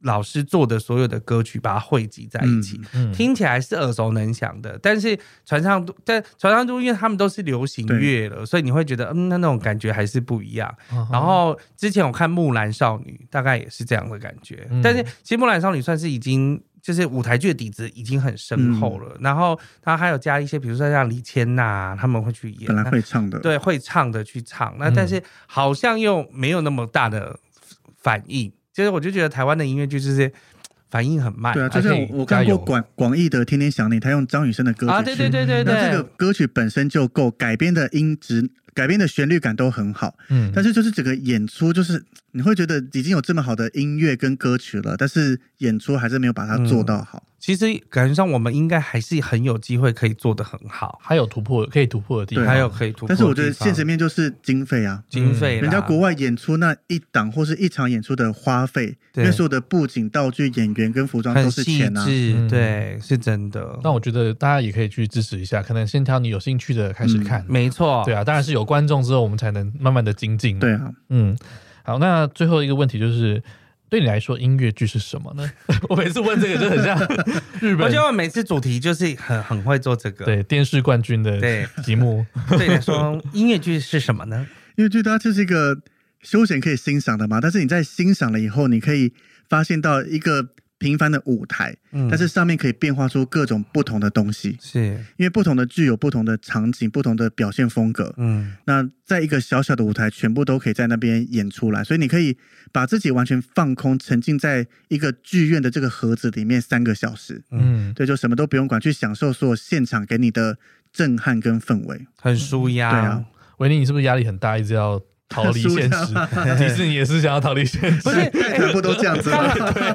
[SPEAKER 2] 老师做的所有的歌曲把它汇集在一起。
[SPEAKER 1] 嗯
[SPEAKER 2] 听起来是耳熟能详的，但是传唱度，但传唱度，因为他们都是流行乐了，所以你会觉得，嗯，那那种感觉还是不一样。然后之前我看《木兰少女》，大概也是这样的感觉，
[SPEAKER 1] 嗯
[SPEAKER 2] 但是其实《木兰少女》算是已经就是舞台剧的底子已经很深厚了。然后他还有加一些，比如说像李千娜他们会去演，
[SPEAKER 3] 本来
[SPEAKER 2] 那
[SPEAKER 3] 会唱的，，
[SPEAKER 2] 嗯对会唱的去唱，那
[SPEAKER 1] 嗯
[SPEAKER 2] 但是好像又没有那么大的反应。就是我就觉得台湾的音乐剧就是反应很慢
[SPEAKER 3] 对啊，就
[SPEAKER 1] 还
[SPEAKER 3] 像
[SPEAKER 1] 可以
[SPEAKER 3] 我我
[SPEAKER 1] 加
[SPEAKER 3] 看过
[SPEAKER 1] 油
[SPEAKER 3] 广广义的《天天想你》，他用张雨生的歌曲
[SPEAKER 2] 啊，
[SPEAKER 3] 去
[SPEAKER 2] 对对对对对，
[SPEAKER 3] 那这个歌曲本身就够，改编的音质、改编的旋律感都很好，
[SPEAKER 1] 嗯，
[SPEAKER 3] 但是就是整个演出，就是你会觉得已经有这么好的音乐跟歌曲了，但是演出还是没有把它
[SPEAKER 2] 嗯
[SPEAKER 3] 做到好。
[SPEAKER 2] 其实感觉上我们应该还是很有机会可以做得很好，
[SPEAKER 1] 还有突破可以突破的地方，
[SPEAKER 3] 对啊
[SPEAKER 2] 还有可以突破的地方。
[SPEAKER 3] 但是我觉得现实面就是经费啊，
[SPEAKER 2] 经费啦，
[SPEAKER 3] 人家国外演出那一档或是一场演出的花费，因
[SPEAKER 2] 对
[SPEAKER 3] 为所有的布景、道具、演员跟服装都
[SPEAKER 2] 很
[SPEAKER 3] 是
[SPEAKER 2] 细
[SPEAKER 3] 钱啊。
[SPEAKER 2] 致
[SPEAKER 1] 嗯，
[SPEAKER 2] 对，是真的，
[SPEAKER 1] 但我觉得大家也可以去支持一下，可能先挑你有兴趣的开始
[SPEAKER 3] 嗯
[SPEAKER 1] 看。
[SPEAKER 2] 没错，
[SPEAKER 1] 对
[SPEAKER 2] 啊，
[SPEAKER 1] 啊，当然是有观众之后，我们才能慢慢的精进。
[SPEAKER 3] 对，啊，
[SPEAKER 1] 嗯，好，那最后一个问题就是，对你来说音乐剧是什么 呢？我每次问这个就很像日
[SPEAKER 2] 我
[SPEAKER 1] 本
[SPEAKER 2] 觉得我每次主题就是很很会做这个，
[SPEAKER 1] 对电视冠军的
[SPEAKER 2] 对，
[SPEAKER 1] 题目。
[SPEAKER 2] 所以来说音乐剧是什么呢？
[SPEAKER 3] 因为觉得它就是一个休闲可以欣赏的嘛，但是你在欣赏了以后，你可以发现到一个平凡的舞台，
[SPEAKER 2] 嗯
[SPEAKER 3] 但是上面可以变化出各种不同的东西。
[SPEAKER 2] 是，
[SPEAKER 3] 因为不同的剧有不同的场景、不同的表现风格。
[SPEAKER 2] 嗯，
[SPEAKER 3] 那在一个小小的舞台，全部都可以在那边演出来，所以你可以把自己完全放空，沉浸在一个剧院的这个盒子里面三个小时。
[SPEAKER 1] 嗯，
[SPEAKER 3] 对，就什么都不用管，去享受所有现场给你的震撼跟氛围。
[SPEAKER 2] 很舒压，
[SPEAKER 3] 对啊，
[SPEAKER 1] 维尼，你是不是压力很大，一直要逃离现实？ 迪士尼也是想要逃离现实
[SPEAKER 2] 不。是。哎
[SPEAKER 3] 全部都这样子吗，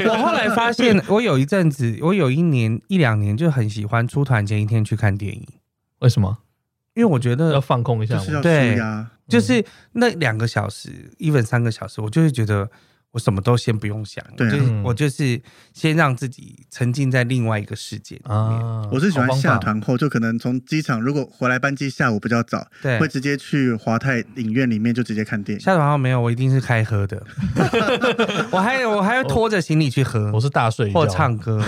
[SPEAKER 2] 我后来发 现，我有一阵子，我有一年一两年就很喜欢出团前一天去看电影，
[SPEAKER 1] 为什么
[SPEAKER 2] 因为我觉
[SPEAKER 1] 要
[SPEAKER 2] 得
[SPEAKER 1] 放空一下
[SPEAKER 3] 呃
[SPEAKER 1] 吗？
[SPEAKER 3] 就是要啊舒
[SPEAKER 2] 对
[SPEAKER 3] 压。
[SPEAKER 2] 就是那两个小时，even 三个小时，我就会觉得我什么都先不用想，
[SPEAKER 3] 对啊
[SPEAKER 2] 我就是
[SPEAKER 1] 嗯
[SPEAKER 2] 我就是先让自己沉浸在另外一个世界里面。
[SPEAKER 1] 啊，
[SPEAKER 3] 我是喜欢
[SPEAKER 1] 好方法
[SPEAKER 3] 下团后，就可能从机场如果回来班机下午比较早，
[SPEAKER 2] 对
[SPEAKER 3] 会，直接去华泰影院里面就直接看电 影。
[SPEAKER 2] 下次好像没有，我一定是开喝的， 我还我还会拖着行李去喝
[SPEAKER 1] 我是大睡一觉，
[SPEAKER 2] 或唱歌。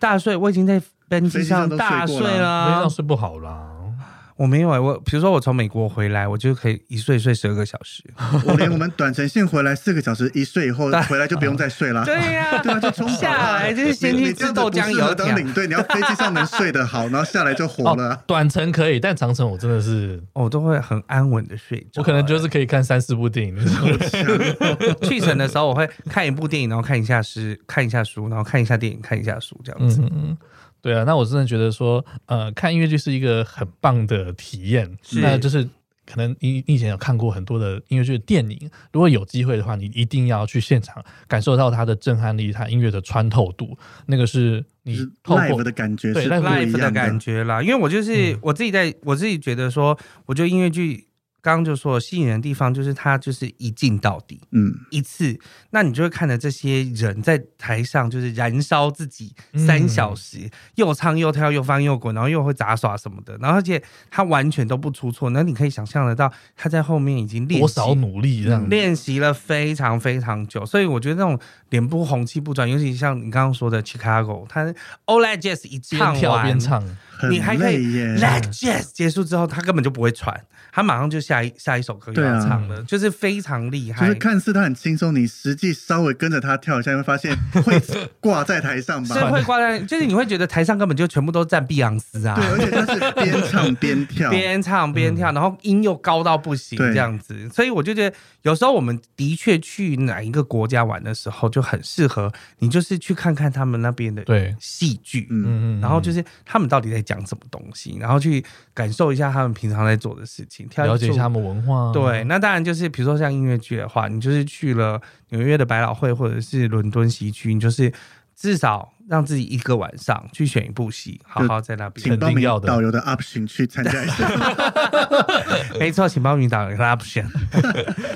[SPEAKER 2] 大睡，我已经在班机上
[SPEAKER 3] 飞机上都睡过
[SPEAKER 2] 大睡
[SPEAKER 1] 没这
[SPEAKER 2] 了
[SPEAKER 1] 样。睡不好啦。
[SPEAKER 2] 我没有哎、我比如说我从美国回来，我就可以一睡睡十二个小时。
[SPEAKER 3] 我连我们短程线回来四个小时一睡以后回来就不用再 睡啦。
[SPEAKER 2] 对呀、
[SPEAKER 3] 对啊，就冲
[SPEAKER 2] 下来就是先去吃豆浆油条
[SPEAKER 3] 当。领队，你要飞机上能睡得好，然后下来就火
[SPEAKER 1] 哦
[SPEAKER 3] 了啊。，
[SPEAKER 1] 短程可以，但长程我真的是，
[SPEAKER 2] 哦我都会很安稳的睡着。
[SPEAKER 1] 我可能就是可以看三四部电影那种。
[SPEAKER 2] 去程的时候，我会看一部电影，然后看一下诗，看一下书，然后看一下电影，看一下书，这样
[SPEAKER 1] 嗯
[SPEAKER 2] 子。
[SPEAKER 1] 嗯嗯，对啊，那我真的觉得说，呃，看音乐剧是一个很棒的体验。
[SPEAKER 2] 是
[SPEAKER 1] 那就是可能你你以前有看过很多的音乐剧的电影，如果有机会的话，你一定要去现场感受到它的震撼力，它音乐的穿透度，那个是
[SPEAKER 3] 就
[SPEAKER 1] 你
[SPEAKER 2] 嗯
[SPEAKER 3] 是
[SPEAKER 1] 透
[SPEAKER 3] live
[SPEAKER 1] 过
[SPEAKER 3] 的感觉
[SPEAKER 1] 对
[SPEAKER 3] 是不
[SPEAKER 2] life
[SPEAKER 3] 一
[SPEAKER 2] 的
[SPEAKER 3] 样
[SPEAKER 2] 感觉啦，因为我就是
[SPEAKER 1] 嗯
[SPEAKER 2] 我自己在，我自己觉得说，我觉得音乐剧刚刚就说了吸引人的地方就是它就是一镜到底
[SPEAKER 3] 嗯，
[SPEAKER 2] 一次，那你就会看着这些人在台上就是燃烧自己
[SPEAKER 1] 嗯
[SPEAKER 2] 三小时，又唱又跳又翻又滚，然后又会杂耍什么的，然后而且他完全都不出错，那你可以想象得到他在后面已经练
[SPEAKER 1] 多
[SPEAKER 2] 习
[SPEAKER 1] 少努力这样。
[SPEAKER 2] 练习了非常非常久，所以我觉得那种脸不红气不转，尤其像你刚刚说的 Chicago，他 All That Jazz 一
[SPEAKER 1] 边
[SPEAKER 2] 唱
[SPEAKER 1] 跳
[SPEAKER 2] 完
[SPEAKER 1] 边唱，
[SPEAKER 3] 很
[SPEAKER 2] 你还可以
[SPEAKER 3] 累耶。
[SPEAKER 2] Let Jazz 结束之后，他根本就不会喘，他马上就下一下一首歌又
[SPEAKER 3] 对啊
[SPEAKER 2] 要唱了，就是非常厉
[SPEAKER 3] 就
[SPEAKER 2] 害
[SPEAKER 3] 是。看似他很轻松，你实际稍微跟着他跳一下，你会发现 会挂在台上
[SPEAKER 2] 是
[SPEAKER 3] 吧？
[SPEAKER 2] 会挂在， 就是你会觉得台上根本就全部都站碧昂斯啊
[SPEAKER 3] 对，，而且他是边唱边跳，嗯
[SPEAKER 2] 边唱边跳，然后音又高到不行
[SPEAKER 3] 对
[SPEAKER 2] 这样子，所以我就觉得有时候我们的确去哪一个国家玩的时候，就很适合你就是去看看他们那边的
[SPEAKER 1] 对，
[SPEAKER 2] 戏剧，
[SPEAKER 3] 嗯，
[SPEAKER 1] 嗯嗯，
[SPEAKER 2] 然后就是他们到底在讲什么东西，然后去感受一下他们平常在做的事情，挑
[SPEAKER 1] 了解一下他
[SPEAKER 2] 出。
[SPEAKER 1] 们文化，
[SPEAKER 2] 嗯
[SPEAKER 1] 啊
[SPEAKER 2] 对，，那当然就是比如说像音乐剧的话，你就是去了纽约的百老汇或者是伦敦西区，你就是至少让自己一个晚上去选一部戏，好好在那
[SPEAKER 3] 请
[SPEAKER 2] 边。
[SPEAKER 3] 报
[SPEAKER 1] 肯定
[SPEAKER 3] 名
[SPEAKER 1] 要的
[SPEAKER 3] 导游的 option 去参加一下。
[SPEAKER 2] 没错，请报名打 option。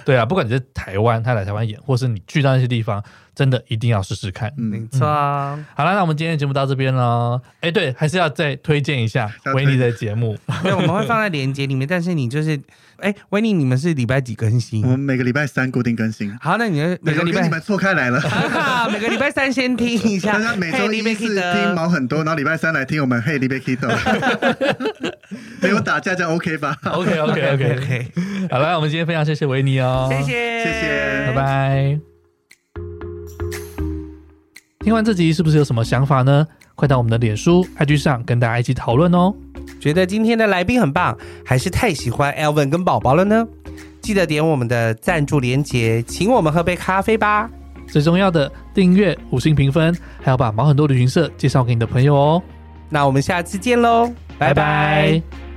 [SPEAKER 1] 对啊，不管你在台湾，他来台湾演，或是你去到那些地方，真的一定要试试看。
[SPEAKER 2] 没
[SPEAKER 3] 嗯，
[SPEAKER 2] 错，啊
[SPEAKER 1] 好了，那我们今天的节目到这边喽。哎，对，还是要再推荐一下
[SPEAKER 3] 要推
[SPEAKER 1] 维尼的节目，
[SPEAKER 2] 对，我们会放在链接里面，但是你就是，哎，维尼，你们是礼拜几更新
[SPEAKER 3] 我？们每个礼拜三固定更新，
[SPEAKER 2] 好，那你们每个
[SPEAKER 3] 我
[SPEAKER 2] 礼
[SPEAKER 3] 嗯跟
[SPEAKER 2] 拜
[SPEAKER 3] 你们错开来了。
[SPEAKER 2] 啊， 每个礼拜三先听一下
[SPEAKER 3] 大家。每周
[SPEAKER 2] 嘿
[SPEAKER 3] 一是
[SPEAKER 2] Libby Kid
[SPEAKER 3] 听毛很多，然后礼拜三来听我们 Hey l i b k i d o 没有打架就 OK 吧？
[SPEAKER 1] OK OK OK OK，好了，我们今天非常谢谢维尼哦，
[SPEAKER 2] 谢，谢，
[SPEAKER 3] 谢谢
[SPEAKER 1] 拜拜。听完这集是不是有什么想法呢？快到我们的脸书、IG 上跟大家一起讨论哦。
[SPEAKER 2] 觉得今天的来宾很棒，还是太喜欢 Elvin 跟宝宝了呢？记得点我们的赞助连结，请我们喝杯咖啡吧。
[SPEAKER 1] 最重要的，订阅、五星评分，还要把毛很多旅行社介绍给你的朋友哦。
[SPEAKER 2] 那我们下次见喽，拜拜。
[SPEAKER 1] 拜拜